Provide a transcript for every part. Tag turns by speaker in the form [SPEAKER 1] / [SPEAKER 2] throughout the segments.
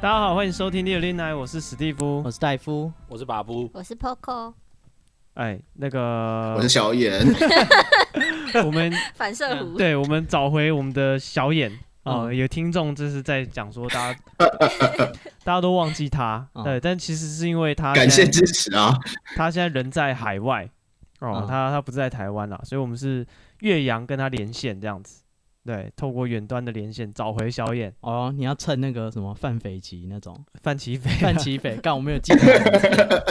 [SPEAKER 1] 大家好，欢迎收听《六零来》，我是史蒂夫
[SPEAKER 2] 我。是戴夫，
[SPEAKER 3] 我是把布，
[SPEAKER 4] 我是 Poco，
[SPEAKER 1] 哎，那个，
[SPEAKER 5] 我是小眼，
[SPEAKER 1] 我们
[SPEAKER 4] 反射弧。
[SPEAKER 1] 嗯对，我们找回我们的小眼哦。
[SPEAKER 2] 嗯
[SPEAKER 1] 有听众就是在讲说，大 家大家都忘记他，
[SPEAKER 2] 嗯
[SPEAKER 1] 对，但其实是因为他
[SPEAKER 5] 感
[SPEAKER 1] 现
[SPEAKER 5] 谢
[SPEAKER 1] 在
[SPEAKER 5] 支持啊！
[SPEAKER 1] 他现在人在海外哦，
[SPEAKER 2] 嗯
[SPEAKER 1] 他他不是在台湾啦，所以我们是岳阳跟他连线这样子，对，透过远端的连线找回小眼
[SPEAKER 2] 哦，你要趁那个什么范斐吉那种
[SPEAKER 1] 范奇飞。
[SPEAKER 2] 范奇斐，干我没有记得，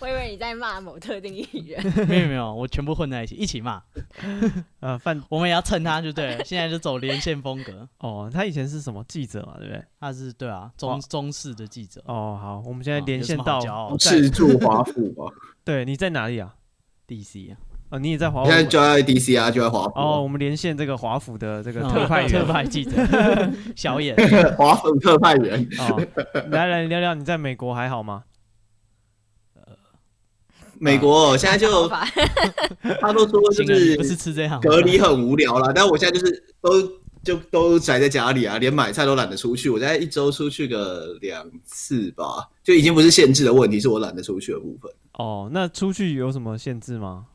[SPEAKER 4] 我以为你在骂某特定艺人，
[SPEAKER 2] 没有没有，我全部混在一起一起骂，
[SPEAKER 1] 呃，范
[SPEAKER 2] 我们也要蹭他就对了，现在就走连线风格，
[SPEAKER 1] 哦，他以前是什么记者嘛，对不对？
[SPEAKER 2] 他是对啊中
[SPEAKER 1] 哇
[SPEAKER 2] 中式的记者，
[SPEAKER 1] 哦，好，我们现在
[SPEAKER 2] 啊
[SPEAKER 1] 连
[SPEAKER 2] 有
[SPEAKER 1] 线
[SPEAKER 2] 什么
[SPEAKER 1] 到
[SPEAKER 2] 好骄傲
[SPEAKER 1] 哦在
[SPEAKER 5] 是住华府啊，
[SPEAKER 1] 对，你在哪里啊？
[SPEAKER 2] DC 啊，
[SPEAKER 1] 哦，你也在华府
[SPEAKER 5] 现在就在 DC 啊，就在华
[SPEAKER 1] 哦，我
[SPEAKER 5] 府，
[SPEAKER 1] 们连线这个华府的这个
[SPEAKER 2] 嗯
[SPEAKER 1] 特派员
[SPEAKER 2] 特派记者小眼，
[SPEAKER 5] 华府特派员。
[SPEAKER 1] 哦， 来来聊聊你在美国还好吗？
[SPEAKER 5] 美国哦现在就
[SPEAKER 4] 吧？
[SPEAKER 5] 他都说就
[SPEAKER 2] 行了，你不是
[SPEAKER 5] 是
[SPEAKER 2] 吃这行
[SPEAKER 5] 隔离很无聊啦，但我现在就是都就都宅在家里啊，连买菜都懒得出去。我在一周出去个两次吧，就已经不是限制的问题，是我懒得出去的部分。
[SPEAKER 1] 哦，那出去有什么限制吗？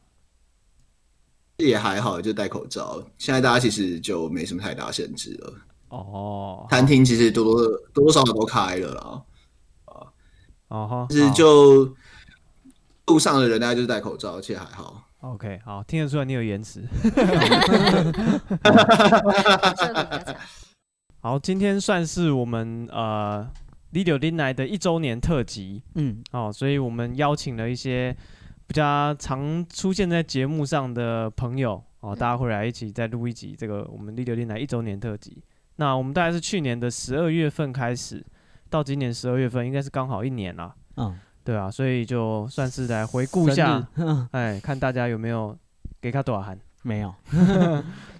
[SPEAKER 5] 也还好，就戴口罩。现在大家其实就没什么太大限制了。
[SPEAKER 1] 哦，
[SPEAKER 5] 餐厅其实多多多多少少都开了啦，
[SPEAKER 1] 哦哈，
[SPEAKER 5] 就是
[SPEAKER 1] 好
[SPEAKER 5] 就路上的人大家就是戴口罩，而且还
[SPEAKER 1] 哦
[SPEAKER 5] 好。
[SPEAKER 1] OK，好，听得出来你有延迟。
[SPEAKER 4] 反射弧比较长。
[SPEAKER 1] 好，今天算是我们呃 l i d i o 林来的一周年特辑
[SPEAKER 2] 嗯，
[SPEAKER 1] 哦，所以我们邀请了一些比较常出现在节目上的朋友
[SPEAKER 2] 嗯
[SPEAKER 1] 哦，大家会来一起再录一集这个我们 l i d i o 林来一周年特辑。那我们大概是去年的十二月份开始，到今年十二月份，应该是刚好一年啦。
[SPEAKER 2] 嗯，
[SPEAKER 1] 对啊，所以就算是来回顾一
[SPEAKER 2] 生
[SPEAKER 1] 下
[SPEAKER 2] 日，嗯
[SPEAKER 1] 哎，看大家有没有给他多少函。
[SPEAKER 2] 没有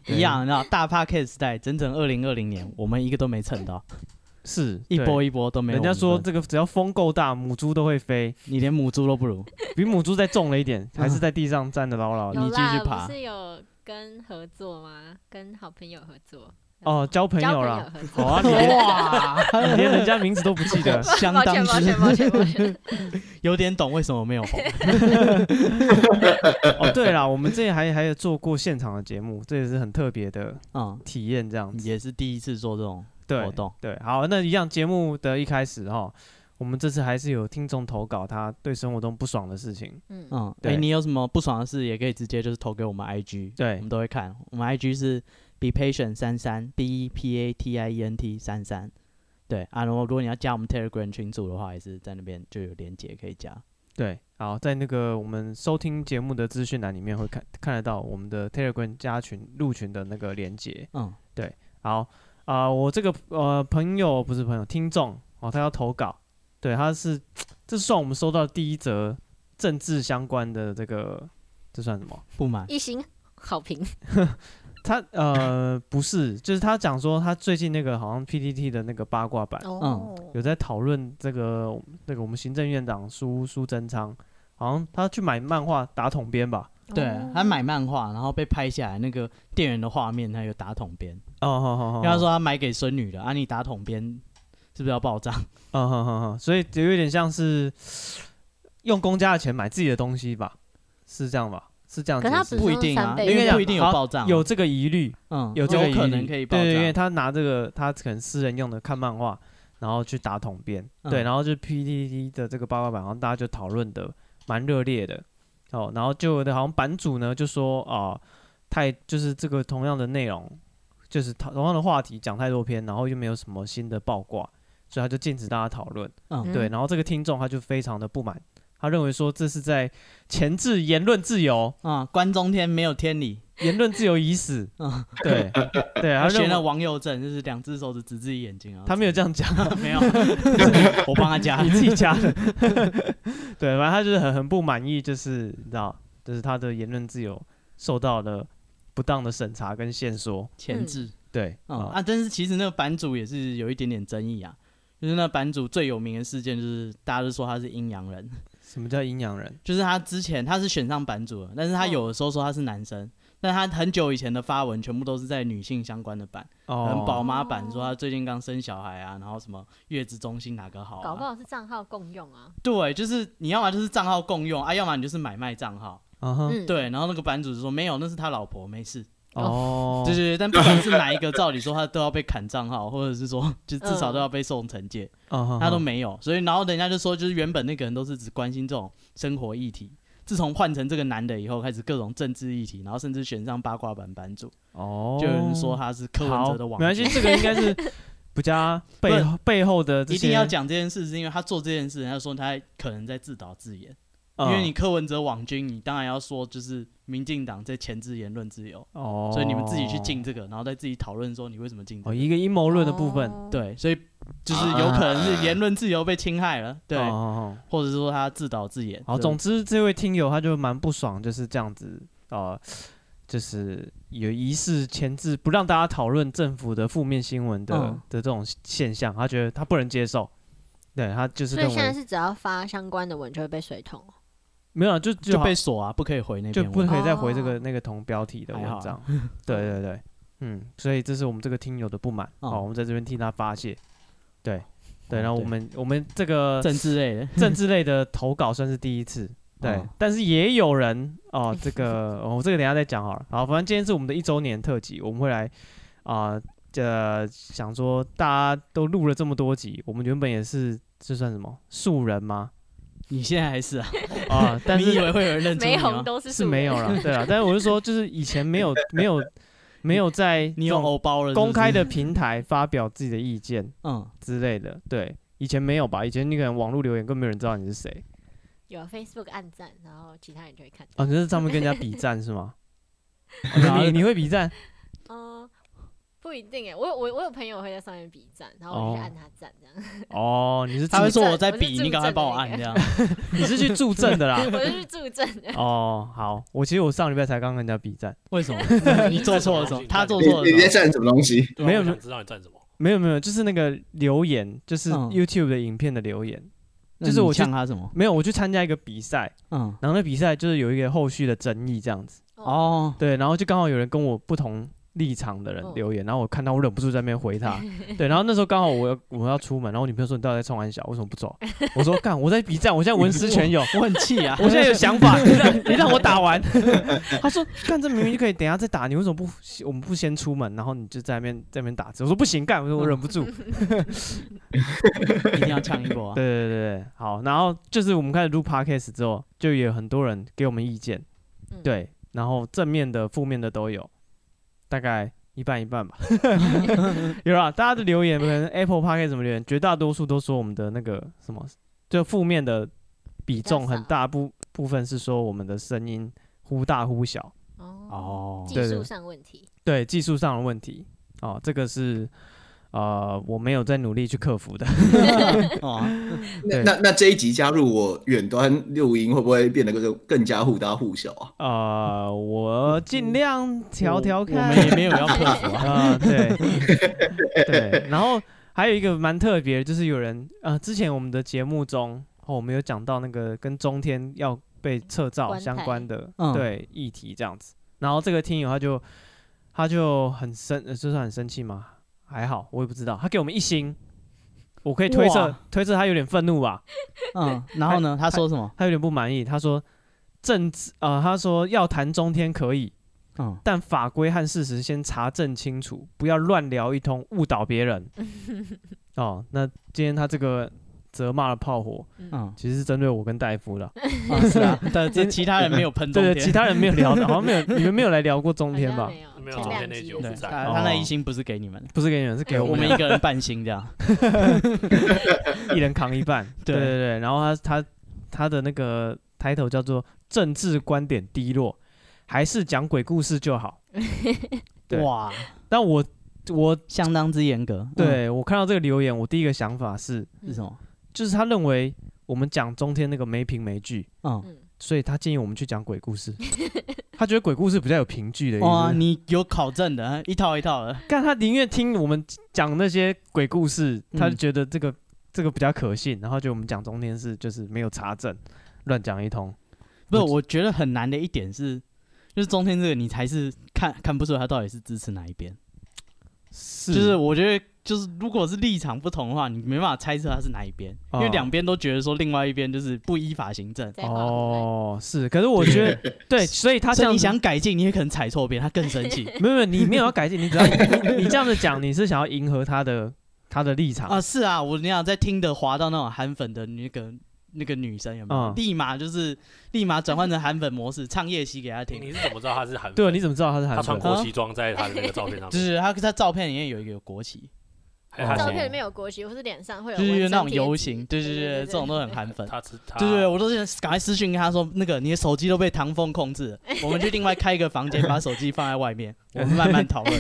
[SPEAKER 2] 一样，你知道大 p a c k e t 时代整整二零二零年，我们一个都没蹭到，
[SPEAKER 1] 是
[SPEAKER 2] 一波
[SPEAKER 1] 一，
[SPEAKER 2] 一波都没有
[SPEAKER 1] 人
[SPEAKER 2] 我
[SPEAKER 1] 家
[SPEAKER 2] 们
[SPEAKER 1] 说
[SPEAKER 2] 份，
[SPEAKER 1] 这个只要风够大，母猪都会飞，
[SPEAKER 2] 你连母猪都不如，
[SPEAKER 1] 比母猪再重了一点，还
[SPEAKER 2] 嗯
[SPEAKER 1] 是在地上站得牢牢 的。
[SPEAKER 2] 你
[SPEAKER 4] 有
[SPEAKER 2] 继续
[SPEAKER 4] 啦，
[SPEAKER 2] 爬
[SPEAKER 4] 不是有跟合作吗？跟好朋友合作。嗯
[SPEAKER 1] 哦，，交朋
[SPEAKER 4] 交
[SPEAKER 1] 友
[SPEAKER 4] 朋
[SPEAKER 1] 啦
[SPEAKER 4] 友，合
[SPEAKER 1] 好
[SPEAKER 3] 哦
[SPEAKER 4] 作。
[SPEAKER 1] 啊，你连
[SPEAKER 2] 哇，。
[SPEAKER 1] 你连人家名字都不记得
[SPEAKER 2] 哦 相
[SPEAKER 4] 抱
[SPEAKER 2] 当
[SPEAKER 4] 歉，抱歉，抱歉，抱歉。
[SPEAKER 2] 有点懂为什么没有红。
[SPEAKER 1] 哦， 对啦，我们这还还有做过现场的节目，这也是很特别的
[SPEAKER 2] 嗯，
[SPEAKER 1] 体验，这样子。
[SPEAKER 2] 也是第一次做这种
[SPEAKER 1] 对
[SPEAKER 2] 嗯活动
[SPEAKER 1] 对，好，那一样节目的一开始哈，我们这次还是有听众投稿他对生活中不爽的事情。
[SPEAKER 4] 嗯，
[SPEAKER 2] 嗯，哎、
[SPEAKER 1] 对
[SPEAKER 2] 你有什么不爽的事，也可以直接就是投给我们 IG，
[SPEAKER 1] 对
[SPEAKER 2] 我们都会看。我们 IG 是 be patient 三三 b e p a t i e n t 三三，对啊。然后如果你要加我们 Telegram 群组的话，也是在那边就有连接可以加。
[SPEAKER 1] 对，好，在那个我们收听节目的资讯栏里面会看看得到我们的 Telegram 加群入群的那个连接。
[SPEAKER 2] 嗯，
[SPEAKER 1] 好啊、我这个呃朋友不是朋友，听众哦，他要投稿，对，他是这算我们收到第一则政治相关的这个，这算什么？
[SPEAKER 2] 不满
[SPEAKER 4] 一星好评，
[SPEAKER 1] 他呃不是，就是他讲说他最近那个好像 PTT 的那个八卦版，
[SPEAKER 2] 哦，
[SPEAKER 1] 有在讨论这个那个我们行政院长苏苏贞昌，好像他去买漫画打桶边吧？
[SPEAKER 2] 对他买漫画，然后被拍下来那个店员的画面，他有打桶边，
[SPEAKER 1] 哦，好好好，
[SPEAKER 2] 因为他说他买给孙女的，啊，你打桶边是不是要报账？
[SPEAKER 1] 嗯哼哼哼，所以就有点像是用公家的钱买自己的东西吧，是这样吧？是这样
[SPEAKER 4] 可
[SPEAKER 1] 解
[SPEAKER 4] 是他
[SPEAKER 1] 释。
[SPEAKER 2] 不一定啊，
[SPEAKER 4] 三倍
[SPEAKER 2] 因为
[SPEAKER 4] 券
[SPEAKER 2] 不一定有
[SPEAKER 1] 好
[SPEAKER 2] 报账，
[SPEAKER 1] 有这个疑虑，
[SPEAKER 2] 嗯
[SPEAKER 1] 有这个疑虑
[SPEAKER 2] 可能可以报
[SPEAKER 1] 对
[SPEAKER 2] 账，
[SPEAKER 1] 对，因为他拿这个他可能私人用的看漫画，然后去打桶边，
[SPEAKER 2] 嗯
[SPEAKER 1] 对，然后就 PTT 的这个八卦版，然后大家就讨论的蛮热烈的哦，然后就有的好像版主呢就说啊、太就是这个同样的内容，就是讨同样的话题讲太多篇，然后又没有什么新的爆挂，所以他就禁止大家讨论。
[SPEAKER 4] 哦
[SPEAKER 2] 嗯
[SPEAKER 1] 对，然后这个听众他就非常的不满，他认为说这是在前置言论自由，
[SPEAKER 2] 啊，关中天没有天理，
[SPEAKER 1] 言论自由已死。
[SPEAKER 2] 嗯，
[SPEAKER 1] 对，对，他
[SPEAKER 2] 他学
[SPEAKER 1] 认
[SPEAKER 2] 了
[SPEAKER 1] 为
[SPEAKER 2] 王佑正，就是两只手指指自己眼睛啊，
[SPEAKER 1] 他没有这样 讲，
[SPEAKER 2] 样， 没有，我帮他加
[SPEAKER 1] 你，自己加的。对，反正他就是很很不满意，就是你知道，就是他的言论自由受到了不当的审查跟限缩。
[SPEAKER 2] 前置
[SPEAKER 1] 对，
[SPEAKER 2] 嗯
[SPEAKER 1] 啊，
[SPEAKER 2] 啊，但是其实那个版主也是有一点点争议啊。就是那版主最有名的事件，就是大家都说他是阴阳人，
[SPEAKER 1] 什么叫阴阳人？
[SPEAKER 2] 就是他之前他是选上版主的，但是他有的时候说他是男生，但他很久以前的发文全部都是在女性相关的版，
[SPEAKER 1] 哦，
[SPEAKER 2] 很宝妈版说他最近刚生小孩啊，然后什么月子中心哪个好、啊，
[SPEAKER 4] 嗯搞不好是账号共用啊。
[SPEAKER 2] 对，就是你要么就是账号共用啊，要么你就是买卖账号。
[SPEAKER 1] 嗯哼，
[SPEAKER 4] 嗯，，
[SPEAKER 2] 对，然后那个版主就说没有，那是他老婆，没事。
[SPEAKER 1] 哦，
[SPEAKER 2] 对对对，但不管是哪一个，照理说他都要被砍账号，或者是说就至少都要被送惩戒，他
[SPEAKER 1] 他
[SPEAKER 2] 都没有。所以然后人家就说，就是原本那个人都是只关心这种生活议题，自从换成这个男的以后，开始各种政治议题，然后甚至选上八卦版版主，
[SPEAKER 1] 哦，
[SPEAKER 2] 就有人说他是柯文
[SPEAKER 1] 好，
[SPEAKER 2] 哲的网
[SPEAKER 1] 没关系，
[SPEAKER 2] 军。
[SPEAKER 1] 这个应该 是不加背后背后的这些，
[SPEAKER 2] 一定要讲这件事，是因为他做这件事，人家说他可能在自导自演。
[SPEAKER 1] 嗯，
[SPEAKER 2] 因为你柯文哲网军，你当然要说就是民进党在钳制言论自由，
[SPEAKER 1] 哦，
[SPEAKER 2] 所以你们自己去进这个，然后再自己讨论说你为什么进这
[SPEAKER 1] 哦
[SPEAKER 2] 个。
[SPEAKER 1] 一个阴谋论的部分，
[SPEAKER 4] 哦，
[SPEAKER 2] 对，所以就是有可能是言论自由被侵害了，对
[SPEAKER 1] 啊哦，哦
[SPEAKER 2] 或者是说他自导自演。
[SPEAKER 1] 哦好，
[SPEAKER 2] 对
[SPEAKER 1] 总之这位听友他就蛮不爽，就是这样子呃，就是有疑似前置不让大家讨论政府的负面新闻的、
[SPEAKER 2] 嗯
[SPEAKER 1] 的这种现象，他觉得他不能接受，对他就是
[SPEAKER 4] 所以
[SPEAKER 1] 认
[SPEAKER 4] 现在
[SPEAKER 1] 为
[SPEAKER 4] 是只要发相关的文就会被水桶。
[SPEAKER 1] 没有啊就就
[SPEAKER 2] 就
[SPEAKER 1] 好
[SPEAKER 2] 被锁啊，不可以回那
[SPEAKER 1] 就
[SPEAKER 2] 篇
[SPEAKER 1] 不
[SPEAKER 2] 文。
[SPEAKER 1] 可以再回这个、
[SPEAKER 4] 哦
[SPEAKER 1] 那个同标题的文
[SPEAKER 2] 还好
[SPEAKER 1] 章。 对对对，嗯，所以这是我们这个听友的不满，
[SPEAKER 2] 哦
[SPEAKER 1] 好，我们在这边替他发泄。对对，
[SPEAKER 2] 哦
[SPEAKER 1] 然后我
[SPEAKER 2] 对
[SPEAKER 1] 们我们这个
[SPEAKER 2] 政治类的，
[SPEAKER 1] 政治类的投稿算是第一次，对
[SPEAKER 2] 哦，
[SPEAKER 1] 但是也有人 哦，这个我这个等一下再讲好了。好，反正今天是我们的一周年特辑，我们会来啊，呃，想说大家都录了这么多集，我们原本也是这算什么素人吗？
[SPEAKER 2] 你现在还 是啊？
[SPEAKER 1] 啊，但是
[SPEAKER 2] 你以为会有人认出你
[SPEAKER 4] 没红
[SPEAKER 2] 吗？
[SPEAKER 4] 都是
[SPEAKER 1] 是
[SPEAKER 4] 素
[SPEAKER 1] 没有
[SPEAKER 4] 人
[SPEAKER 1] 了，对啊，但是我是说，就是以前没有没 有没有在
[SPEAKER 2] 你有
[SPEAKER 1] 这种
[SPEAKER 2] 欧包了是不是
[SPEAKER 1] 公开的平台发表自己的意见
[SPEAKER 2] 嗯，
[SPEAKER 1] 之类的，对，以前没有吧？以前你可能网络留言更没有人知道你是谁，
[SPEAKER 4] 有 Facebook 暗赞，然后其他人就会看。
[SPEAKER 1] 啊，你是上面跟人家比赞是 吗？哦你你会比赞？
[SPEAKER 4] 嗯，不一定哎，我有我我有朋友会在上面比赞，然后我就去
[SPEAKER 1] 哦
[SPEAKER 4] 按他赞这样，
[SPEAKER 1] 哦，你是
[SPEAKER 2] 他会
[SPEAKER 1] 助
[SPEAKER 2] 说我在
[SPEAKER 4] 我是
[SPEAKER 2] 比，
[SPEAKER 4] 助
[SPEAKER 2] 你赶快帮我
[SPEAKER 4] 阵的
[SPEAKER 2] 按
[SPEAKER 4] 那
[SPEAKER 2] 这
[SPEAKER 4] 个
[SPEAKER 2] 样。
[SPEAKER 1] 你是去助阵的啦。
[SPEAKER 4] 我就去助阵的。
[SPEAKER 1] 哦，好，我其实我上礼拜才刚跟人家比赞，
[SPEAKER 2] 为什么？ 你做错了什么？他做
[SPEAKER 5] 你
[SPEAKER 2] 错了
[SPEAKER 5] 你
[SPEAKER 2] 什
[SPEAKER 5] 在
[SPEAKER 2] 么？
[SPEAKER 5] 站什么东西？
[SPEAKER 1] 没有
[SPEAKER 3] 啊我
[SPEAKER 1] 没有
[SPEAKER 3] 想知道你站什么。
[SPEAKER 1] 没有没有，就是那个留言，就是
[SPEAKER 2] 嗯
[SPEAKER 1] YouTube 的影片的留言，
[SPEAKER 2] 那
[SPEAKER 1] 就是
[SPEAKER 2] 你
[SPEAKER 1] 我去
[SPEAKER 2] 呛他什么？
[SPEAKER 1] 没有，我去参加一个比赛，
[SPEAKER 4] 哦
[SPEAKER 2] 嗯，
[SPEAKER 1] 然后那比赛就是有一个后续的争议这样子，
[SPEAKER 2] 哦，
[SPEAKER 1] 对，然后就刚好有人跟我不同立场的人
[SPEAKER 4] 嗯
[SPEAKER 1] 留言，然后我看到我忍不住在那边回 他，对，然后那时候刚好我要我要出门，然后我女朋友说你到底在冲安小，为什么不走？我说干，我在比战，我现在文思 泉涌，
[SPEAKER 2] 我很气啊！
[SPEAKER 1] 我现在有 想法，你让你让我打完。 他说干这明明就可以等一下再打，你为什么不我们不先出门，然后你就在那边在那边打字？我说不行，干，我说我忍不住。
[SPEAKER 2] 一定要呛一波啊！
[SPEAKER 1] 对对对对，好，然后就是我们开始录 podcast 之后，就也有很多人给我们意见，
[SPEAKER 4] 嗯，
[SPEAKER 1] 对，然后正面的、负面的都有，大概一半一半吧。 有啊，大家的留言可能 Apple Park 怎么留言，绝大多数都说我们的那个什么，就负面的比
[SPEAKER 4] 较
[SPEAKER 1] 重很
[SPEAKER 4] 少
[SPEAKER 1] 大部部分是说我们的声音忽大忽小，
[SPEAKER 4] 哦，
[SPEAKER 2] 哦，
[SPEAKER 4] 技
[SPEAKER 1] 对对
[SPEAKER 4] 术上问题，
[SPEAKER 1] 对技术上的问题哦，这个是呃我没有在努力去克服的。
[SPEAKER 2] 哦，
[SPEAKER 1] 对
[SPEAKER 5] 那那那这一集加入我远端录音，会不会变得更更加互搭互小啊？
[SPEAKER 1] 呃，我尽量调调
[SPEAKER 2] 我
[SPEAKER 1] 看
[SPEAKER 2] 我们也没有 要克服啊。
[SPEAKER 1] 啊，对对，然后还有一个蛮特别的，就是有人呃，之前我们的节目中，哦，我们有讲到那个跟中天要被撤照
[SPEAKER 4] 关
[SPEAKER 1] 相
[SPEAKER 4] 台
[SPEAKER 1] 关的、
[SPEAKER 2] 嗯
[SPEAKER 1] 对议题这样子，然后这个听友他就他就很生，呃就算很生气吗？还好，我也不知道，他给我们一星。我可以推测
[SPEAKER 2] 哇，
[SPEAKER 1] 推测他有点愤怒吧，
[SPEAKER 2] 嗯，然后呢？他说 什么？
[SPEAKER 1] 他有点不满意。他说政治啊、他说要谈中天可以，
[SPEAKER 2] 嗯，
[SPEAKER 1] 但法规和事实先查证清楚，不要乱聊一通，误导别人。哦，那今天他这个责骂的炮火，
[SPEAKER 2] 嗯，
[SPEAKER 1] 其实是针对我跟戴夫了。
[SPEAKER 2] 啊是啊， 但这其他人没有喷中
[SPEAKER 1] 对
[SPEAKER 2] 天，
[SPEAKER 1] 对，其他人没有聊的，好像没有，你们没有来聊过中
[SPEAKER 4] 好
[SPEAKER 1] 天
[SPEAKER 4] 像
[SPEAKER 1] 吧？
[SPEAKER 4] 没有，
[SPEAKER 3] 没有
[SPEAKER 4] 前
[SPEAKER 3] 中
[SPEAKER 4] 两
[SPEAKER 3] 间那
[SPEAKER 4] 集
[SPEAKER 3] 集
[SPEAKER 4] 也
[SPEAKER 3] 我
[SPEAKER 4] 是
[SPEAKER 2] 对
[SPEAKER 3] 不
[SPEAKER 2] 他
[SPEAKER 3] 在
[SPEAKER 2] 他那一星不是给你们的，
[SPEAKER 1] 不是给你们，是给
[SPEAKER 2] 我们
[SPEAKER 1] 们
[SPEAKER 2] 一个人半星这 样。
[SPEAKER 1] 一人扛一半。对
[SPEAKER 2] 对
[SPEAKER 1] 对对，然后他他他的那个抬头叫做“政治观点低落”，还是讲鬼故事就好。对
[SPEAKER 2] 哇，
[SPEAKER 1] 但我我
[SPEAKER 2] 相当之严格。嗯
[SPEAKER 1] 对、我看到这个留言，我第一个想法是，
[SPEAKER 2] 是什么？
[SPEAKER 1] 就是他认为我们讲中天那个没凭没据，
[SPEAKER 2] 嗯，
[SPEAKER 4] 嗯，
[SPEAKER 1] 所以他建议我们去讲鬼故事。他觉得鬼故事比较有凭据的意
[SPEAKER 2] 哇，
[SPEAKER 1] 思。
[SPEAKER 2] 你有考证的，一套一套的。
[SPEAKER 1] 但他宁愿听我们讲那些鬼故事，
[SPEAKER 2] 嗯
[SPEAKER 1] 他就觉得这个这个比较可信，然后就我们讲中天是就是没有查证，乱讲一通。
[SPEAKER 2] 不是，我觉得很难的一点是，就是中天这个你才是看看不出来他到底是支持哪一边。
[SPEAKER 1] 是
[SPEAKER 2] 就是我觉得，就是如果是立场不同的话，你没办法猜测他是哪一边，因为
[SPEAKER 1] 哦
[SPEAKER 2] 两边都觉得说另外一边就是不依法行政。
[SPEAKER 4] 在画图
[SPEAKER 1] 哦，是，可是我觉 得对，所以他这
[SPEAKER 2] 所以
[SPEAKER 1] 样
[SPEAKER 2] 你
[SPEAKER 1] 子
[SPEAKER 2] 想改进，你也可能踩错边，他更生 气
[SPEAKER 1] 没有没有，你没有要改进，你只要你你这样子讲，你是想要迎合他的他的立 场
[SPEAKER 2] 啊！是啊，我你想在听的滑到那种韩粉的那个那个女生有没有？
[SPEAKER 1] 嗯
[SPEAKER 2] 立马就是立马转换成韩粉模式，唱夜袭给他听。
[SPEAKER 3] 你是怎么知道他是韩粉？
[SPEAKER 1] 对，啊你怎么知道他是
[SPEAKER 3] 他
[SPEAKER 1] 韩
[SPEAKER 3] 穿
[SPEAKER 1] 粉？
[SPEAKER 3] 国旗装在他的那个照片上
[SPEAKER 2] 就
[SPEAKER 3] 面，哎
[SPEAKER 2] 是他他照片里面有一个有国旗，
[SPEAKER 3] 还还
[SPEAKER 4] 照
[SPEAKER 3] 写
[SPEAKER 4] 片里面有国旗，或是脸上会有
[SPEAKER 2] 就是
[SPEAKER 4] 纹
[SPEAKER 2] 那
[SPEAKER 4] 身
[SPEAKER 2] 种
[SPEAKER 4] 贴
[SPEAKER 2] 游
[SPEAKER 4] 纸
[SPEAKER 2] 行，对对对，这 种都很韩 粉。
[SPEAKER 3] 他是他
[SPEAKER 2] 对对，对，我都是赶快私讯跟他说，那个你的手机都被唐风控制 了，我们去另外开一个房间，把手机放在外 面，我们慢慢讨 论。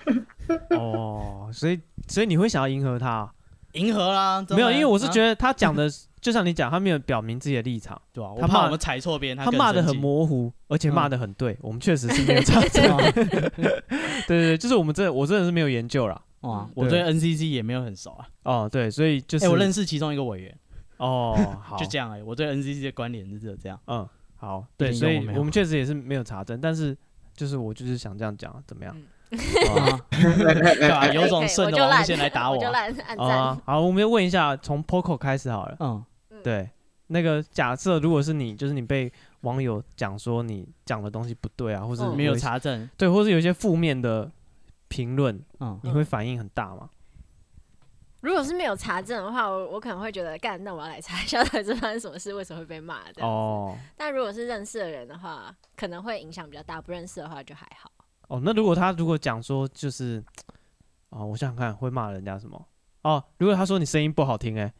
[SPEAKER 1] 哦，所以所以你会想要迎合他？啊
[SPEAKER 2] 迎合啦，啊
[SPEAKER 1] 没有，因为我是觉
[SPEAKER 2] 得，
[SPEAKER 1] 得他讲的， 就像你讲，他没有表明自己的立场，
[SPEAKER 2] 对吧？
[SPEAKER 1] 他
[SPEAKER 2] 啊我
[SPEAKER 1] 骂
[SPEAKER 2] 怕我们踩错边，
[SPEAKER 1] 他骂的
[SPEAKER 2] 的
[SPEAKER 1] 很模糊，而且骂
[SPEAKER 2] 嗯
[SPEAKER 1] 的很对，我们确实是没有查 证。对对对，就是我们真我真的是没有研究啦。
[SPEAKER 2] 哇
[SPEAKER 4] 嗯！
[SPEAKER 2] 我
[SPEAKER 1] 对
[SPEAKER 2] 对 NCC 也没有很熟啊，
[SPEAKER 1] 哦，对，所以就是
[SPEAKER 2] 哎，我认识其中一个委员，
[SPEAKER 1] 哦，好，
[SPEAKER 2] 就这样哎，我对 NCC 的关联是只有这样。
[SPEAKER 1] 嗯，好，对，
[SPEAKER 2] 点
[SPEAKER 1] 所
[SPEAKER 2] 用
[SPEAKER 1] 以
[SPEAKER 2] 都没有
[SPEAKER 1] 我们确实也是没有查证，但是就是我就是想这样讲，怎么样？哦
[SPEAKER 2] 啊对啊，有种顺着
[SPEAKER 4] 我就
[SPEAKER 2] 王
[SPEAKER 4] 烂
[SPEAKER 2] 线来打
[SPEAKER 4] 我
[SPEAKER 2] 我
[SPEAKER 4] 就
[SPEAKER 2] 啊。
[SPEAKER 4] 烂 暗
[SPEAKER 1] 好
[SPEAKER 4] 赞。
[SPEAKER 1] 啊，好，我们就问一下，从 Poco 开始好了。
[SPEAKER 2] 嗯，
[SPEAKER 1] 对，那个假设如果是你，就是你被网友讲说你讲的东西不对啊，或是
[SPEAKER 4] 嗯
[SPEAKER 2] 没有
[SPEAKER 1] 一些
[SPEAKER 2] 查证。
[SPEAKER 1] 对，或是有一些负面的评论，
[SPEAKER 2] 嗯，
[SPEAKER 1] 你会反应很大吗？
[SPEAKER 4] 如果是没有查证的话，我我可能会觉得，干，那我要来查一下到底是发生什么事，为什么会被骂的。
[SPEAKER 1] 哦
[SPEAKER 4] 但如果是认识的人的话，可能会影响比较大；不认识的话就还好。
[SPEAKER 1] 哦，那如果他如果讲说就是，哦，我想想看会骂人家什么？哦，如果他说你声音不好听、欸，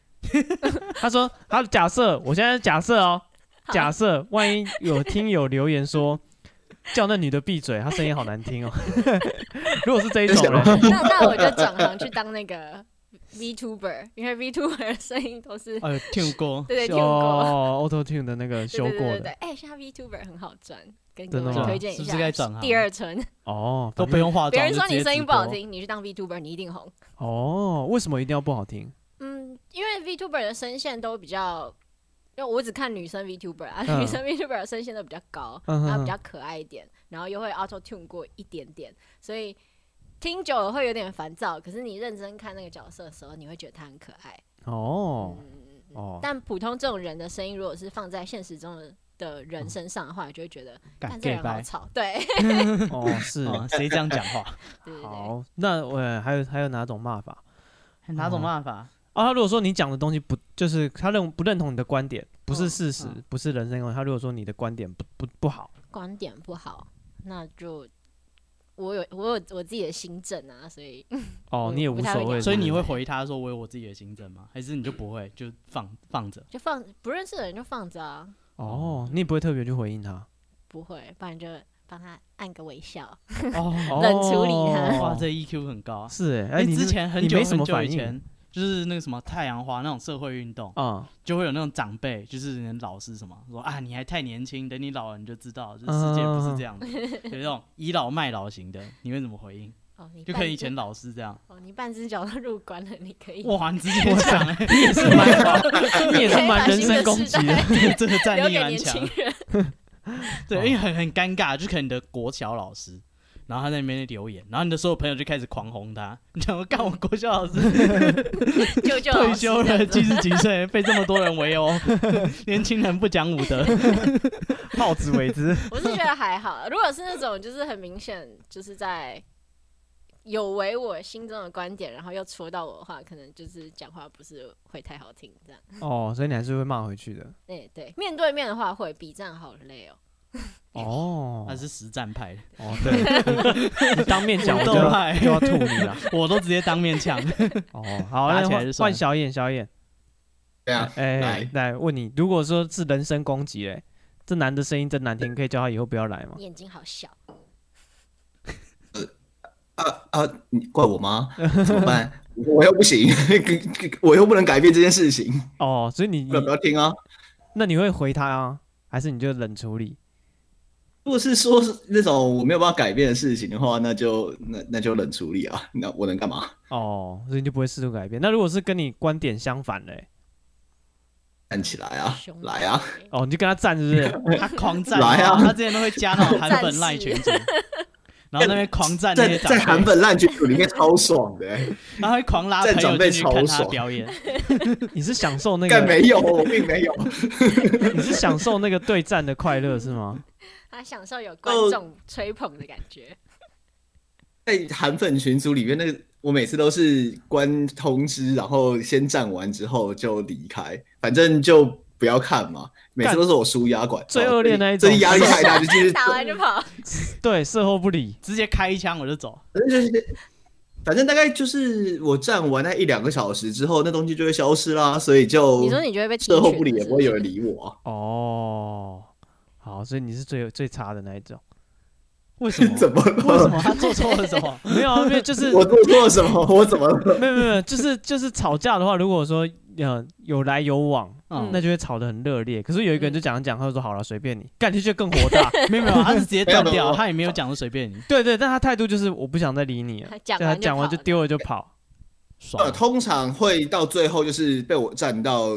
[SPEAKER 1] 他说他假设，我现在假设哦，
[SPEAKER 4] 好
[SPEAKER 1] 假设万一有听友留言说叫那女的闭嘴，她声音好难听哦。 如果是这一种 人，
[SPEAKER 4] 那那我就转行去当那个 VTuber，因为 VTuber 的声音都是
[SPEAKER 2] 呃，听过。
[SPEAKER 4] 对对听过，
[SPEAKER 1] 哦，Auto Tune 的那个
[SPEAKER 4] 对
[SPEAKER 1] 修
[SPEAKER 4] 对对
[SPEAKER 1] 过
[SPEAKER 4] 对对。
[SPEAKER 1] 的
[SPEAKER 4] 哎，现在 VTuber 很好赚，跟各
[SPEAKER 1] 真的
[SPEAKER 4] 位
[SPEAKER 1] 吗
[SPEAKER 4] 推荐
[SPEAKER 2] 是
[SPEAKER 4] 一
[SPEAKER 2] 不
[SPEAKER 4] 下。
[SPEAKER 2] 是该转行
[SPEAKER 4] 第二春，
[SPEAKER 1] 哦，
[SPEAKER 2] 都
[SPEAKER 1] 反
[SPEAKER 2] 不
[SPEAKER 1] 正
[SPEAKER 2] 用化妆。
[SPEAKER 4] 别人说
[SPEAKER 2] 就直接
[SPEAKER 4] 你声音
[SPEAKER 2] 直
[SPEAKER 4] 不好
[SPEAKER 2] 播，
[SPEAKER 4] 听，你去当 VTuber，你一定红。
[SPEAKER 1] 哦，为什么一定要不好听？
[SPEAKER 4] 嗯，因为 VTuber 的声线都比较，因为我只看女生 VTuber 啊，
[SPEAKER 1] 嗯
[SPEAKER 4] 女生 VTuber 的声线都比较高，
[SPEAKER 1] 嗯哼
[SPEAKER 4] 然后啊比较可爱一点，然后又会 auto tune 过一点点，所以听久了会有点烦躁。可是你认真看那个角色的时候，你会觉得他很可爱。
[SPEAKER 1] 哦
[SPEAKER 4] 嗯，
[SPEAKER 1] 哦，
[SPEAKER 4] 但普通这种人的声音，如果是放在现实中的的
[SPEAKER 2] 嗯
[SPEAKER 4] 人身上的话，你就会觉得，
[SPEAKER 2] 敢
[SPEAKER 4] 但这
[SPEAKER 2] gay
[SPEAKER 4] 人好
[SPEAKER 2] 掰。
[SPEAKER 4] 吵。 对，
[SPEAKER 1] 哦是。
[SPEAKER 2] 啊谁这样讲话？
[SPEAKER 4] 对对对，
[SPEAKER 1] 好，那我、呃还有还有哪种骂法？
[SPEAKER 2] 哪种骂法？
[SPEAKER 1] 啊，他如果说你讲的东西不，就是他认不认同你的观点，不是
[SPEAKER 4] 嗯
[SPEAKER 1] 事实，
[SPEAKER 2] 嗯
[SPEAKER 1] 不是人生观，他如果说你的观点不不不好，
[SPEAKER 4] 观点不好，那就我有我有我自己的心证啊，所以
[SPEAKER 1] 哦，
[SPEAKER 4] 嗯
[SPEAKER 1] 你也
[SPEAKER 4] 不
[SPEAKER 1] 无
[SPEAKER 4] 太会
[SPEAKER 1] 所谓，
[SPEAKER 4] 讲
[SPEAKER 2] 所以
[SPEAKER 1] 是不
[SPEAKER 2] 你
[SPEAKER 1] 是
[SPEAKER 2] 会回他说我有我自己的行政吗？还是你就不会就放放着？
[SPEAKER 4] 就放不认识的人就放着啊，
[SPEAKER 1] 哦，你也不会特别去回应他，
[SPEAKER 4] 不会，不然就帮他按个微笑。
[SPEAKER 2] 哦，
[SPEAKER 4] 冷处理他
[SPEAKER 2] 哇，
[SPEAKER 1] 哦
[SPEAKER 2] 这 EQ 很高 啊！
[SPEAKER 1] 是哎，
[SPEAKER 2] 哎，
[SPEAKER 1] 哎，你
[SPEAKER 2] 之
[SPEAKER 1] 是
[SPEAKER 2] 前很
[SPEAKER 1] 你
[SPEAKER 2] 久
[SPEAKER 1] 没什
[SPEAKER 2] 很
[SPEAKER 1] 么
[SPEAKER 2] 久
[SPEAKER 1] 反
[SPEAKER 2] 以
[SPEAKER 1] 应
[SPEAKER 2] 前，就是那个什么太阳花那种社会运动，
[SPEAKER 1] 啊，
[SPEAKER 2] 就会有那种长辈，就是人老师什么说啊，你还太年轻，等你老了你就知道，就是
[SPEAKER 1] 嗯
[SPEAKER 2] 世界不是这样的，有那种倚老卖老型的，你会怎么回应？
[SPEAKER 4] 哦，你
[SPEAKER 2] 就
[SPEAKER 4] 半
[SPEAKER 2] 跟以
[SPEAKER 4] 只
[SPEAKER 2] 前老师 这样，
[SPEAKER 4] 哦，你半只脚都入关了，你可以
[SPEAKER 2] 哇，你直接讲哎，
[SPEAKER 1] 你也是蛮 好，你也是蛮人身攻击
[SPEAKER 4] 可以把新的
[SPEAKER 1] 的
[SPEAKER 4] 时，
[SPEAKER 2] 这个战
[SPEAKER 4] 留
[SPEAKER 2] 力
[SPEAKER 4] 给
[SPEAKER 2] 蛮
[SPEAKER 4] 年
[SPEAKER 2] 强
[SPEAKER 4] 轻。人。
[SPEAKER 2] 对，因为很很尴尬，就可能你的国小老师，然后他在那边留言，然后你的所有朋友就开始狂轰他，
[SPEAKER 1] 嗯
[SPEAKER 2] 你想说干我国小老师
[SPEAKER 4] 舅 舅
[SPEAKER 2] 退休 了，七
[SPEAKER 4] 其实
[SPEAKER 2] 十几岁，被这么多人围殴， 年轻人不讲武 德，
[SPEAKER 1] 好自为之。
[SPEAKER 4] 我是觉得还好。如果是那种就是很明显就是在有违我心中的观点，然后又戳到我的话，可能就是讲话不是会太好听这样。
[SPEAKER 1] 哦，所以你还是会骂回去的。
[SPEAKER 4] 哎、对，面对面的话会，比战好累哦。
[SPEAKER 1] 哦
[SPEAKER 2] 他是实战派的，
[SPEAKER 1] 哦，对，你 当面讲我
[SPEAKER 2] 武
[SPEAKER 1] 就
[SPEAKER 2] 斗
[SPEAKER 1] 要
[SPEAKER 2] 派，
[SPEAKER 1] 就要吐你了。
[SPEAKER 2] 我都直接当面 呛。
[SPEAKER 1] 哦，好，
[SPEAKER 2] 打
[SPEAKER 1] 那
[SPEAKER 2] 起来
[SPEAKER 1] 换
[SPEAKER 2] 就算
[SPEAKER 1] 换
[SPEAKER 2] 了
[SPEAKER 1] 小眼，小眼。
[SPEAKER 5] 对啊，
[SPEAKER 1] 哎
[SPEAKER 5] 来，
[SPEAKER 1] 来问你，如果说是人身攻击，嘞，这男的声音真难听，可以叫他以后不要来吗
[SPEAKER 4] 你？眼睛好小，
[SPEAKER 5] 啊啊，你怪我吗？怎么办？我又不行， 我又不能改变这件事情，
[SPEAKER 1] 哦，所以你
[SPEAKER 5] 不然不要听啊。
[SPEAKER 1] 那你会回他啊，还是你就冷处理？
[SPEAKER 5] 如果是说是那种我没有办法改变的事情的话，那就那那就冷处理啊。那我能干嘛？
[SPEAKER 1] 哦，所以你就不会试图改变。那如果是跟你观点相反嘞，
[SPEAKER 5] 站起来啊
[SPEAKER 4] 熊，
[SPEAKER 5] 来啊！
[SPEAKER 4] 仔
[SPEAKER 1] 哦，你就跟他站是不是？
[SPEAKER 2] 他狂赞，
[SPEAKER 5] 来啊
[SPEAKER 2] 他之前都会加那种韩
[SPEAKER 4] 战
[SPEAKER 2] 粉
[SPEAKER 4] 士
[SPEAKER 2] 赖群 组，然后那边狂
[SPEAKER 1] 啊
[SPEAKER 2] 赞那
[SPEAKER 5] 在
[SPEAKER 2] 些
[SPEAKER 5] 在
[SPEAKER 2] 长
[SPEAKER 5] 韩
[SPEAKER 2] 辈，
[SPEAKER 5] 本烂剧组里面超爽的、欸，
[SPEAKER 2] 然后会狂拉
[SPEAKER 5] 在
[SPEAKER 2] 朋友
[SPEAKER 5] 长辈
[SPEAKER 2] 进去
[SPEAKER 5] 超
[SPEAKER 2] 看他的
[SPEAKER 5] 爽
[SPEAKER 2] 表演。
[SPEAKER 1] 你是享 受那
[SPEAKER 5] 但
[SPEAKER 1] 个，
[SPEAKER 5] 没有，我并没有。
[SPEAKER 1] 你是享受那个对战的快乐是 吗？
[SPEAKER 4] 他享受有观
[SPEAKER 5] 哦
[SPEAKER 4] 众吹捧的感觉，
[SPEAKER 5] 在韩粉群组里面，那个我每次都是关通知，然后先站完之后就离开，反正就不要看嘛。每次都是我输压管，
[SPEAKER 1] 最恶劣那一种
[SPEAKER 5] 这压力太大，就继 续
[SPEAKER 4] 打完就
[SPEAKER 5] 哦
[SPEAKER 4] 跑，
[SPEAKER 1] 对，事后不理，
[SPEAKER 2] 直接开一枪我就走，
[SPEAKER 5] 反正就是，反正大概就是我站完那一两个小时之后，那东西就会消失啦，所以就
[SPEAKER 4] 你说你就会被踢
[SPEAKER 5] 事后
[SPEAKER 4] 群
[SPEAKER 5] 不理也
[SPEAKER 4] 是
[SPEAKER 5] 不会有 人理我啊。？
[SPEAKER 1] 哦，好，所以你是最最差的那一种。为什么
[SPEAKER 5] 怎么
[SPEAKER 2] 为什
[SPEAKER 5] 了？
[SPEAKER 2] 么他做错了什 么？
[SPEAKER 1] 没有啊，没有，就是
[SPEAKER 5] 我做错了什么？我怎么了？
[SPEAKER 1] 没有没有没有，就是就是吵架的话，如果说呃有来有往，
[SPEAKER 2] 嗯
[SPEAKER 1] 那就会吵得很热烈。可是有一个人
[SPEAKER 4] 嗯
[SPEAKER 1] 就讲讲，他就说好了，随便你，干你就更火大。
[SPEAKER 2] 没有没有，他是直接断
[SPEAKER 5] 没有没
[SPEAKER 2] 掉，
[SPEAKER 5] 有
[SPEAKER 2] 他也没有讲的随便你，
[SPEAKER 1] 对对，但他态度就是我不想再理你了，
[SPEAKER 5] 啊
[SPEAKER 4] 他啊讲
[SPEAKER 1] 对
[SPEAKER 4] 完
[SPEAKER 1] 他
[SPEAKER 4] 就
[SPEAKER 1] 讲完
[SPEAKER 4] 跑
[SPEAKER 1] 就丢了就跑。
[SPEAKER 5] 呃，
[SPEAKER 2] 爽。
[SPEAKER 5] 通常会到最后就是被我站到，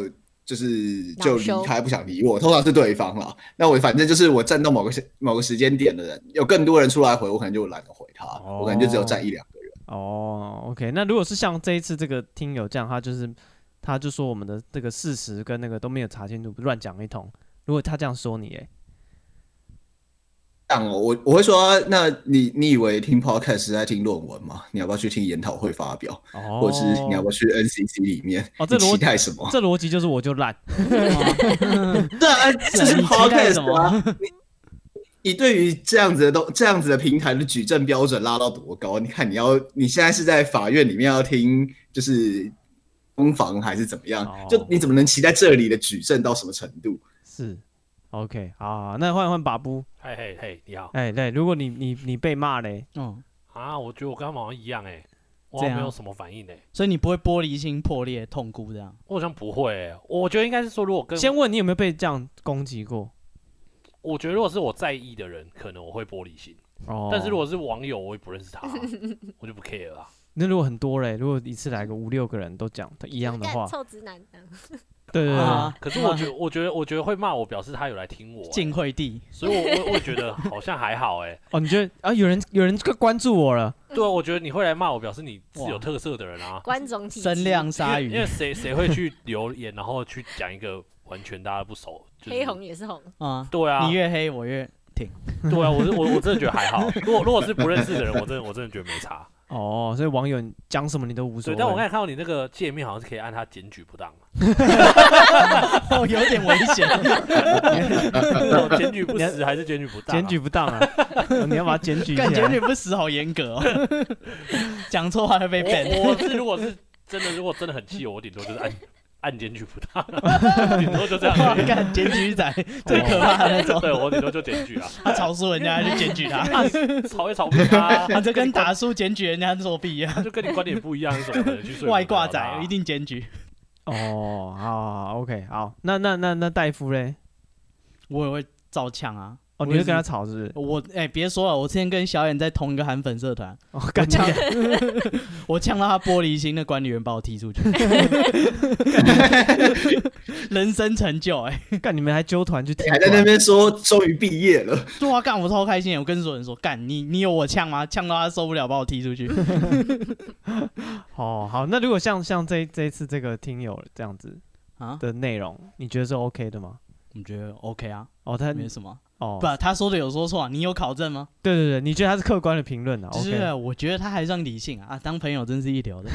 [SPEAKER 5] 就是
[SPEAKER 4] 恼
[SPEAKER 5] 就
[SPEAKER 4] 羞
[SPEAKER 5] 离开，不想理我。通常是对方啦。那我反正就是我站到某个时某个时间点的人，有更多人出来回，我可能就懒得回他，
[SPEAKER 1] 哦
[SPEAKER 5] 我可能就只有站一两个人。
[SPEAKER 1] 哦，OK，那如果是像这一次这个听友这样，他就是他就说我们的这个事实跟那个都没有查清楚，乱讲一通。如果他这样说你，哎，
[SPEAKER 5] 这样哦，我我会说，那你你以为听 podcast 是在听论文吗？你要不要去听研讨会发表，
[SPEAKER 1] 哦，
[SPEAKER 5] 或者是你要不要去 NCC 里面？
[SPEAKER 1] 哦这
[SPEAKER 5] 你
[SPEAKER 1] 逻
[SPEAKER 5] 期待什么？
[SPEAKER 1] 这逻辑就是我就烂，
[SPEAKER 5] 对啊，这是
[SPEAKER 2] 你期待什
[SPEAKER 5] podcast
[SPEAKER 2] 么
[SPEAKER 5] 啊。你你对于这样子的东这样子的平台的举证标准拉到多高？你看你要你现在是在法院里面要听就是攻防还是怎么样？
[SPEAKER 1] 哦
[SPEAKER 5] 就你怎么能期待这里的举证到什么程度？
[SPEAKER 1] 是 OK，好好，好那换换把布，
[SPEAKER 3] 嘿嘿嘿，你好
[SPEAKER 1] 哎、对，如果你你你被骂嘞，
[SPEAKER 2] 嗯，
[SPEAKER 3] 啊！我觉得我跟他们好像一样哎，我
[SPEAKER 2] 这
[SPEAKER 3] 好像
[SPEAKER 2] 样
[SPEAKER 3] 没有什么反应哎，
[SPEAKER 2] 所以你不会玻璃心破裂痛哭这样。
[SPEAKER 3] 我好像不会欸。我觉得应该是说，如果跟
[SPEAKER 1] 先问你有没有被这样攻击过？
[SPEAKER 3] 我觉得如果是我在意的人，可能我会玻璃心；
[SPEAKER 1] 哦，
[SPEAKER 3] 但是如果是网友，我也不认识他啊，我就不 care 啊啦。
[SPEAKER 1] 那如果很多嘞，如果一次来个五六个人都讲他一样的
[SPEAKER 4] 干
[SPEAKER 1] 话，
[SPEAKER 4] 臭直男，嗯
[SPEAKER 1] 对对对，
[SPEAKER 2] 啊
[SPEAKER 3] 可是我觉得，我觉得，我觉得会骂我，表示他有来听我欸，
[SPEAKER 2] 晋惠帝，
[SPEAKER 3] 所以我我我觉得好像还好哎。
[SPEAKER 1] 哦，你觉得啊，有人有人关关注我了，
[SPEAKER 3] 对啊，我觉得你会来骂我，表示你是有
[SPEAKER 2] 哇
[SPEAKER 3] 特色的人啊。
[SPEAKER 4] 关总体
[SPEAKER 2] 声量鲨
[SPEAKER 3] 因为因为
[SPEAKER 2] 鱼
[SPEAKER 3] 谁谁会去留言，然后去讲一个完全大家不熟？就是
[SPEAKER 4] 黑红也是红，
[SPEAKER 2] 啊，
[SPEAKER 3] 对啊
[SPEAKER 2] 你，越黑我越
[SPEAKER 3] 对啊，我是我我真的觉得还好。如果如果是不认识的人，我真的我真的觉得没差。
[SPEAKER 1] 哦，所以网友讲什么你都无所
[SPEAKER 3] 对，
[SPEAKER 1] 谓。
[SPEAKER 3] 但我刚才看到你那个界面好像是可以按他检举 不当，啊
[SPEAKER 2] 哦有点危 险。
[SPEAKER 5] 啊
[SPEAKER 3] 哦检举不实还是检举不当 啊？
[SPEAKER 1] 检举不当啊，你要把它检举一下
[SPEAKER 2] 感。觉你不死好严格哦， 讲错话会被 ban。
[SPEAKER 3] 我我是如果是真的，如果真的很气我，我顶多就是 按按检举不当，啊顶多就这样
[SPEAKER 2] 哇
[SPEAKER 3] 而已。
[SPEAKER 2] 干检举仔 最可怕的那 种，
[SPEAKER 3] 对我顶多就 检举啊，啊
[SPEAKER 2] 他吵输人家就检举他，
[SPEAKER 3] 吵也吵不赢他，
[SPEAKER 2] 啊，这跟打输检举人家作弊一样，
[SPEAKER 3] 就跟你观点不一样，是什么可能去说服
[SPEAKER 2] 外挂
[SPEAKER 3] 得了他
[SPEAKER 2] 仔一定检举。
[SPEAKER 1] 哦，好好好，OK，好，那那那那戴夫嘞？
[SPEAKER 2] 我也会照呛啊。
[SPEAKER 1] 哦，你
[SPEAKER 2] 我也
[SPEAKER 1] 会
[SPEAKER 2] 是
[SPEAKER 1] 跟他吵是不是？
[SPEAKER 2] 我哎，别、说了，我之前跟小远在同一个韩粉社 团，
[SPEAKER 1] 哦，
[SPEAKER 2] 我
[SPEAKER 1] 干
[SPEAKER 2] 呛
[SPEAKER 1] 你，
[SPEAKER 2] 我呛到他玻璃心，那管理员把我踢 出去。人生成就哎、
[SPEAKER 1] 干你们还纠团去踢
[SPEAKER 5] 你
[SPEAKER 1] 馆？
[SPEAKER 5] 还在那边说终于毕业了，
[SPEAKER 2] 对啊，干我超开心的，我跟所有人说，干你你有我呛吗？呛到他受不了，把我踢出去。
[SPEAKER 1] 哦，好，那如果像像这这一次这个听友这样子
[SPEAKER 2] 啊，
[SPEAKER 1] 的内容，你觉得是 OK 的吗？
[SPEAKER 2] 我觉得 OK 啊，
[SPEAKER 1] 哦，他
[SPEAKER 2] 没什么。
[SPEAKER 1] 哦，
[SPEAKER 2] 不，他说的有说错啊，你有考证吗？
[SPEAKER 1] 对对对，你觉得他是客观的评论啊
[SPEAKER 2] 就是
[SPEAKER 1] ？OK，
[SPEAKER 2] 我觉得他还算理性啊，啊当朋友真是一 流的。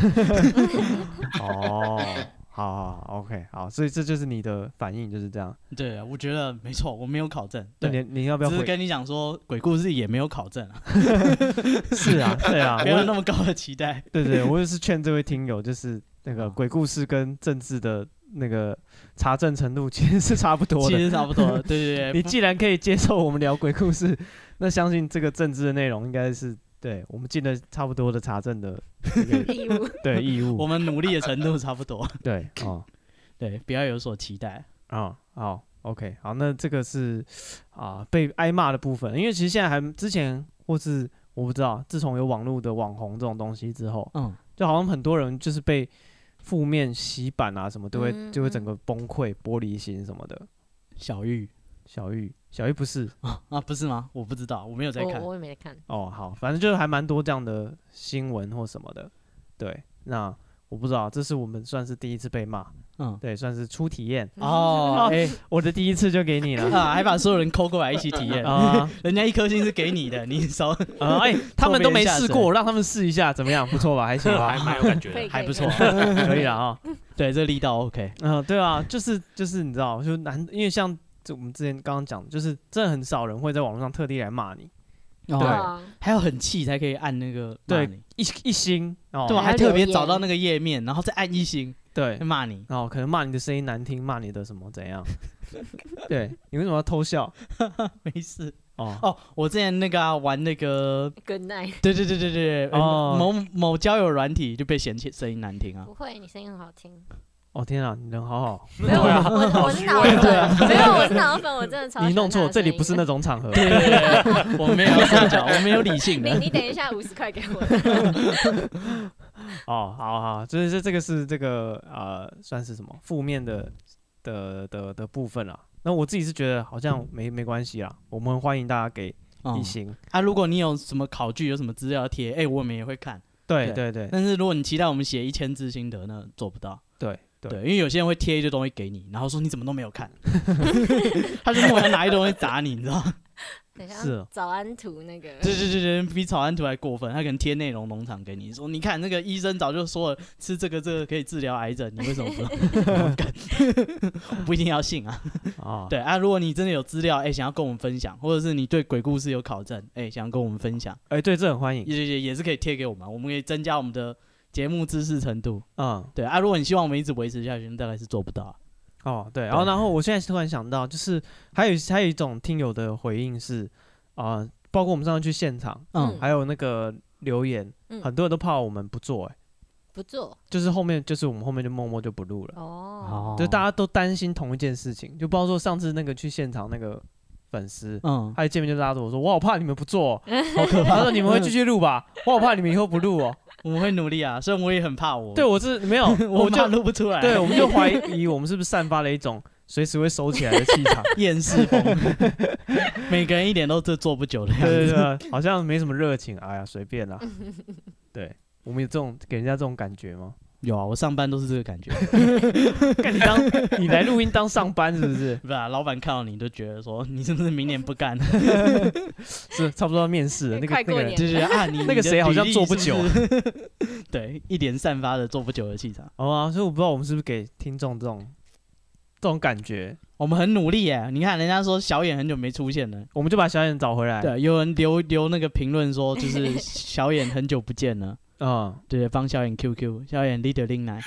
[SPEAKER 1] 哦，好好好，OK，好，所以这就是你的反应就是这样。
[SPEAKER 2] 对，啊我觉得没错，我没有考证。
[SPEAKER 1] 那
[SPEAKER 2] 对，
[SPEAKER 1] 你你要不要
[SPEAKER 2] 只是
[SPEAKER 1] 回？
[SPEAKER 2] 跟你讲说，鬼故事也没有考证啊，
[SPEAKER 1] 是 啊，对啊，
[SPEAKER 2] 不
[SPEAKER 1] 我
[SPEAKER 2] 要那么高的期 待。
[SPEAKER 1] 对对，我也是劝这位听友，就是那个
[SPEAKER 2] 哦
[SPEAKER 1] 鬼故事跟政治的那个查证程度其 实是差不多
[SPEAKER 2] 其
[SPEAKER 1] 的。
[SPEAKER 2] 实差不多了，对对
[SPEAKER 1] 你
[SPEAKER 2] 对，
[SPEAKER 1] 既然可以接受我们聊鬼故事， 那相信这个政治的内容应该是对我们尽了差不多的查证的这 个
[SPEAKER 4] 义务
[SPEAKER 1] 对义
[SPEAKER 2] 不我
[SPEAKER 1] 务。
[SPEAKER 2] 们努力的程度差不多，
[SPEAKER 1] 对，哦，
[SPEAKER 2] 对，不要有所期待。
[SPEAKER 1] 啊、好，OK，好，那这个是啊、被挨骂的部分，因为其实现在还之前或是我不知道，自从有网络的网红这种东西之后，
[SPEAKER 2] 嗯，
[SPEAKER 1] 就好像很多人就是被负面洗版啊什么，都会、
[SPEAKER 4] 嗯
[SPEAKER 1] 就会整个崩溃、玻璃心什么的。
[SPEAKER 2] 小玉
[SPEAKER 1] 小玉，小玉不是
[SPEAKER 2] 啊啊，不是吗？我不知道，我没有在看
[SPEAKER 4] 我。我也没看。
[SPEAKER 1] 哦，好，反正就是还蛮多这样的新闻或什么的。对，那我不知道，这是我们算是第一次被骂，
[SPEAKER 2] 嗯，
[SPEAKER 1] 对，算是初体验。
[SPEAKER 4] 嗯
[SPEAKER 2] 哦，哎、
[SPEAKER 1] 我的第一次就给你了。
[SPEAKER 2] 啊，还把所有人抠过来一起体 验，
[SPEAKER 1] 啊
[SPEAKER 2] 人家一颗星是给你的，你收
[SPEAKER 1] 啊！ 哎，他们都没试
[SPEAKER 2] 透明下
[SPEAKER 1] 过，让他们试一下，怎么样？不错吧？还行
[SPEAKER 3] 这
[SPEAKER 1] 吧
[SPEAKER 3] 还？蛮有感觉
[SPEAKER 4] 可以
[SPEAKER 3] 的。
[SPEAKER 2] 还不 错。
[SPEAKER 1] 可以了啊。
[SPEAKER 2] 对，这力道 OK。
[SPEAKER 1] 嗯，对啊，就是就是你知道，就难，因为像这我们之前刚刚讲的，就是真的很少人会在网络上特地来骂你，
[SPEAKER 2] 对
[SPEAKER 4] 对啊，
[SPEAKER 2] 哦还要很气才可以按那个骂
[SPEAKER 1] 对
[SPEAKER 2] 你，
[SPEAKER 1] 一一星哦，
[SPEAKER 2] 对吧？
[SPEAKER 4] 还
[SPEAKER 2] 还
[SPEAKER 4] 要
[SPEAKER 2] 特别
[SPEAKER 4] 留言
[SPEAKER 2] 找到那个页面，然后再按一 星
[SPEAKER 1] 对，
[SPEAKER 2] 骂你。
[SPEAKER 1] 然后可能骂你的声音难听，骂你的什么怎 样？对你为什么要偷笑？
[SPEAKER 2] 没事
[SPEAKER 1] 哦，
[SPEAKER 2] 哦，我之前那个、啊、玩那个，
[SPEAKER 4] Good night。
[SPEAKER 2] 对对对对对，呃
[SPEAKER 1] 哦
[SPEAKER 2] 某某交友软体就被嫌弃声音难听啊。
[SPEAKER 4] 不会，你声音很好听。
[SPEAKER 1] 哦天啊，你人好好，
[SPEAKER 4] 没有，
[SPEAKER 2] 啊
[SPEAKER 3] 啊
[SPEAKER 4] 我我我是脑粉，没有，我是脑粉，我真的超喜欢他的声音。
[SPEAKER 1] 你弄错，这里不是那种场 合。
[SPEAKER 2] 对对对对， 我没有社交，我没有理性
[SPEAKER 4] 你
[SPEAKER 2] 的。
[SPEAKER 4] 你等一下，五十块给 我。
[SPEAKER 1] 哦，好好，就是这这个是这个呃，算是什么负面的的的的部分啦。那我自己是觉得好像没没关系啦，我们欢迎大家给
[SPEAKER 2] 嗯
[SPEAKER 1] 一星。
[SPEAKER 2] 啊，如果你有什么考据，有什么资料要贴，哎、我们也会看。
[SPEAKER 1] 对对对
[SPEAKER 2] 但是如果你期待我们写一千字心得，那做不到。
[SPEAKER 1] 对
[SPEAKER 2] 对，因为有些人会贴一堆东西给你，然后说你怎么都没有 看，他就莫名拿一堆东西砸你，你知道吗？
[SPEAKER 4] 等一
[SPEAKER 1] 是
[SPEAKER 4] 下
[SPEAKER 1] 哦，
[SPEAKER 4] 早安图那个。
[SPEAKER 2] 对对对对，比草案图还过分，他可能贴内容农场给你，说你看那个医生早就说了，吃这个这个可以治疗癌症，你为什么不知 道？干我不一定要信啊。
[SPEAKER 1] 啊，
[SPEAKER 2] 对啊，如果你真的有资料，哎、想要跟我们分享，或者是你对鬼故事有考证，哎、想要跟我们分享，
[SPEAKER 1] 哎，对，这很欢迎。
[SPEAKER 2] 也也也是可以贴给我们，我们可以增加我们的节目知识程度。
[SPEAKER 1] 嗯，
[SPEAKER 2] 对啊，如果你希望我们一直维持下去，那大概是做不到啊、
[SPEAKER 1] 哦，对，然后然后我现在突然想到，就是还有还有一种听友的回应是啊、呃包括我们上次去现场，
[SPEAKER 2] 嗯，
[SPEAKER 1] 还有那个留言，
[SPEAKER 4] 嗯
[SPEAKER 1] 很多人都怕我们不做、哎，
[SPEAKER 4] 不做
[SPEAKER 1] 就是后面就是我们后面就默默就不录了，
[SPEAKER 4] 哦。
[SPEAKER 1] 就大家都担心同一件事情，就包括说上次那个去现场那个粉丝。
[SPEAKER 2] 嗯，
[SPEAKER 1] 他一见面就拉着我说：“我好怕你们不做 哦、好可怕。”他说：“你们会继续录吧？我好怕你们以后不 录哦、
[SPEAKER 2] 我们会努力啊，虽然我也很怕我，
[SPEAKER 1] 对，我是没有，
[SPEAKER 2] 我
[SPEAKER 1] 我就
[SPEAKER 2] 怕录不出来，
[SPEAKER 1] 对，我们就怀疑我们是不是散发了一种随时会收起来的气 场。
[SPEAKER 2] 厌世风，每个人一点都这做不久的样子。
[SPEAKER 1] 对对 对，好像没什么热情，哎呀，随便啦。对，我们有这种给人家这种感觉 吗？
[SPEAKER 2] 有啊，我上班都是这个感觉，
[SPEAKER 1] 干你当你来录音当上班是不是？
[SPEAKER 2] 不啊，老板看到你都觉得说你是不是明年不干了？
[SPEAKER 1] 是差不多要面试了，那个
[SPEAKER 4] 快
[SPEAKER 1] 那
[SPEAKER 4] 过
[SPEAKER 1] 个人
[SPEAKER 4] 年
[SPEAKER 2] 就是啊，你
[SPEAKER 1] 那个谁好像做不，啊
[SPEAKER 2] 你的比例是不是对，一点散发的做不久的气场。
[SPEAKER 1] 哦啊，所以我不知道我们是不是给听众这种这种感觉，
[SPEAKER 2] 我们很努力耶，你看人家说小眼很久没出现了，
[SPEAKER 1] 我们就把小眼找回来。，
[SPEAKER 2] 对，有人留留那个评论说就是 小眼很久不见了。
[SPEAKER 1] 嗯，
[SPEAKER 2] 对，帮小眼 QQ，小眼 leader 令来，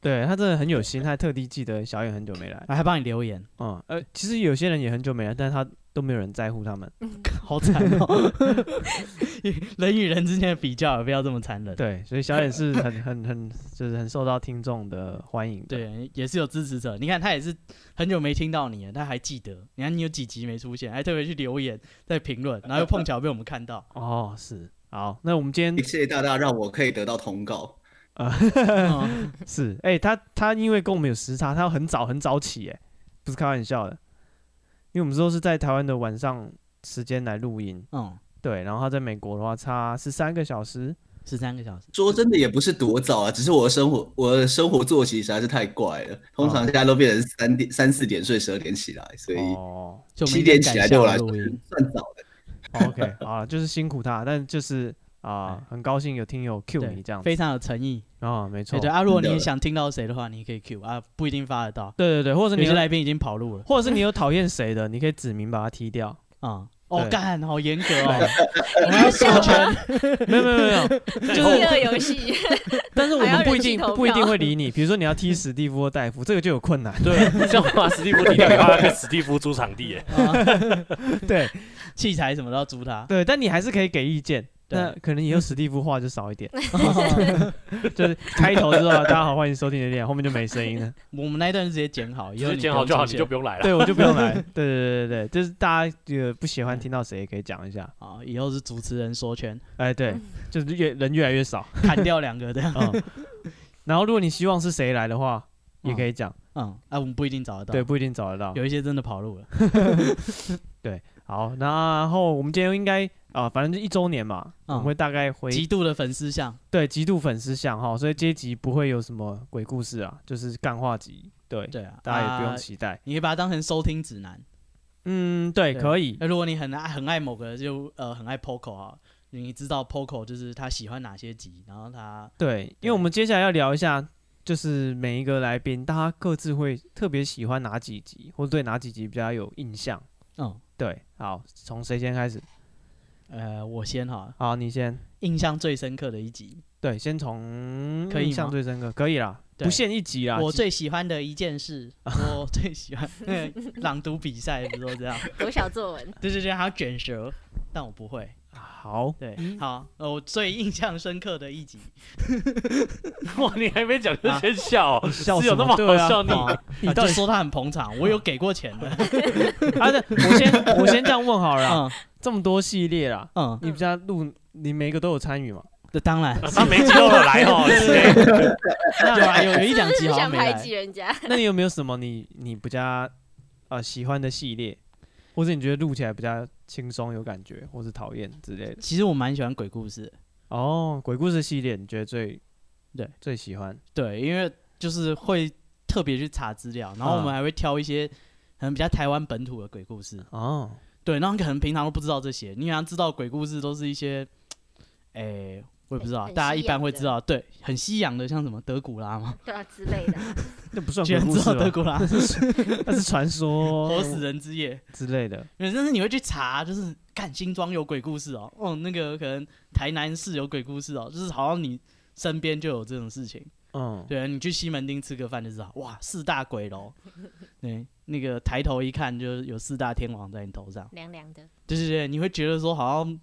[SPEAKER 1] 对他真的很有心，他还特地记得小眼很久没来。
[SPEAKER 2] 还帮你留言，
[SPEAKER 1] 嗯，呃，其实有些人也很久没来，但是他都没有人在乎他们。
[SPEAKER 2] 好惨 哦！ 人与人之间的比较，不要这么残忍。
[SPEAKER 1] 对，所以小眼是很 很很就是很受到听众的欢迎的。
[SPEAKER 2] 对，也是有支持者。你看他也是很久没听到你了，他还记得。你看你有几集没出现，还特别去留言、在评论，然后又碰巧被我们看 到。
[SPEAKER 1] 哦，是。好，那我们今天
[SPEAKER 5] 谢谢大大让我可以得到通告。
[SPEAKER 2] 嗯
[SPEAKER 1] 是，哎、他他因为跟我们有时差，他要很早很早起，哎，不是开玩笑的，因为我们都是在台湾的晚上时间来录音，
[SPEAKER 2] 嗯，
[SPEAKER 1] 对，然后他在美国的话差十三个小时，
[SPEAKER 2] 十三个小时。
[SPEAKER 5] 说真的也不是多早啊，只是我的生活我的生活作息实在是太怪了，通
[SPEAKER 2] 哦
[SPEAKER 5] 常现在都变成三点、三四点睡，十二点起来，所以
[SPEAKER 1] 哦
[SPEAKER 2] 就我们
[SPEAKER 5] 七
[SPEAKER 2] 应该
[SPEAKER 5] 点起
[SPEAKER 2] 改
[SPEAKER 5] 来对我
[SPEAKER 2] 下
[SPEAKER 5] 来说
[SPEAKER 2] 录音。
[SPEAKER 5] 算早的。
[SPEAKER 1] ，OK，好了，就是辛苦他，但就是啊、很高兴有听友 Q
[SPEAKER 2] 对
[SPEAKER 1] 你这样子
[SPEAKER 2] 非常有诚意。
[SPEAKER 1] 啊、没错，
[SPEAKER 2] 对对
[SPEAKER 1] 对
[SPEAKER 2] 啊，如果你
[SPEAKER 5] 真的
[SPEAKER 2] 想听到谁的话，你可以 Q 啊，不一定发得到。
[SPEAKER 1] 对对，或者
[SPEAKER 2] 有
[SPEAKER 1] 你
[SPEAKER 2] 些
[SPEAKER 1] 有
[SPEAKER 2] 来宾已经跑路了
[SPEAKER 1] 或者是你有讨厌谁的，你可以指名把他踢 掉，
[SPEAKER 2] 啊。哦，
[SPEAKER 1] 对
[SPEAKER 2] 干，好严格哦！
[SPEAKER 4] 我们要笑吗？
[SPEAKER 1] 没有没有没有，
[SPEAKER 4] 饥饿游戏，
[SPEAKER 1] 但是我
[SPEAKER 4] 还要
[SPEAKER 1] 们不
[SPEAKER 4] 人
[SPEAKER 1] 一
[SPEAKER 4] 气
[SPEAKER 1] 定
[SPEAKER 4] 投
[SPEAKER 1] 不一定
[SPEAKER 4] 票
[SPEAKER 1] 会理你，比如说你要踢史蒂夫或戴夫，这个就有困 难，
[SPEAKER 3] 对，像把史蒂夫踢掉，你怕他跟史蒂夫租场地 耶。
[SPEAKER 1] 对。
[SPEAKER 2] 啊器材什么都要租 他。
[SPEAKER 1] 对，但你还是可以给意见。
[SPEAKER 2] 对
[SPEAKER 1] 那可能以后史蒂夫话就少一点，就是开头之后，大家好，欢迎收听《点点》，后面就没声 音了。
[SPEAKER 2] 我们那一段就直接剪好，以
[SPEAKER 3] 只
[SPEAKER 2] 后
[SPEAKER 3] 是
[SPEAKER 2] 你
[SPEAKER 3] 剪
[SPEAKER 2] 不
[SPEAKER 3] 好
[SPEAKER 2] 用
[SPEAKER 3] 就
[SPEAKER 2] 出
[SPEAKER 3] 好，
[SPEAKER 2] 现
[SPEAKER 3] 你就不用来了。
[SPEAKER 1] 对，我就不用 来。对对对对对，就是大家呃不喜欢听到谁也可以讲一下。
[SPEAKER 2] 啊，以后是主持人说圈，
[SPEAKER 1] 哎，对，就是越人越来越少。
[SPEAKER 2] 砍掉两个这样。
[SPEAKER 1] 嗯，然后如果你希望是谁来的话，也可以讲，
[SPEAKER 2] 嗯，啊，我们不一定找得到，
[SPEAKER 1] 对，，不一定找得到。
[SPEAKER 2] 有一些真的跑路了，
[SPEAKER 1] 好，然后我们今天应该啊、反正就一周年嘛，
[SPEAKER 2] 嗯
[SPEAKER 1] 我们会大概回
[SPEAKER 2] 极度的粉丝像，
[SPEAKER 1] 对极度粉丝像哈，所以这一集不会有什么鬼故事啊，就是干话集，对，
[SPEAKER 2] 对啊，
[SPEAKER 1] 大家也不用
[SPEAKER 2] 啊
[SPEAKER 1] 期待。
[SPEAKER 2] 你可以把它当成收听指南。
[SPEAKER 1] 嗯，对，
[SPEAKER 2] 对
[SPEAKER 1] 可以，
[SPEAKER 2] 那如果你很爱很爱某个人就呃很爱 Poco 啊，你知道 Poco 就是他喜欢哪些集，然后他
[SPEAKER 1] 对，因为我们接下来要聊一下，就是每一个来宾，大家各自会特别喜欢哪几集，或者对哪几集比较有印象。
[SPEAKER 2] 嗯
[SPEAKER 1] 对，好，从谁先开始？
[SPEAKER 2] 呃我先哈，
[SPEAKER 1] 好，你先。
[SPEAKER 2] 印象最深刻的一集，
[SPEAKER 1] 对，先从
[SPEAKER 2] 可以
[SPEAKER 1] 印象
[SPEAKER 2] 吗
[SPEAKER 1] 最深刻，可以啦，
[SPEAKER 2] 对
[SPEAKER 1] 不限一集啦。
[SPEAKER 2] 我
[SPEAKER 1] 几
[SPEAKER 2] 最喜欢的一件事，我最喜欢 那个朗读比赛，不是都这样？
[SPEAKER 4] 国小作文，
[SPEAKER 2] 对对对，还有卷舌，但我不会。
[SPEAKER 1] 好，
[SPEAKER 2] 对，好，呃我最印象深刻的一集，
[SPEAKER 3] 哇，你还没讲就先笑哦，是
[SPEAKER 1] 笑
[SPEAKER 3] 有
[SPEAKER 1] 什
[SPEAKER 3] 那
[SPEAKER 1] 么
[SPEAKER 3] 么
[SPEAKER 1] 对
[SPEAKER 3] 好
[SPEAKER 1] 啊
[SPEAKER 3] 笑？你
[SPEAKER 2] 哦
[SPEAKER 1] 你
[SPEAKER 2] 啊
[SPEAKER 1] 到
[SPEAKER 2] 就
[SPEAKER 1] 底
[SPEAKER 2] 说他很捧场，我有给过钱的。
[SPEAKER 1] 啊？对，我先我先这样问好了啦，
[SPEAKER 2] 嗯
[SPEAKER 1] 这么多系列啦，
[SPEAKER 2] 嗯，
[SPEAKER 1] 你比较录，你每个都有参 与嘛？
[SPEAKER 2] 这当然，
[SPEAKER 3] 他啊没肌肉了，来 哦，谁
[SPEAKER 2] 对啊，有有一两
[SPEAKER 4] 是
[SPEAKER 2] 集
[SPEAKER 4] 不
[SPEAKER 2] 好
[SPEAKER 4] 想
[SPEAKER 2] 像没
[SPEAKER 4] 排
[SPEAKER 2] 来。
[SPEAKER 4] 挤人家，
[SPEAKER 1] 那你有没有什么你你比较呃喜欢的系列，或者你觉得录起来比较轻松有感觉，或是讨厌之类的？
[SPEAKER 2] 其实我蛮喜欢鬼故事的，
[SPEAKER 1] 哦，鬼故事系列你觉得最
[SPEAKER 2] 对
[SPEAKER 1] 最喜欢？
[SPEAKER 2] 对，因为就是会特别去查资料，然后我们
[SPEAKER 1] 嗯
[SPEAKER 2] 还会挑一些可能比较台湾本土的鬼故事。
[SPEAKER 1] 哦，
[SPEAKER 2] 对，然后可能平常都不知道这些，你好像知道鬼故事都是一些，哎、我也不知道，
[SPEAKER 4] 很
[SPEAKER 2] 大家一
[SPEAKER 4] 西
[SPEAKER 2] 般
[SPEAKER 4] 洋
[SPEAKER 2] 会
[SPEAKER 4] 的
[SPEAKER 2] 知道，对，很西洋的，像什么德古拉嘛，
[SPEAKER 4] 对啊之类的啊。
[SPEAKER 1] 那不算
[SPEAKER 2] 居
[SPEAKER 1] 鬼
[SPEAKER 2] 然
[SPEAKER 1] 故
[SPEAKER 2] 知道
[SPEAKER 1] 事
[SPEAKER 2] 德
[SPEAKER 1] 吧？
[SPEAKER 2] 古拉
[SPEAKER 1] 那是传
[SPEAKER 2] 活
[SPEAKER 1] 说
[SPEAKER 2] 死人之夜，
[SPEAKER 1] 之类的。
[SPEAKER 2] 对但是你会去查，就是干新庄有鬼故事哦，哦，那个可能台南市有鬼故事哦，就是好像你身边就有这种事情。
[SPEAKER 1] 嗯，
[SPEAKER 2] 对啊，你去西门町吃个饭就知道，哇，四大鬼楼，对，那个抬头一看就是有四大天王在你头上，
[SPEAKER 4] 凉凉的，
[SPEAKER 2] 对对对，你会觉得说好像，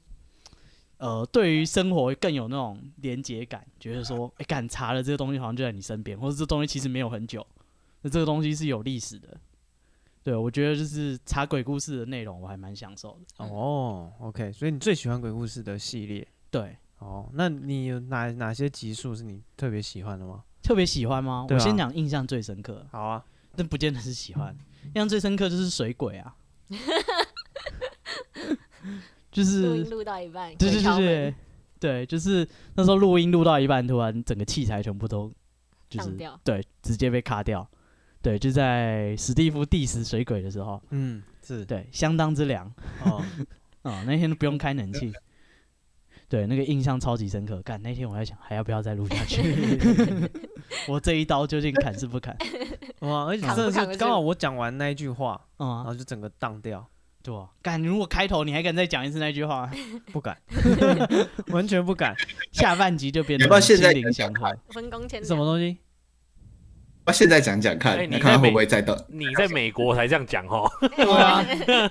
[SPEAKER 2] 呃，对于生活更有那种连结感，觉得说，哎、干查了这个东西好像就在你身边，或者这东西其实没有很久，那这个东西是有历史的。对，我觉得就是查鬼故事的内容，我还蛮享受的。
[SPEAKER 4] 嗯
[SPEAKER 1] 哦，OK，所以你最喜欢鬼故事的系列。
[SPEAKER 2] 对，
[SPEAKER 1] 哦，那你有哪哪些集数是你特别喜欢的吗？
[SPEAKER 2] 特别喜欢吗？
[SPEAKER 1] 对
[SPEAKER 2] 我
[SPEAKER 1] 啊
[SPEAKER 2] 先讲印象最深刻，
[SPEAKER 1] 好啊，
[SPEAKER 2] 但不见得是喜欢。印象最深刻就是水鬼啊，就
[SPEAKER 4] 录
[SPEAKER 2] 是
[SPEAKER 4] 音录到一半，
[SPEAKER 2] 对
[SPEAKER 4] 鬼
[SPEAKER 2] 对对
[SPEAKER 4] 敲门
[SPEAKER 2] 对对，就是那时候录音录到一半，突然整个器材全部都就
[SPEAKER 4] 当
[SPEAKER 2] 是
[SPEAKER 4] 掉
[SPEAKER 2] 对直接被卡掉。对，就在史蒂夫 diss 水鬼的时候，
[SPEAKER 1] 嗯，是，
[SPEAKER 2] 对，相当之凉
[SPEAKER 1] 哦，
[SPEAKER 2] 啊、那天都不用开冷气。对，那个印象超级深刻。干那天我在想，还要不要再录下去？ 我这一刀究竟砍是不砍？
[SPEAKER 1] 哇，而且
[SPEAKER 4] 扛
[SPEAKER 1] 真的
[SPEAKER 4] 不扛得
[SPEAKER 1] 是
[SPEAKER 4] 住
[SPEAKER 1] 刚好我讲完那一句话，
[SPEAKER 2] 嗯啊
[SPEAKER 1] 然，后就整个荡掉，
[SPEAKER 2] 对啊，干！如果开头你还敢再讲一次那句话，
[SPEAKER 1] 不 敢，完全不敢。
[SPEAKER 2] 下半集就变
[SPEAKER 5] 要不要
[SPEAKER 2] 成
[SPEAKER 5] 现
[SPEAKER 2] 心
[SPEAKER 5] 在
[SPEAKER 2] 灵相合。
[SPEAKER 4] 分工签
[SPEAKER 1] 什么东西？
[SPEAKER 5] 那现在讲讲
[SPEAKER 3] 哎
[SPEAKER 5] 看，
[SPEAKER 3] 你
[SPEAKER 5] 那看看
[SPEAKER 3] 在
[SPEAKER 5] 会
[SPEAKER 3] 美
[SPEAKER 5] 不会再到
[SPEAKER 3] 你在美国才这样讲 哦，
[SPEAKER 2] 对啊，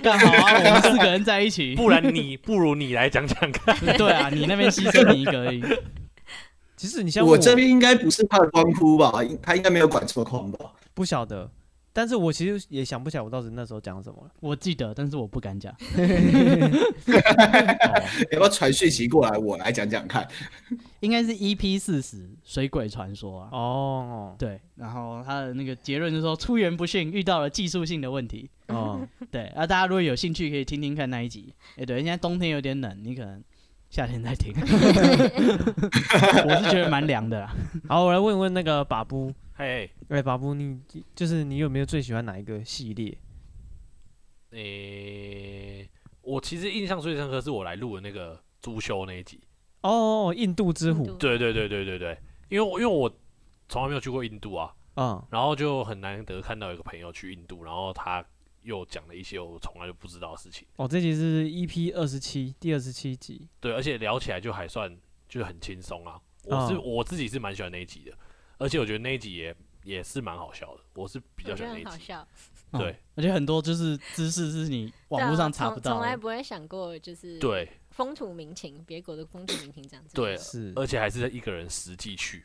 [SPEAKER 2] 干好啊，我们四个人在一 起。
[SPEAKER 3] 不然你不如你来讲讲看。
[SPEAKER 2] 对啊，你那边牺牲你一个而已。
[SPEAKER 1] 其实你像
[SPEAKER 5] 我这边应该不是他的光哭吧？他应该没有管这么宽吧？
[SPEAKER 1] 不晓得，但是我其实也想不起来我到底那时候讲什么了。
[SPEAKER 2] 我记得，但是我不敢讲。
[SPEAKER 5] 要不要传讯息过来，我来讲讲看？
[SPEAKER 2] 应该是 EP 四十《水鬼传说》啊。
[SPEAKER 1] 哦
[SPEAKER 2] 对，然后他的那个结论就是说，出言不逊遇到了技术性的问题。
[SPEAKER 1] 哦，
[SPEAKER 2] 对，啊，大家如果有兴趣可以听听看那一集。哎、对，现在冬天有点冷，你可能夏天再听。 我是觉得蛮凉的啦。
[SPEAKER 1] 好，我来问问那个把布，
[SPEAKER 3] 嘿，
[SPEAKER 1] 哎，把布，你就是你有没有最喜欢哪一个系列？
[SPEAKER 3] 诶，我其实印象最深刻是我来录的那个朱修那一集。
[SPEAKER 1] 哦，印度之
[SPEAKER 4] 印
[SPEAKER 1] 虎
[SPEAKER 4] 度，
[SPEAKER 3] 对对对对对对，因为我因为我从来没有去过印度啊，
[SPEAKER 1] 嗯，
[SPEAKER 3] 然后就很难得看到有个朋友去印度，然后他又讲了一些我从来就不知道的事情。
[SPEAKER 1] 哦，这集是 EP 二十七，第二十七集。
[SPEAKER 3] 对，而且聊起来就还算就是很轻松啊。我是、
[SPEAKER 2] 哦
[SPEAKER 1] 嗯
[SPEAKER 3] 我自己是蛮喜欢那一集的，而且我觉得那一集也也是蛮好笑的，我是比
[SPEAKER 4] 我
[SPEAKER 3] 较喜
[SPEAKER 4] 觉得
[SPEAKER 3] 欢那一
[SPEAKER 4] 很好
[SPEAKER 3] 集。
[SPEAKER 4] 笑。啊
[SPEAKER 2] 嗯
[SPEAKER 3] 对
[SPEAKER 2] 而且很多就是知识是你网络上查不
[SPEAKER 4] 对
[SPEAKER 2] 到
[SPEAKER 4] 啊从从来
[SPEAKER 2] 的。
[SPEAKER 4] 不会想过就是
[SPEAKER 3] 对
[SPEAKER 4] 风土民情，别国的风土民情这样子。
[SPEAKER 3] 对，啊
[SPEAKER 1] 是，哦
[SPEAKER 3] 而且还是一个人实际去，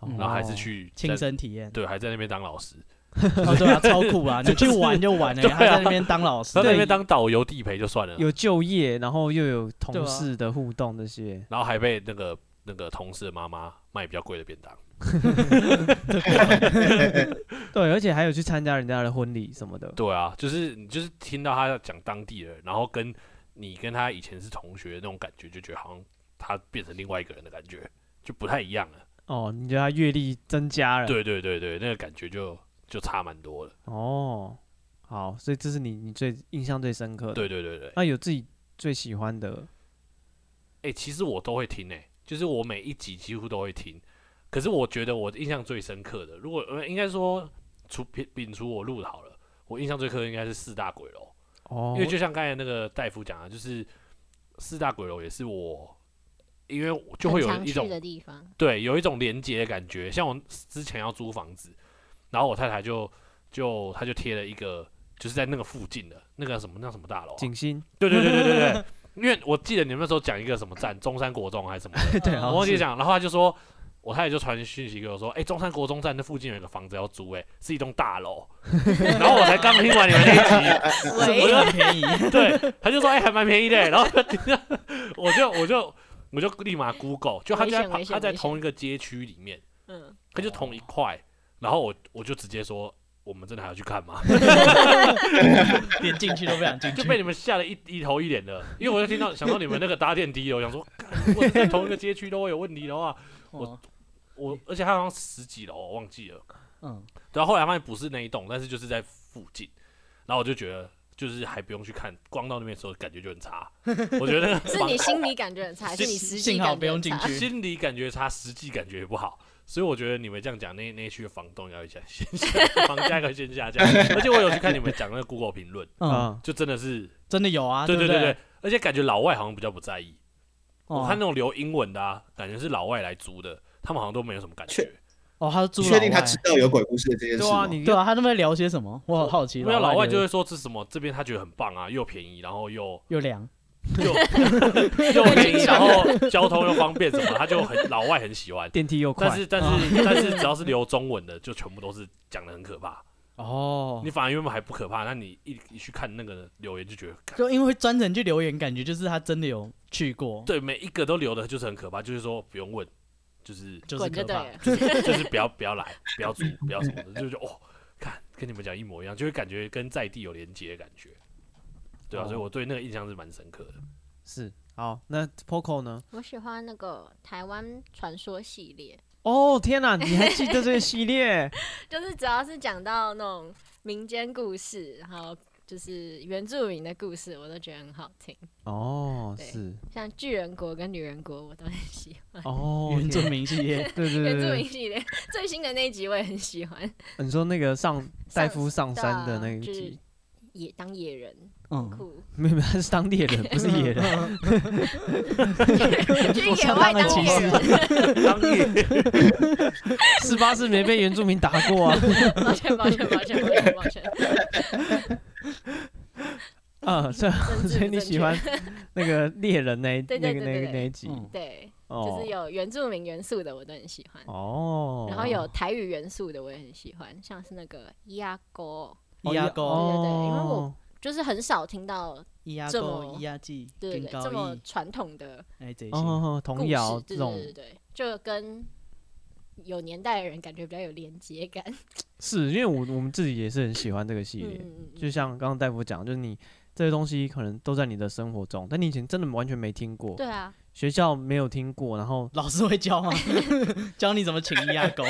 [SPEAKER 2] 嗯
[SPEAKER 3] 呃
[SPEAKER 2] 哦
[SPEAKER 3] 然后还是去
[SPEAKER 2] 亲
[SPEAKER 3] 在
[SPEAKER 2] 身体验，
[SPEAKER 3] 对，还在那边当老师，
[SPEAKER 2] 哦，对啊，超酷 啊！你去玩就玩了，
[SPEAKER 3] 对啊
[SPEAKER 2] 他在那边当老师
[SPEAKER 3] 他，在那边
[SPEAKER 2] 对
[SPEAKER 3] 当导游地陪就算了，
[SPEAKER 1] 有就业，然后又有
[SPEAKER 2] 对
[SPEAKER 1] 同
[SPEAKER 2] 啊
[SPEAKER 1] 事的互动这些。
[SPEAKER 3] 然后还被那个那个同事的妈妈卖比较贵的便当，
[SPEAKER 1] 对，而且还有去参加人家的婚礼什么的。
[SPEAKER 3] 啊对啊，就是你就是听到他讲当地人，然后跟你跟他以前是同学那种感觉，就觉得好像他变成另外一个人的感觉，就不太一样了。
[SPEAKER 1] 哦，你觉得他阅历增加了？
[SPEAKER 3] 对对对对，那个感觉就就差蛮多了。
[SPEAKER 1] 哦，好，所以这是你你最印象最深刻的。
[SPEAKER 3] 对对对对，哎、哎
[SPEAKER 1] 那有自己最喜欢的
[SPEAKER 3] 其实我都会听诶、就是我每一集几乎都会听。可是我觉得我印象最深刻的，如果呃应该说除摒摒除我录的好了，我印象最深刻的应该是四大鬼楼。
[SPEAKER 1] 哦
[SPEAKER 3] 因为就像刚才那个大夫讲的，就是四大鬼楼也是我，因为我就会有
[SPEAKER 4] 很
[SPEAKER 3] 一
[SPEAKER 4] 常
[SPEAKER 3] 种
[SPEAKER 4] 去的 地方，
[SPEAKER 3] 对有一种连接的感觉。像我之前要租房子，然后我太太就就她就贴了一个，就是在那个附近的那个什么那什么大楼啊、
[SPEAKER 1] 景星，
[SPEAKER 3] 对对对对对对，因为我记得你们那时候讲一个什么站，中山国中还是什么的，
[SPEAKER 1] 对，好
[SPEAKER 3] 我忘记
[SPEAKER 1] 是
[SPEAKER 3] 讲，然后他就说，我太太就传讯息给我说，哎、中山国中站那附近有一个房子要租、哎，是一栋大楼。然后我才刚听完你们那一
[SPEAKER 2] 我很便宜，
[SPEAKER 3] 集，对，他就说，哎、还蛮便宜的、然后他就 我就我就我就立马 Google，就他就在
[SPEAKER 4] 危险危险
[SPEAKER 3] 他在
[SPEAKER 4] 危险
[SPEAKER 3] 同一个街区里面，
[SPEAKER 4] 嗯，
[SPEAKER 3] 他就同一块，然后我我就直接说，我们真的还要去看吗？
[SPEAKER 2] 连进去都不想进去，
[SPEAKER 3] 就被你们吓得一一头一脸的，因为我就听到想到你们那个搭电梯哦，我想说，干如果是在同一个街区都会有问题的话，
[SPEAKER 2] 哦
[SPEAKER 3] 我而且它好像十几楼，我忘记了。啊
[SPEAKER 2] 嗯，
[SPEAKER 3] 然后后来发现不是那一栋，但是就是在附近，然后我就觉得就是还不用去看，光到那边的时候感觉就很差，我觉得那个
[SPEAKER 4] 是
[SPEAKER 3] 房
[SPEAKER 4] 你心里感觉很差，还是你实际
[SPEAKER 2] 幸
[SPEAKER 4] 感觉
[SPEAKER 2] 好
[SPEAKER 4] 很
[SPEAKER 2] 不用进
[SPEAKER 4] 差
[SPEAKER 2] 去，
[SPEAKER 3] 心理感觉差，实际感觉也不好。所以我觉得你们这样讲，那那一区的房东要一下先下，房价要先下降。而且我有去看你们讲那个 Google 评论，
[SPEAKER 2] 嗯，
[SPEAKER 1] 嗯，
[SPEAKER 3] 就真的是，
[SPEAKER 2] 真的有啊，
[SPEAKER 3] 啊对
[SPEAKER 2] 对
[SPEAKER 3] 对
[SPEAKER 2] 不
[SPEAKER 3] 对，，而且感觉老外好像比较不在意。我
[SPEAKER 2] 哦
[SPEAKER 3] 看那种留英文的啊，感觉是老外来租的，他们好像都没有什么感觉
[SPEAKER 5] 确。
[SPEAKER 2] 哦，他是住
[SPEAKER 5] 你
[SPEAKER 2] 老
[SPEAKER 5] 确定他
[SPEAKER 2] 外
[SPEAKER 5] 知道有鬼故事的这件事
[SPEAKER 1] 对啊，
[SPEAKER 5] 吗？
[SPEAKER 1] 你
[SPEAKER 2] 对啊，他那边聊些什么？我很好奇。
[SPEAKER 3] 没有老外就
[SPEAKER 2] 流
[SPEAKER 3] 会说这是什么，这边他觉得很棒啊，又便宜，然后又
[SPEAKER 2] 又凉，
[SPEAKER 3] 又又便宜，然后交通又方便什么，他就很老外很喜欢。
[SPEAKER 1] 电梯又快，
[SPEAKER 3] 但是但是但是只要是留中文的，就全部都是讲的很可怕。
[SPEAKER 2] 哦
[SPEAKER 3] 你，反而原本还不可怕，那你一一去看那个留言就觉得，干
[SPEAKER 2] 就因为会专程去留言，感觉就是他真的有去过，
[SPEAKER 3] 对每一个都留的就是很可怕，就是说不用问，就是
[SPEAKER 2] 就是
[SPEAKER 4] 滚
[SPEAKER 2] 可
[SPEAKER 4] 就对
[SPEAKER 2] 怕。
[SPEAKER 4] 了。
[SPEAKER 3] 就是就是不要不要来，不要租，不要什么的，就是哦，看跟你们讲一模一样，就会感觉跟在地有连接的感觉。对啊，
[SPEAKER 1] 哦
[SPEAKER 3] 所以我对那个印象是蛮深刻的。
[SPEAKER 1] 是好，那 Poco 呢？
[SPEAKER 4] 我喜欢那个台湾传说系列，
[SPEAKER 1] 哦天哪，你还记得这个系列？
[SPEAKER 4] 就是只要是讲到那种民间故事，然后就是原住民的故事，我都觉得很好听。
[SPEAKER 1] 哦，
[SPEAKER 4] 对
[SPEAKER 1] 是
[SPEAKER 4] 像巨人国跟女人国，我都很喜欢。
[SPEAKER 1] 哦，
[SPEAKER 2] 原住
[SPEAKER 1] 天
[SPEAKER 2] 民系 列，
[SPEAKER 1] 对对
[SPEAKER 4] 原住
[SPEAKER 1] 对
[SPEAKER 4] 民系列最新的那一集我也很喜欢，
[SPEAKER 1] 哦对，你说那个上戴夫上
[SPEAKER 4] 对
[SPEAKER 1] 山
[SPEAKER 4] 啊
[SPEAKER 1] 的那一
[SPEAKER 4] 就是
[SPEAKER 1] 集，
[SPEAKER 4] 野当野人
[SPEAKER 2] 嗯，
[SPEAKER 4] 酷，
[SPEAKER 1] 没有，没有他是当地人，不是野人。
[SPEAKER 4] 去
[SPEAKER 2] 我
[SPEAKER 4] 野
[SPEAKER 2] 相
[SPEAKER 4] 外
[SPEAKER 2] 当的
[SPEAKER 4] 当
[SPEAKER 2] 歧
[SPEAKER 4] 野
[SPEAKER 2] 视
[SPEAKER 4] 人，
[SPEAKER 3] 当夜
[SPEAKER 1] 十八是没被原住民打过 啊。
[SPEAKER 4] 抱歉抱歉抱歉抱歉抱歉，
[SPEAKER 1] 嗯，所以
[SPEAKER 4] 政治 不
[SPEAKER 1] 所以你
[SPEAKER 4] 正
[SPEAKER 1] 喜
[SPEAKER 4] 确
[SPEAKER 1] 欢那个猎人那一
[SPEAKER 4] 对
[SPEAKER 1] 那
[SPEAKER 4] 对
[SPEAKER 1] 个
[SPEAKER 4] 对
[SPEAKER 1] 那
[SPEAKER 4] 对
[SPEAKER 1] 个
[SPEAKER 4] 对
[SPEAKER 1] 那一集
[SPEAKER 2] 嗯
[SPEAKER 4] 对，就
[SPEAKER 1] 哦
[SPEAKER 4] 是有原住民元素的我都很喜欢，
[SPEAKER 1] 哦，
[SPEAKER 4] 然后有台语元素的我也很喜欢，像是那个伊阿哥，
[SPEAKER 1] 哦
[SPEAKER 2] 伊阿沟、
[SPEAKER 4] 对对对因为我
[SPEAKER 1] 哦
[SPEAKER 4] 就是很少听到
[SPEAKER 2] 伊阿
[SPEAKER 4] 这
[SPEAKER 2] 沟、
[SPEAKER 4] 么
[SPEAKER 2] 伊阿记、
[SPEAKER 4] 对
[SPEAKER 2] 跟
[SPEAKER 4] 对对
[SPEAKER 2] 高
[SPEAKER 4] 这么
[SPEAKER 2] 义，
[SPEAKER 4] 传统的
[SPEAKER 2] 哎，这
[SPEAKER 1] 哦
[SPEAKER 2] 些
[SPEAKER 1] 哦
[SPEAKER 4] 故
[SPEAKER 1] 童谣
[SPEAKER 4] 事，
[SPEAKER 1] 这
[SPEAKER 4] 对对
[SPEAKER 1] 种
[SPEAKER 4] 对对对，就跟有年代的人感觉比较有连接感，
[SPEAKER 1] 是因为我我们自己也是很喜欢这个系列，
[SPEAKER 4] 嗯
[SPEAKER 1] 就像刚刚大夫讲，就是你这些东西可能都在你的生活中，但你以前真的完全没听过，
[SPEAKER 4] 对啊，
[SPEAKER 1] 学校没有听过，然后
[SPEAKER 2] 老师会 教吗？ 教你怎么请啊伊阿沟？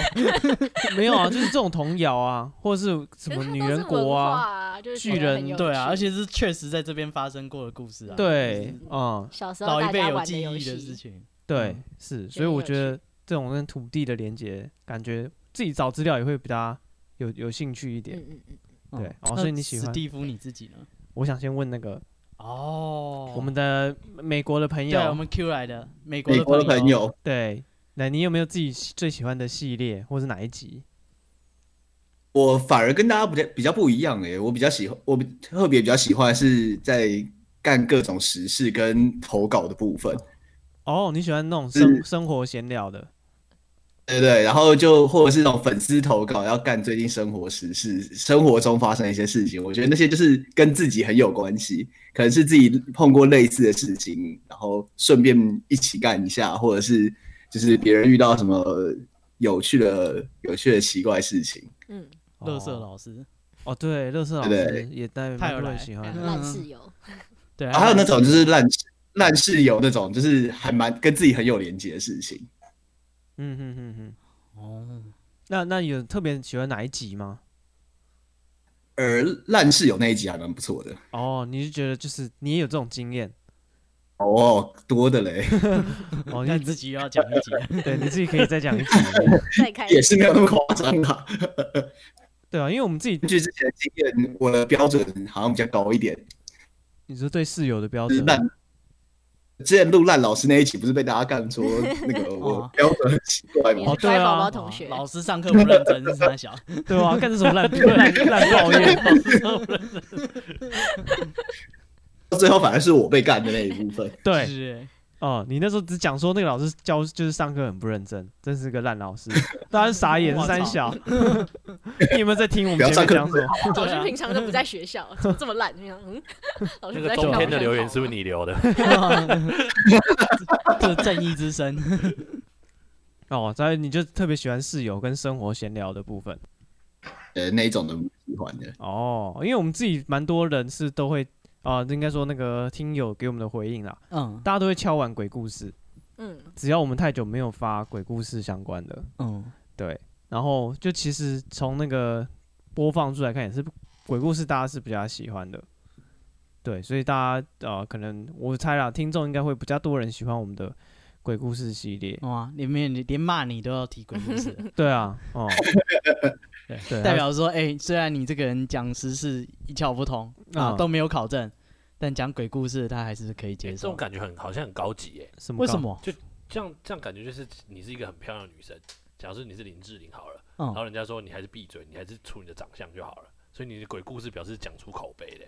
[SPEAKER 1] 没有啊，就是这种童谣啊，或者是什
[SPEAKER 4] 可
[SPEAKER 1] 么
[SPEAKER 4] 是它
[SPEAKER 1] 女
[SPEAKER 4] 都是
[SPEAKER 1] 人
[SPEAKER 4] 文
[SPEAKER 1] 国
[SPEAKER 4] 化
[SPEAKER 1] 啊，
[SPEAKER 4] 啊，就是
[SPEAKER 1] 巨
[SPEAKER 4] 觉得很
[SPEAKER 1] 人
[SPEAKER 4] 有
[SPEAKER 2] 对啊，
[SPEAKER 4] 趣
[SPEAKER 2] 而且是确实在这边发生过的故事啊，
[SPEAKER 1] 对，嗯，
[SPEAKER 4] 小时候
[SPEAKER 2] 老
[SPEAKER 4] 大
[SPEAKER 2] 一辈
[SPEAKER 4] 家
[SPEAKER 2] 有
[SPEAKER 4] 玩
[SPEAKER 2] 记忆
[SPEAKER 4] 游
[SPEAKER 2] 的
[SPEAKER 4] 戏，
[SPEAKER 2] 事情。
[SPEAKER 1] 对
[SPEAKER 2] 嗯，
[SPEAKER 1] 是，
[SPEAKER 4] 觉
[SPEAKER 1] 所以
[SPEAKER 4] 得
[SPEAKER 1] 我
[SPEAKER 4] 有
[SPEAKER 1] 觉得这种跟土地的连接，感觉自己找资料也会比较有有兴趣一点。
[SPEAKER 4] 嗯嗯嗯，
[SPEAKER 2] 嗯
[SPEAKER 1] 对哦
[SPEAKER 2] 那
[SPEAKER 1] 所以你喜欢
[SPEAKER 2] 史蒂夫你自己呢？
[SPEAKER 1] 我想先问那个
[SPEAKER 2] 哦，
[SPEAKER 1] 我们的美国的朋
[SPEAKER 2] 对，啊我
[SPEAKER 1] 友，
[SPEAKER 2] 们 Q 来的美国
[SPEAKER 5] 美国的
[SPEAKER 2] 的
[SPEAKER 5] 朋
[SPEAKER 2] 友，
[SPEAKER 5] 友，
[SPEAKER 1] 对，那你有没有自己喜最喜欢的系列，或是哪一集？
[SPEAKER 5] 我反而跟大家比较比较不一样诶、我比较喜欢，我比特别比较喜欢是在干各种时事跟投稿的部分。
[SPEAKER 1] 哦，你喜欢那种生生活闲聊的，
[SPEAKER 5] 对对，然后就或者是那种粉丝投稿要干最近生活时事，生活中发生的一些事情，我觉得那些就是跟自己很有关系，可能是自己碰过类似的事情，然后顺便一起干一下，或者是就是别人遇到什么有趣的、有趣的奇怪事情。
[SPEAKER 4] 嗯，
[SPEAKER 2] 乐色
[SPEAKER 1] 哦
[SPEAKER 2] 老师，
[SPEAKER 1] 哦，对，乐色老
[SPEAKER 5] 对
[SPEAKER 1] 师也带
[SPEAKER 2] 太
[SPEAKER 1] 蛮
[SPEAKER 2] 有
[SPEAKER 1] 多人
[SPEAKER 2] 来
[SPEAKER 1] 喜欢
[SPEAKER 2] 嗯
[SPEAKER 1] 的，
[SPEAKER 4] 烂室 友，
[SPEAKER 2] 对，
[SPEAKER 5] 啊还有那种就是烂烂室友那种，就是还蛮跟自己很有连接的事情。
[SPEAKER 1] 嗯哼哼哼。
[SPEAKER 2] 哦，
[SPEAKER 1] 那那有特别喜欢哪一集吗？
[SPEAKER 5] 而烂室友那一集还蛮不错的
[SPEAKER 1] 哦，你是觉得就是你也有这种经验
[SPEAKER 5] 哦，多的嘞，
[SPEAKER 1] 哦，
[SPEAKER 2] 那
[SPEAKER 1] 你
[SPEAKER 2] 你自己又要讲一集，
[SPEAKER 1] 对你自己可以再讲一 集，
[SPEAKER 4] 太开
[SPEAKER 5] 也是没有那么夸张啦。
[SPEAKER 1] 对啊，因为我们自己
[SPEAKER 5] 根据之前的经验，我的标准好像比较高一点，
[SPEAKER 1] 你说对室友的标
[SPEAKER 5] 就是
[SPEAKER 1] 准，
[SPEAKER 5] 烂。之前录烂老师那一集，不是被大家干说那个我
[SPEAKER 2] 哦
[SPEAKER 5] 标准很奇怪
[SPEAKER 4] 你
[SPEAKER 5] 吗？
[SPEAKER 1] 哦
[SPEAKER 4] 是
[SPEAKER 1] 对
[SPEAKER 4] 乖
[SPEAKER 1] 啊
[SPEAKER 4] 宝宝 同学，
[SPEAKER 2] 老师上课不认真，是他小，
[SPEAKER 1] 对啊，干这种 烂烂烂抱怨，
[SPEAKER 5] 到最后反而是我被干的那一部分。
[SPEAKER 1] 对
[SPEAKER 2] 是 欸
[SPEAKER 1] 哦，你那时候只讲说那个老师教就是上课很不认真，真是个烂老 师，大家傻眼
[SPEAKER 2] 我
[SPEAKER 1] 是
[SPEAKER 2] 操
[SPEAKER 1] 三小，你有没有在听我们
[SPEAKER 5] 不要
[SPEAKER 1] 前面
[SPEAKER 5] 上课
[SPEAKER 1] 讲什么？
[SPEAKER 4] 老师平常都不在 学校，怎么这么烂？平常嗯，老
[SPEAKER 3] 那
[SPEAKER 4] 师不
[SPEAKER 3] 个
[SPEAKER 4] 在学
[SPEAKER 3] 冬
[SPEAKER 4] 校。
[SPEAKER 3] 天的留言是不是你留的？
[SPEAKER 2] 这正义之声，
[SPEAKER 1] 哦，所以你就特别喜欢室友跟生活闲聊的部分
[SPEAKER 5] 呃，那一种的喜欢的，
[SPEAKER 1] 哦，因为我们自己蛮多人是都会啊、应该说那个听友给我们的回应啦，
[SPEAKER 2] 嗯
[SPEAKER 1] 大家都会敲完鬼故事，
[SPEAKER 4] 嗯，
[SPEAKER 1] 只要我们太久没有发鬼故事相关的，
[SPEAKER 2] 嗯，
[SPEAKER 1] 对，然后就其实从那个播放出来看，也是鬼故事大家是比较喜欢的，对，所以大家呃，可能我猜啦，听众应该会比较多人喜欢我们的鬼故事系列，
[SPEAKER 2] 哇，里面你连骂你都要提鬼故
[SPEAKER 3] 嗯
[SPEAKER 2] 事，
[SPEAKER 1] 对啊， 哦，
[SPEAKER 2] 对
[SPEAKER 1] 对啊
[SPEAKER 2] 代表说，哎，虽然你这个人讲时事一窍不通啊，
[SPEAKER 1] 嗯
[SPEAKER 2] 都没有考证，但讲鬼故事他还是可以
[SPEAKER 3] 欸
[SPEAKER 2] 接
[SPEAKER 3] 这
[SPEAKER 2] 受
[SPEAKER 3] 种。感觉很好像很高级耶、
[SPEAKER 1] 什么
[SPEAKER 2] 为什
[SPEAKER 1] 搞？
[SPEAKER 2] 么？
[SPEAKER 3] 这样这样感觉就是你是一个很漂亮的女生。假如你是林志玲好了，然后
[SPEAKER 2] 嗯，
[SPEAKER 3] 人家说你还是闭嘴，你还是出你的长相就好了。所以你的鬼故事表示讲出口碑嘞、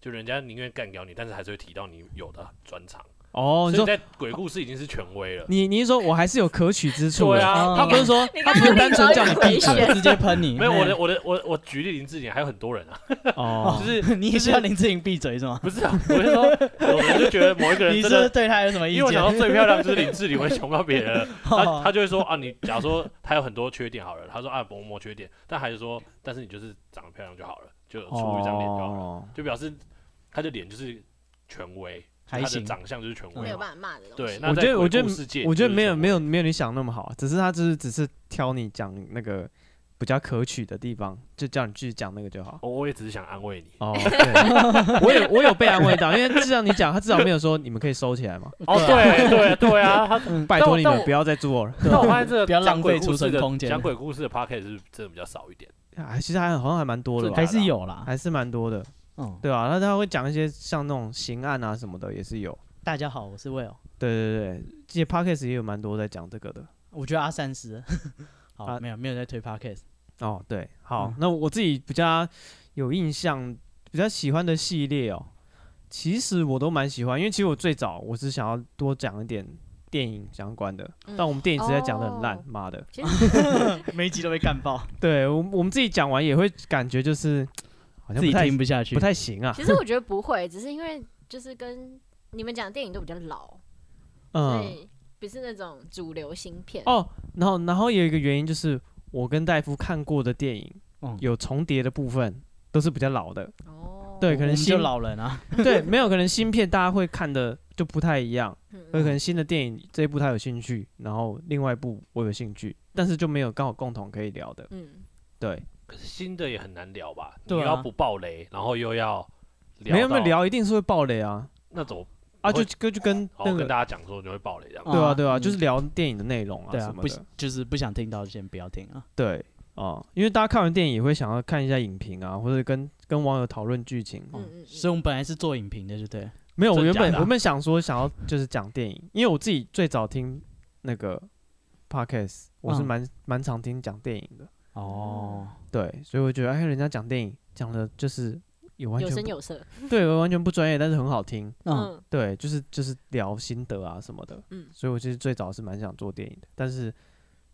[SPEAKER 3] 就人家宁愿干掉你，但是还是会提到你有的专长。
[SPEAKER 1] 哦，你
[SPEAKER 3] 所
[SPEAKER 1] 说
[SPEAKER 3] 以在鬼故事已经是权威了。
[SPEAKER 1] 你你是说我还是有可取之处
[SPEAKER 3] 对
[SPEAKER 1] 的？哦
[SPEAKER 3] 啊，
[SPEAKER 2] 嗯
[SPEAKER 1] 他
[SPEAKER 3] 他不
[SPEAKER 1] 不
[SPEAKER 3] 是
[SPEAKER 1] 是说
[SPEAKER 4] 你
[SPEAKER 1] 他不
[SPEAKER 4] 刚刚
[SPEAKER 1] 是
[SPEAKER 4] 有
[SPEAKER 1] 单纯叫你闭
[SPEAKER 4] 危
[SPEAKER 1] 嘴
[SPEAKER 4] 险，
[SPEAKER 2] 直接喷你。
[SPEAKER 3] 没有
[SPEAKER 2] 嘿
[SPEAKER 3] 我的，我的我我举例林志颖，还有很多人啊，
[SPEAKER 1] 哦
[SPEAKER 2] 哦，
[SPEAKER 3] 就 是
[SPEAKER 2] 你也需要林志颖闭嘴是吗？
[SPEAKER 3] 不是啊？我是说， 有人就觉得某一个人
[SPEAKER 2] 你是
[SPEAKER 3] 真
[SPEAKER 2] 不是
[SPEAKER 3] 的，
[SPEAKER 2] 对他有什么意
[SPEAKER 3] 因为我想到
[SPEAKER 2] 见？
[SPEAKER 3] 最漂亮就是林志玲，我想不到别 人了，他他就会说啊，你假如说他有很多缺点好了，他说啊某某缺点，但还是说，但是你就是长得漂亮就好了，就出一张脸就好了，
[SPEAKER 1] 哦
[SPEAKER 3] 就表示他的脸就是权威，
[SPEAKER 2] 还
[SPEAKER 3] 他的
[SPEAKER 2] 行
[SPEAKER 3] 长相就是权
[SPEAKER 4] 没
[SPEAKER 3] 威
[SPEAKER 4] 有
[SPEAKER 3] 嘛。
[SPEAKER 4] 办法骂的东
[SPEAKER 3] 对，
[SPEAKER 4] 西。
[SPEAKER 3] 那
[SPEAKER 1] 我觉
[SPEAKER 3] 在
[SPEAKER 1] 得我觉
[SPEAKER 3] 鬼
[SPEAKER 1] 得
[SPEAKER 3] 故事界
[SPEAKER 1] 我觉得
[SPEAKER 3] 就是
[SPEAKER 1] 没有
[SPEAKER 3] 权威
[SPEAKER 1] 没有没有你想那么好，只是他就是只是挑你讲那个比较可取的地方，就叫你继续讲那个就好。
[SPEAKER 3] 我哦我也只是想安慰你。
[SPEAKER 1] 哦，对， 我有我有被安慰到，因为至少你讲，他至少没有说你们可以收起来嘛，
[SPEAKER 3] 哦，
[SPEAKER 2] 对
[SPEAKER 3] 对对对 啊，他
[SPEAKER 1] 拜托你
[SPEAKER 3] 但我
[SPEAKER 1] 们不要再做了。
[SPEAKER 3] 但我发现这个
[SPEAKER 2] 不要浪
[SPEAKER 3] 讲鬼
[SPEAKER 2] 费
[SPEAKER 3] 故
[SPEAKER 2] 储
[SPEAKER 3] 事
[SPEAKER 2] 存
[SPEAKER 3] 的
[SPEAKER 2] 空间
[SPEAKER 3] 讲鬼故事的 p o c a s t 是真的比较少一点。
[SPEAKER 1] 哎，其实还好像还蛮多的吧，
[SPEAKER 2] 还是有啦。
[SPEAKER 1] 还是蛮多的，
[SPEAKER 2] 嗯，
[SPEAKER 1] 对啊，那他会讲一些像那种刑案啊什么的，也是有。
[SPEAKER 2] 大家好，我是 Will，
[SPEAKER 1] 对对对，这些 podcast 也有蛮多在讲这个的。
[SPEAKER 2] 我觉得阿三十。好，
[SPEAKER 1] 啊
[SPEAKER 2] 没有没有在推 podcast。
[SPEAKER 1] 哦，对，好，
[SPEAKER 2] 嗯
[SPEAKER 1] 那我自己比较有印象、比较喜欢的系列哦，其实我都蛮喜欢，因为其实我最早我是想要多讲一点电影相关的，
[SPEAKER 4] 嗯
[SPEAKER 1] 但我们电影实在讲的很烂
[SPEAKER 4] 哦，
[SPEAKER 1] 妈的，
[SPEAKER 4] 其实
[SPEAKER 2] 每一集都被干爆，
[SPEAKER 1] 对我们我们自己讲完也会感觉就是好像
[SPEAKER 2] 自
[SPEAKER 1] 不
[SPEAKER 2] 己
[SPEAKER 1] 太
[SPEAKER 2] 听不下去。
[SPEAKER 1] 不太行啊，
[SPEAKER 4] 其实我觉得不会，只是因为就是跟你们讲的电影都比较老，所
[SPEAKER 1] 嗯，
[SPEAKER 4] 以不是那种主流新片。
[SPEAKER 1] 哦，然后然后也有一个原因就是我跟戴夫看过的电影
[SPEAKER 2] 嗯
[SPEAKER 1] 有重叠的部分，都是比较老的，
[SPEAKER 4] 哦，
[SPEAKER 1] 对，
[SPEAKER 2] 我
[SPEAKER 1] 可能
[SPEAKER 2] 们就
[SPEAKER 1] 新
[SPEAKER 2] 老人啊。
[SPEAKER 1] 对没有可能新片大家会看的就不太一样。
[SPEAKER 4] 嗯
[SPEAKER 2] 呃
[SPEAKER 1] 有可能新的电影这一部他有兴趣，然后另外一部我有兴趣，但是就没有刚好共同可以聊的。
[SPEAKER 4] 嗯，
[SPEAKER 1] 对，
[SPEAKER 3] 可是新的也很难聊吧？
[SPEAKER 2] 对啊
[SPEAKER 3] 你又要不爆雷，然后又要聊
[SPEAKER 1] 没有没有
[SPEAKER 3] 到
[SPEAKER 1] 聊一定是会爆雷啊
[SPEAKER 3] 那种，
[SPEAKER 1] 啊，
[SPEAKER 3] 会
[SPEAKER 1] 就就就跟
[SPEAKER 3] 然
[SPEAKER 1] 那
[SPEAKER 3] 后跟
[SPEAKER 1] 个
[SPEAKER 3] 大家讲说你会爆雷这样。
[SPEAKER 2] 哦
[SPEAKER 1] 对
[SPEAKER 2] 啊
[SPEAKER 1] 啊对啊，
[SPEAKER 2] 嗯
[SPEAKER 1] 就是聊电影的内容啊
[SPEAKER 2] 对啊，
[SPEAKER 1] 什么
[SPEAKER 2] 不
[SPEAKER 1] 的。
[SPEAKER 2] 就是不想听到就先不要听啊。
[SPEAKER 1] 对啊，因为大家看完电影也会想要看一下影评啊，或者跟跟网友讨论剧情。
[SPEAKER 4] 嗯嗯
[SPEAKER 2] 嗯，
[SPEAKER 4] 嗯
[SPEAKER 2] 所以我们本来是做影评的，就对了。
[SPEAKER 1] 没有，我
[SPEAKER 3] 真
[SPEAKER 1] 原
[SPEAKER 3] 假
[SPEAKER 1] 本
[SPEAKER 3] 的啊
[SPEAKER 1] 我们想说想要就是讲电影，因为我自己最早听那个 podcast，我是
[SPEAKER 2] 嗯
[SPEAKER 1] 蛮蛮常听讲电影的。
[SPEAKER 2] 哦，
[SPEAKER 1] 对，所以我觉得哎，人家讲电影讲的就是有完
[SPEAKER 4] 有
[SPEAKER 1] 全
[SPEAKER 4] 声
[SPEAKER 1] 不
[SPEAKER 4] 有色。
[SPEAKER 1] 对，完全不专业，但是很好听。
[SPEAKER 2] 嗯，
[SPEAKER 4] 嗯
[SPEAKER 1] 对，就是就是聊心得啊什么的。
[SPEAKER 4] 嗯
[SPEAKER 1] 所以我其实最早是蛮想做电影的，但是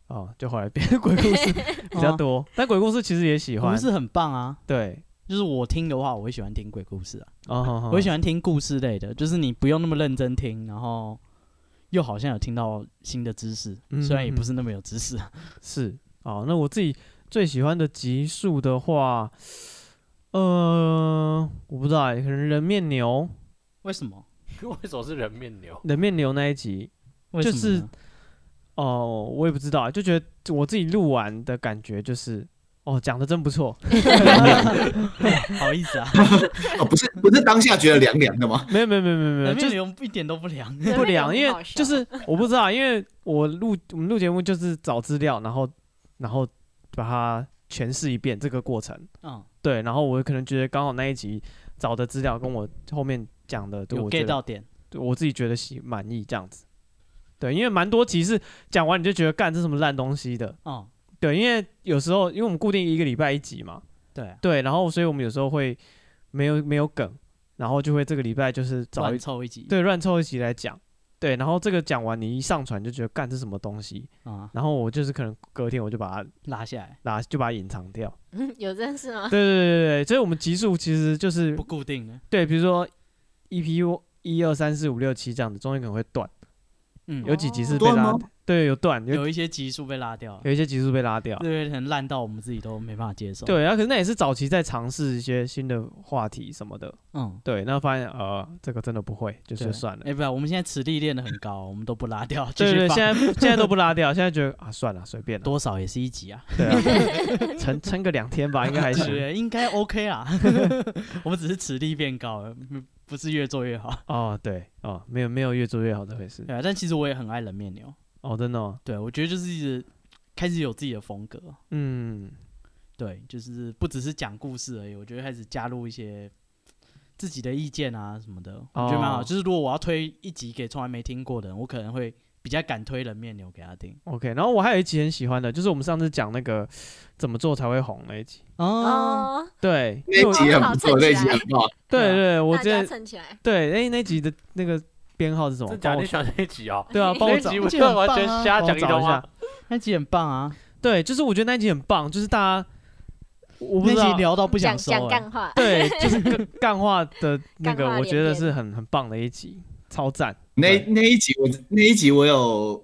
[SPEAKER 1] 啊、哦就后来变鬼故 事比较多。但鬼故事其实也喜
[SPEAKER 2] 鬼故
[SPEAKER 1] 欢。
[SPEAKER 2] 事很棒啊。
[SPEAKER 1] 对，
[SPEAKER 2] 就是我听的话，我会喜欢听鬼故事啊，
[SPEAKER 1] 啊、哦，
[SPEAKER 2] 我会喜欢听故事类的，就是你不用那么认真听，然后又好像有听到新的知识，
[SPEAKER 1] 嗯
[SPEAKER 2] 虽然也不是那么有知识。啊
[SPEAKER 1] 是哦，那我自己最喜欢的集数的话，呃，我不知道欸，可能人面牛，
[SPEAKER 2] 为什么？
[SPEAKER 3] 为什么是人面牛？
[SPEAKER 1] 人面牛那一集
[SPEAKER 2] 为什么
[SPEAKER 1] 就是
[SPEAKER 2] 呢
[SPEAKER 1] 哦、我也不知道欸，就觉得我自己录完的感觉就是，哦，讲的真不错，
[SPEAKER 2] 好意 思啊，
[SPEAKER 5] 哦，不是不是当下觉得凉凉的吗？
[SPEAKER 1] 没有没有没有没有没有，
[SPEAKER 2] 人
[SPEAKER 1] 啊就
[SPEAKER 2] 面
[SPEAKER 1] 是
[SPEAKER 2] 牛一点都不凉。
[SPEAKER 1] 不良，
[SPEAKER 4] 人
[SPEAKER 1] 因
[SPEAKER 4] 面牛很
[SPEAKER 1] 为
[SPEAKER 4] 好笑
[SPEAKER 1] 就是 我不知道，因为我录我们录节目就是找资料，然后然后把它诠释一遍这个过程，
[SPEAKER 2] 嗯，
[SPEAKER 1] 对，然后我可能觉得刚好那一集找的资料跟我后面讲的，对
[SPEAKER 2] 有
[SPEAKER 1] 我觉
[SPEAKER 2] get
[SPEAKER 1] 得
[SPEAKER 2] 到点。
[SPEAKER 1] 对我自己觉得喜满意这样子，对，因为蛮多集是讲完你就觉得干这什么烂东西的，
[SPEAKER 2] 嗯，
[SPEAKER 1] 对，因为有时候因为我们固定一个礼拜一集嘛，
[SPEAKER 2] 对啊，
[SPEAKER 1] 对，然后所以我们有时候会没有没有梗，然后就会这个礼拜就是找一
[SPEAKER 2] 乱凑一集。
[SPEAKER 1] 对，乱凑一起来讲。对，然后这个讲完，你一上传就觉得干这什么东西，
[SPEAKER 2] 啊，
[SPEAKER 1] 然后我就是可能隔天我就把它
[SPEAKER 2] 拉下来
[SPEAKER 1] 拿，就把它隐藏掉。
[SPEAKER 4] 嗯 有这件事吗
[SPEAKER 1] 对？对对对，所以我们集数其实就是
[SPEAKER 2] 不固定的。
[SPEAKER 1] 对，比如说 EP 一二三四五六七这样子，中间可能会断，
[SPEAKER 2] 嗯，
[SPEAKER 1] 有几集是被
[SPEAKER 5] 断
[SPEAKER 1] 拉
[SPEAKER 5] 吗，
[SPEAKER 1] 对，有断，有
[SPEAKER 2] 有一些集数被拉掉了，
[SPEAKER 1] 有一些集数被拉掉。
[SPEAKER 2] 对，很烂到我们自己都没办法接受。，
[SPEAKER 1] 对，然后可是那也是早期在尝试一些新的话题什么的，
[SPEAKER 2] 嗯，
[SPEAKER 1] 对，那发现呃这个真的不会，就
[SPEAKER 2] 对
[SPEAKER 1] 是算了。
[SPEAKER 2] 哎，不然，我们现在实力练得很高，我们都不拉掉，继
[SPEAKER 1] 对
[SPEAKER 2] 续
[SPEAKER 1] 对，对
[SPEAKER 2] 放
[SPEAKER 1] 现在现在都不拉掉，现在觉得啊算了，随便了，
[SPEAKER 2] 多少也是一集啊，
[SPEAKER 1] 对 啊，撑撑个两天吧，应该还行。
[SPEAKER 2] 对，应该 OK 啦。 我们只是实力变高了，嗯不是越做越好。
[SPEAKER 1] 哦，对，哦，没有没有越做越好这回事。
[SPEAKER 2] 对啊，但其实我也很爱冷面牛。
[SPEAKER 1] 哦，真的、哦，
[SPEAKER 2] 对，我觉得就是一直开始有自己的风格。
[SPEAKER 1] 嗯，
[SPEAKER 2] 对，就是不只是讲故事而已，我觉得开始加入一些自己的意见啊什么的，我觉得蛮好。
[SPEAKER 1] 哦
[SPEAKER 2] 就是如果我要推一集给从来没听过的人，我可能会比较敢推冷面牛给他听。
[SPEAKER 1] OK，然后我还有一集很喜欢的，就是我们上次讲那个怎么做才会红那一集。
[SPEAKER 2] 哦，
[SPEAKER 4] 哦，
[SPEAKER 1] 对，
[SPEAKER 5] 那一集啊很不错，
[SPEAKER 4] 哦好
[SPEAKER 5] 那一集很棒。
[SPEAKER 1] 对
[SPEAKER 2] 啊
[SPEAKER 1] 对，我
[SPEAKER 4] 大
[SPEAKER 1] 之
[SPEAKER 4] 家
[SPEAKER 1] 前
[SPEAKER 4] 蹭起来，
[SPEAKER 1] 对，哎，那集的那个编号是什么
[SPEAKER 3] 真？假？
[SPEAKER 1] 帮我
[SPEAKER 3] 你想那一集啊？
[SPEAKER 1] 对 啊，帮
[SPEAKER 3] 那
[SPEAKER 1] 我
[SPEAKER 3] 一
[SPEAKER 1] 找
[SPEAKER 3] 集，
[SPEAKER 2] 我
[SPEAKER 3] 我
[SPEAKER 2] 记
[SPEAKER 3] 真
[SPEAKER 2] 得
[SPEAKER 3] 的
[SPEAKER 2] 很
[SPEAKER 3] 完全
[SPEAKER 2] 棒啊
[SPEAKER 3] 瞎
[SPEAKER 1] 帮我
[SPEAKER 3] 讲
[SPEAKER 1] 找
[SPEAKER 3] 通
[SPEAKER 1] 一
[SPEAKER 3] 啊
[SPEAKER 1] 下。。
[SPEAKER 2] 那集很棒啊，
[SPEAKER 1] 对，就是我觉得那集很棒，就是大家我不
[SPEAKER 2] 那
[SPEAKER 1] 知道
[SPEAKER 2] 集，聊到不想
[SPEAKER 4] 讲
[SPEAKER 2] 收、
[SPEAKER 4] 讲
[SPEAKER 2] 欸，
[SPEAKER 4] 干话，
[SPEAKER 1] 对，就是干干话的那
[SPEAKER 4] 干
[SPEAKER 1] 个，
[SPEAKER 4] 话
[SPEAKER 1] 我
[SPEAKER 4] 连
[SPEAKER 1] 觉得
[SPEAKER 4] 篇
[SPEAKER 1] 是很很棒的一集，超赞。
[SPEAKER 5] 那
[SPEAKER 1] 对
[SPEAKER 5] 那一集我那一集我有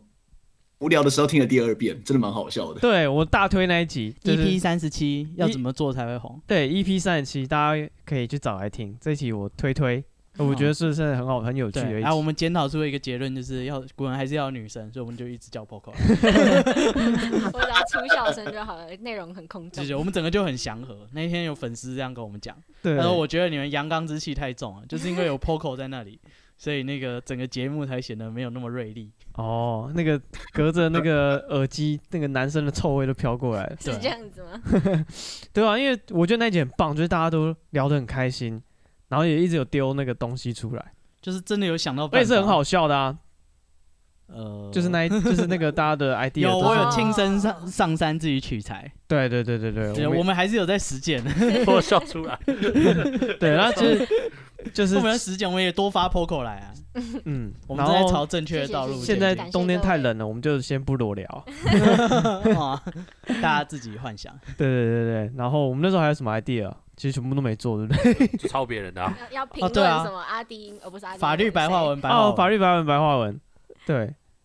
[SPEAKER 5] 无聊的时候听了第二遍，真的蛮好笑的。
[SPEAKER 1] 对我大推那一集，
[SPEAKER 4] E
[SPEAKER 1] 就
[SPEAKER 2] EP
[SPEAKER 1] 是
[SPEAKER 2] E 三十七要怎么做才会红？
[SPEAKER 1] 对 EP 三十七，大家可以去找来听。这一期我推推，我觉得是是很好很有趣的
[SPEAKER 2] 哦对，
[SPEAKER 1] 一
[SPEAKER 2] 啊，我
[SPEAKER 1] 集。
[SPEAKER 2] 们检讨出一个结论，就是要果然还是要女生，所以我们就一直叫 Poco，
[SPEAKER 4] 我只要出笑声就好了，内容很空
[SPEAKER 2] 就
[SPEAKER 4] 洞
[SPEAKER 2] 是。我们整个就很祥和。那一天有粉丝这样跟我们讲。
[SPEAKER 1] 对，
[SPEAKER 2] 他说：“我觉得你们阳刚之气太重了，就是因为有 POCO 在那里，所以那个整个节目才显得没有那么锐利。
[SPEAKER 1] 哦，那 个隔着那个耳机，那个男生的臭味都飘过来了。
[SPEAKER 4] 是
[SPEAKER 2] 对
[SPEAKER 4] 这样子吗？
[SPEAKER 1] 对啊，因为我觉得那一集很棒，就是大家都聊得很开心，然后也一直有丢那个东西出来，
[SPEAKER 2] 就是真的有想到办法，
[SPEAKER 1] 而且是很好笑的啊。
[SPEAKER 2] 呃，
[SPEAKER 1] 就是 那一，就是那个大家的 idea
[SPEAKER 2] 有
[SPEAKER 1] 都是。
[SPEAKER 2] 我有亲身上上山自己取材，
[SPEAKER 1] 对对对对
[SPEAKER 2] 对，
[SPEAKER 1] 啊对，
[SPEAKER 2] 我
[SPEAKER 1] 们
[SPEAKER 2] 们还是有在实践，
[SPEAKER 3] 我笑出来。
[SPEAKER 1] 对，然后就是就是
[SPEAKER 2] 我们的实践，我们也多发 POCO 来啊，
[SPEAKER 1] 嗯，
[SPEAKER 2] 我们
[SPEAKER 1] 然
[SPEAKER 2] 正在
[SPEAKER 1] 后
[SPEAKER 2] 朝正确的道路
[SPEAKER 4] 谢谢
[SPEAKER 1] 现
[SPEAKER 2] 前
[SPEAKER 1] 在
[SPEAKER 2] 进。
[SPEAKER 4] 感谢
[SPEAKER 1] 冬天
[SPEAKER 4] 各位
[SPEAKER 1] 太冷了，我们就先不裸聊。
[SPEAKER 2] 啊，大家自己幻想，
[SPEAKER 1] 对对对对，然后我们那时候还有什么 idea？其实全部都没做，对不 对？
[SPEAKER 3] 就抄别人的、啊。
[SPEAKER 4] 要要评论
[SPEAKER 2] 对啊
[SPEAKER 4] 什么阿丁，哦不是阿丁，
[SPEAKER 2] 法律白话
[SPEAKER 4] 谁，
[SPEAKER 2] 文白话
[SPEAKER 1] 哦，
[SPEAKER 2] 文
[SPEAKER 1] 法律白文白话文，对，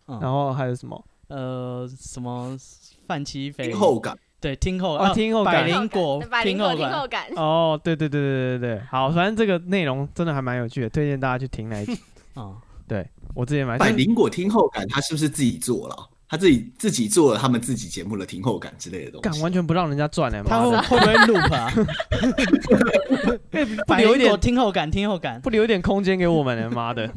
[SPEAKER 2] 嗯
[SPEAKER 1] 然后还有什么？
[SPEAKER 2] 呃什么范七飞
[SPEAKER 5] 听后感，
[SPEAKER 2] 对听后
[SPEAKER 1] 哦
[SPEAKER 2] 啊，
[SPEAKER 1] 听后
[SPEAKER 2] 百
[SPEAKER 1] 感
[SPEAKER 2] 灵果
[SPEAKER 4] 百灵果
[SPEAKER 2] 听
[SPEAKER 4] 听
[SPEAKER 2] 后
[SPEAKER 4] 后感，
[SPEAKER 1] 哦，对对对对对对，好，反正这个内容真的还蛮有趣的，推荐大家去听那一 集。
[SPEAKER 2] 啊，
[SPEAKER 1] 我之前买，
[SPEAKER 5] 百灵果听后感，他是不是自己做了啊？他自己自己做了他们自己节目的听后感之类的东
[SPEAKER 1] 敢
[SPEAKER 5] 西。
[SPEAKER 1] 完全不让人家赚哎、
[SPEAKER 2] 他
[SPEAKER 1] 妈
[SPEAKER 2] 会
[SPEAKER 1] 的，
[SPEAKER 2] 会不会 loop 啊？
[SPEAKER 1] 不
[SPEAKER 2] 百
[SPEAKER 1] 留一
[SPEAKER 2] 灵果
[SPEAKER 1] 点
[SPEAKER 2] 听后感，听后感，
[SPEAKER 1] 不留一点空间给我们、欸，妈 的，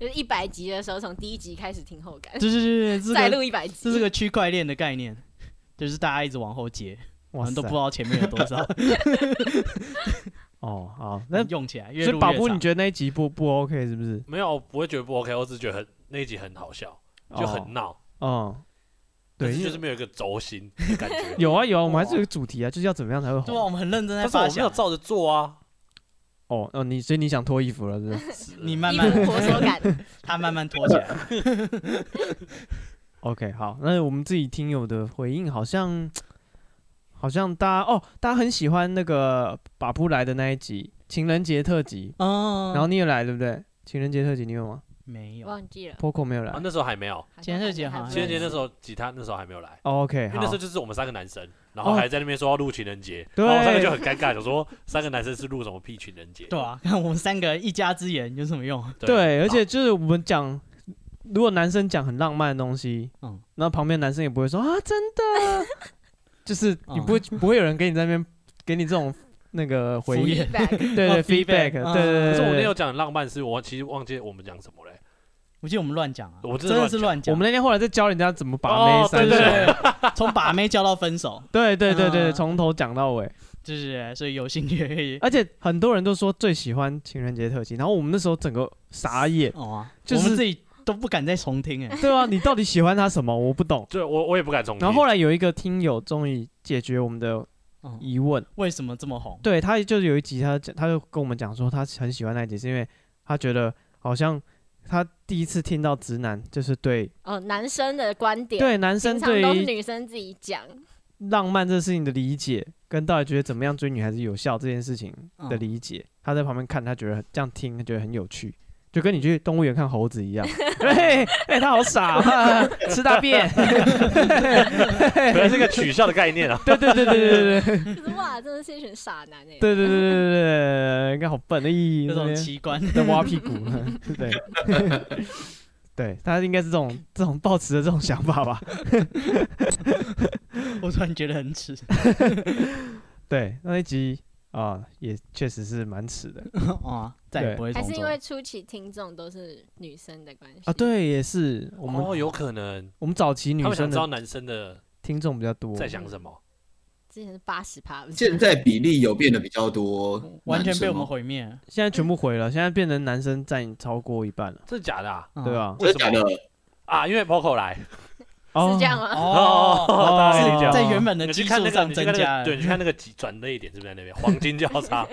[SPEAKER 4] 就是一百集的时候，从第一集开始听后感，
[SPEAKER 2] 对对对对，
[SPEAKER 4] 再
[SPEAKER 2] 这
[SPEAKER 4] 录
[SPEAKER 2] 个
[SPEAKER 4] 一百集，
[SPEAKER 2] 这是个区块链的概念，就是大家一直往后截，我
[SPEAKER 1] 哇
[SPEAKER 2] 们
[SPEAKER 1] 塞
[SPEAKER 2] 都不知，道前面有多少，
[SPEAKER 1] 哦，好，那
[SPEAKER 2] 用起来越
[SPEAKER 1] 所以
[SPEAKER 2] 录
[SPEAKER 1] 宝
[SPEAKER 2] 越
[SPEAKER 1] 布，你
[SPEAKER 2] 长。
[SPEAKER 1] 觉得那一集不不 OK 是不是？
[SPEAKER 3] 没有，我不会觉得不 OK，我只是觉得很那一集很好笑，就很闹，
[SPEAKER 1] 哦，嗯，
[SPEAKER 3] 但
[SPEAKER 1] 对，
[SPEAKER 3] 是
[SPEAKER 1] 因
[SPEAKER 3] 就
[SPEAKER 1] 为。
[SPEAKER 3] 是没有一个轴心的感觉
[SPEAKER 1] 有啊有啊，我们还是有个主题啊，就是要怎么样才会
[SPEAKER 2] 对啊，我
[SPEAKER 1] 红。
[SPEAKER 2] 们很认真在
[SPEAKER 3] 但是
[SPEAKER 2] 发
[SPEAKER 3] 我没有
[SPEAKER 2] 想，
[SPEAKER 3] 照着做啊。
[SPEAKER 1] 哦哦，你所以你想脱衣服了是不是
[SPEAKER 2] 你慢
[SPEAKER 3] 呃
[SPEAKER 4] 衣
[SPEAKER 2] 慢
[SPEAKER 4] 服婆 娑感，
[SPEAKER 2] 他慢慢拖起来，
[SPEAKER 1] ？OK，好，那我们自己听友的回应好像。好像大家哦，大家很喜欢那个把布来的那一集情人节特辑，
[SPEAKER 2] 哦，
[SPEAKER 3] 嗯
[SPEAKER 1] 然后你也来对不对？情人节特辑你有吗？
[SPEAKER 2] 没有，
[SPEAKER 4] 忘记了。
[SPEAKER 1] Poco 没有来
[SPEAKER 3] 啊，。那时候还没有，
[SPEAKER 4] 好像
[SPEAKER 2] 情人节节好像
[SPEAKER 4] 还没
[SPEAKER 3] 情人节那
[SPEAKER 4] 有
[SPEAKER 3] 时候吉他那时候还没有来，
[SPEAKER 1] 哦 OK，
[SPEAKER 3] 因为
[SPEAKER 1] 好
[SPEAKER 3] 那时，候就是我们三个男生，然后还在那边说要录情人节，
[SPEAKER 1] 对
[SPEAKER 3] 然后我三个就很尴尬，想说三个男生是录什么屁情人节？
[SPEAKER 2] 对啊，看我们三个一家之言有什么用？啊
[SPEAKER 1] 对，而且就是我们讲，如果男生讲很浪漫的东西，嗯
[SPEAKER 2] 嗯，
[SPEAKER 1] 那旁边男生也不会说啊，真的， 就是
[SPEAKER 3] 嗯
[SPEAKER 1] 你不会不会有人给你在那边给你这种那个回
[SPEAKER 2] 敷
[SPEAKER 1] 应，
[SPEAKER 2] 衍
[SPEAKER 4] feedback
[SPEAKER 1] 对对
[SPEAKER 2] 哦
[SPEAKER 1] feedback，
[SPEAKER 2] feedback，
[SPEAKER 1] 对
[SPEAKER 2] 嗯
[SPEAKER 1] 对
[SPEAKER 3] 可是我那
[SPEAKER 1] 对
[SPEAKER 3] 天有
[SPEAKER 1] 对。
[SPEAKER 3] 讲很浪漫，是我其实忘记我们讲什么嘞，
[SPEAKER 2] 我记得我们乱讲啊，
[SPEAKER 3] 我真
[SPEAKER 2] 真
[SPEAKER 3] 的
[SPEAKER 2] 的是
[SPEAKER 3] 乱
[SPEAKER 2] 乱
[SPEAKER 1] 我
[SPEAKER 2] 讲，
[SPEAKER 1] 们那天后来在教人家怎么把
[SPEAKER 3] 哦
[SPEAKER 1] 妹三
[SPEAKER 3] 对
[SPEAKER 1] 小，
[SPEAKER 2] 对对，从把妹教到分手，
[SPEAKER 1] 对对对对，
[SPEAKER 2] 嗯
[SPEAKER 1] 从头讲到尾，
[SPEAKER 2] 就是所以有兴趣可以
[SPEAKER 1] 而且很多人都说最喜欢情人节特辑，然后我们那时候整个傻眼，
[SPEAKER 2] 哦啊，
[SPEAKER 1] 就
[SPEAKER 2] 我们
[SPEAKER 1] 是
[SPEAKER 2] 自己都不敢再重听 哎，
[SPEAKER 1] 对啊，你到底喜欢他什么？我不 懂。
[SPEAKER 3] 对我我也不敢重听。
[SPEAKER 1] 然后后来有一个听友终于解决我们的
[SPEAKER 2] 嗯
[SPEAKER 1] 疑问，
[SPEAKER 2] 为什么这么红？
[SPEAKER 1] 对他就是有一集他讲他就跟我们讲说他很喜欢那一集，是因为他觉得好像他第一次听到直男就是对
[SPEAKER 4] 哦，男生的观点，
[SPEAKER 1] 对男生
[SPEAKER 4] 平常都是
[SPEAKER 1] 对于
[SPEAKER 4] 女生自己 讲，浪
[SPEAKER 1] 浪漫这事情的理解，跟到底觉得怎么样追女孩子有效这件事情的
[SPEAKER 2] 嗯
[SPEAKER 1] 理解，他在旁边看，他觉得很这样听，他觉得很有趣。就跟你去动物园看猴子一样，哎哎，他好傻，啊吃大便，，
[SPEAKER 3] 可能是个取笑的概念啊
[SPEAKER 1] 对对对对对对对对
[SPEAKER 4] 就是哇，真的是一群傻男哎。
[SPEAKER 1] 对对对对对，应该好笨的意义，
[SPEAKER 2] 这
[SPEAKER 1] 那
[SPEAKER 2] 种
[SPEAKER 1] 边
[SPEAKER 2] 奇观，
[SPEAKER 1] 在挖屁股，对，对，他应该是这种这种抱持的这种想法吧？
[SPEAKER 2] 我突然觉得很耻。
[SPEAKER 1] 对，那一集啊、也确实是蛮耻的
[SPEAKER 2] 哦，再也
[SPEAKER 1] 对
[SPEAKER 2] 不会重
[SPEAKER 4] 还
[SPEAKER 2] 做。
[SPEAKER 4] 是因为初期听众都是女生的关系
[SPEAKER 1] 啊，，对，也是我们、
[SPEAKER 3] 哦，有可能
[SPEAKER 1] 我们早期女
[SPEAKER 3] 他们想
[SPEAKER 1] 生
[SPEAKER 3] 知道
[SPEAKER 1] 的
[SPEAKER 3] 男生的
[SPEAKER 1] 听众比较多，
[SPEAKER 3] 在想什么。
[SPEAKER 4] 之前是八十趴，不是
[SPEAKER 5] 现在比例有变得比较多，
[SPEAKER 2] 完全
[SPEAKER 5] 男生
[SPEAKER 2] 被我
[SPEAKER 5] 吗
[SPEAKER 2] 们毁灭了，
[SPEAKER 1] 现在全部毁
[SPEAKER 3] 嗯
[SPEAKER 1] 了，现在变成男生占超过一半了，
[SPEAKER 3] 真的假的啊？
[SPEAKER 4] 哦
[SPEAKER 2] 嗯
[SPEAKER 1] 对？吧？
[SPEAKER 5] 真的假的？
[SPEAKER 3] 啊，因为 Poco 来
[SPEAKER 1] 哦，
[SPEAKER 4] 这样啊吗？
[SPEAKER 2] 哦，
[SPEAKER 3] 大家可以
[SPEAKER 1] 哦
[SPEAKER 3] 讲。
[SPEAKER 2] 在原本的
[SPEAKER 3] 啊你
[SPEAKER 2] 基
[SPEAKER 3] 去
[SPEAKER 2] 数
[SPEAKER 3] 看那个，
[SPEAKER 2] 上
[SPEAKER 3] 你去
[SPEAKER 2] 增
[SPEAKER 3] 看那
[SPEAKER 2] 加
[SPEAKER 3] 个，
[SPEAKER 2] 了，
[SPEAKER 3] 对，你去看那个几转的一点是不是在那边？黄金交 叉，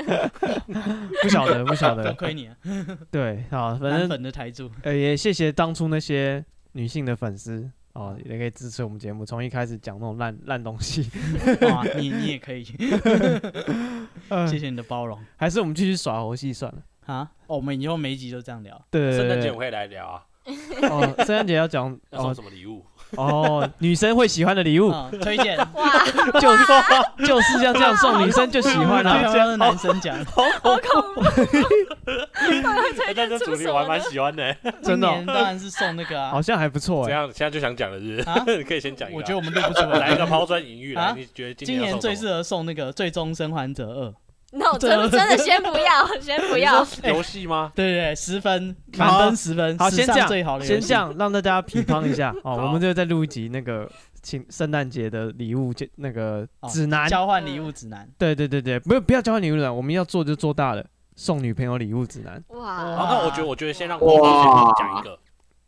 [SPEAKER 1] 不晓 得，不晓
[SPEAKER 2] 多
[SPEAKER 1] 得，
[SPEAKER 2] 亏你啊，
[SPEAKER 1] 对，好，反
[SPEAKER 2] 男
[SPEAKER 1] 正
[SPEAKER 2] 粉的台柱，
[SPEAKER 1] 呃，也谢谢当初那些女性的粉丝。哦，
[SPEAKER 3] 嗯
[SPEAKER 1] 也可以支持我们节目，从一开始讲那种烂烂东 西，
[SPEAKER 2] 哇，你你也可以，
[SPEAKER 1] 呃
[SPEAKER 3] 嗯
[SPEAKER 2] 谢谢你的包容
[SPEAKER 1] 还是我们继续耍猴戏算了。
[SPEAKER 2] 啊！哦我们以后每一集都这样聊，
[SPEAKER 1] 对对对，
[SPEAKER 3] 圣诞节
[SPEAKER 1] 对
[SPEAKER 3] 我会来聊啊，
[SPEAKER 1] 哦，圣诞节要讲
[SPEAKER 3] 要送
[SPEAKER 1] 哦
[SPEAKER 3] 什么礼物？
[SPEAKER 1] 哦，女生会喜欢的礼物，
[SPEAKER 2] 嗯，推荐，
[SPEAKER 1] 就就是要这样送，女生就喜欢
[SPEAKER 2] 啊，
[SPEAKER 3] 嗯
[SPEAKER 1] 啦。
[SPEAKER 2] 这样是男生讲，
[SPEAKER 4] 好恐怖！到底会
[SPEAKER 3] 哎
[SPEAKER 4] 推
[SPEAKER 3] 但这
[SPEAKER 4] 荐
[SPEAKER 3] 主
[SPEAKER 4] 出
[SPEAKER 3] 题
[SPEAKER 4] 什
[SPEAKER 3] 我还
[SPEAKER 4] 么
[SPEAKER 3] 蛮
[SPEAKER 4] 呢？
[SPEAKER 3] 喜欢的，
[SPEAKER 1] 真的哦
[SPEAKER 2] 今年当然是送那个啊
[SPEAKER 1] 好，像还不错
[SPEAKER 3] 这
[SPEAKER 1] 哎。
[SPEAKER 3] 样现在就想讲了，是
[SPEAKER 2] 啊
[SPEAKER 3] 不是？ 可以先讲一个啊。
[SPEAKER 2] 我觉得我们录不出
[SPEAKER 3] 我来一
[SPEAKER 2] 来。
[SPEAKER 3] 个抛砖引玉来，
[SPEAKER 2] 啊
[SPEAKER 3] 你觉得
[SPEAKER 2] 今
[SPEAKER 3] 年
[SPEAKER 2] 年
[SPEAKER 3] 要
[SPEAKER 2] 最
[SPEAKER 3] 送什
[SPEAKER 2] 适
[SPEAKER 3] 么
[SPEAKER 2] 合送那个《最终生还者二》，
[SPEAKER 4] no，真
[SPEAKER 1] 啊
[SPEAKER 4] 的真的先不要，先不 要。
[SPEAKER 2] 哎
[SPEAKER 3] 游戏吗？
[SPEAKER 2] 对对对，十分
[SPEAKER 1] 好
[SPEAKER 2] 满分十分，
[SPEAKER 1] 好，
[SPEAKER 2] 史
[SPEAKER 1] 先
[SPEAKER 2] 上
[SPEAKER 1] 这样
[SPEAKER 2] 最好，的游
[SPEAKER 1] 先
[SPEAKER 2] 戏
[SPEAKER 1] 这样，让大家批判一下哦。
[SPEAKER 3] 好
[SPEAKER 1] 我们就再录一集那个请圣诞节的礼物，就那个
[SPEAKER 2] 哦
[SPEAKER 1] 指南。
[SPEAKER 2] 交换礼物指南。
[SPEAKER 1] 对对对对，不要不要交换礼物了，我们要做就做大了，送女朋友礼物指南。
[SPEAKER 3] 好，
[SPEAKER 2] 哇
[SPEAKER 4] 哇，
[SPEAKER 3] 哦那我觉得，我觉得先让
[SPEAKER 5] 哇
[SPEAKER 3] Poco 先讲一个，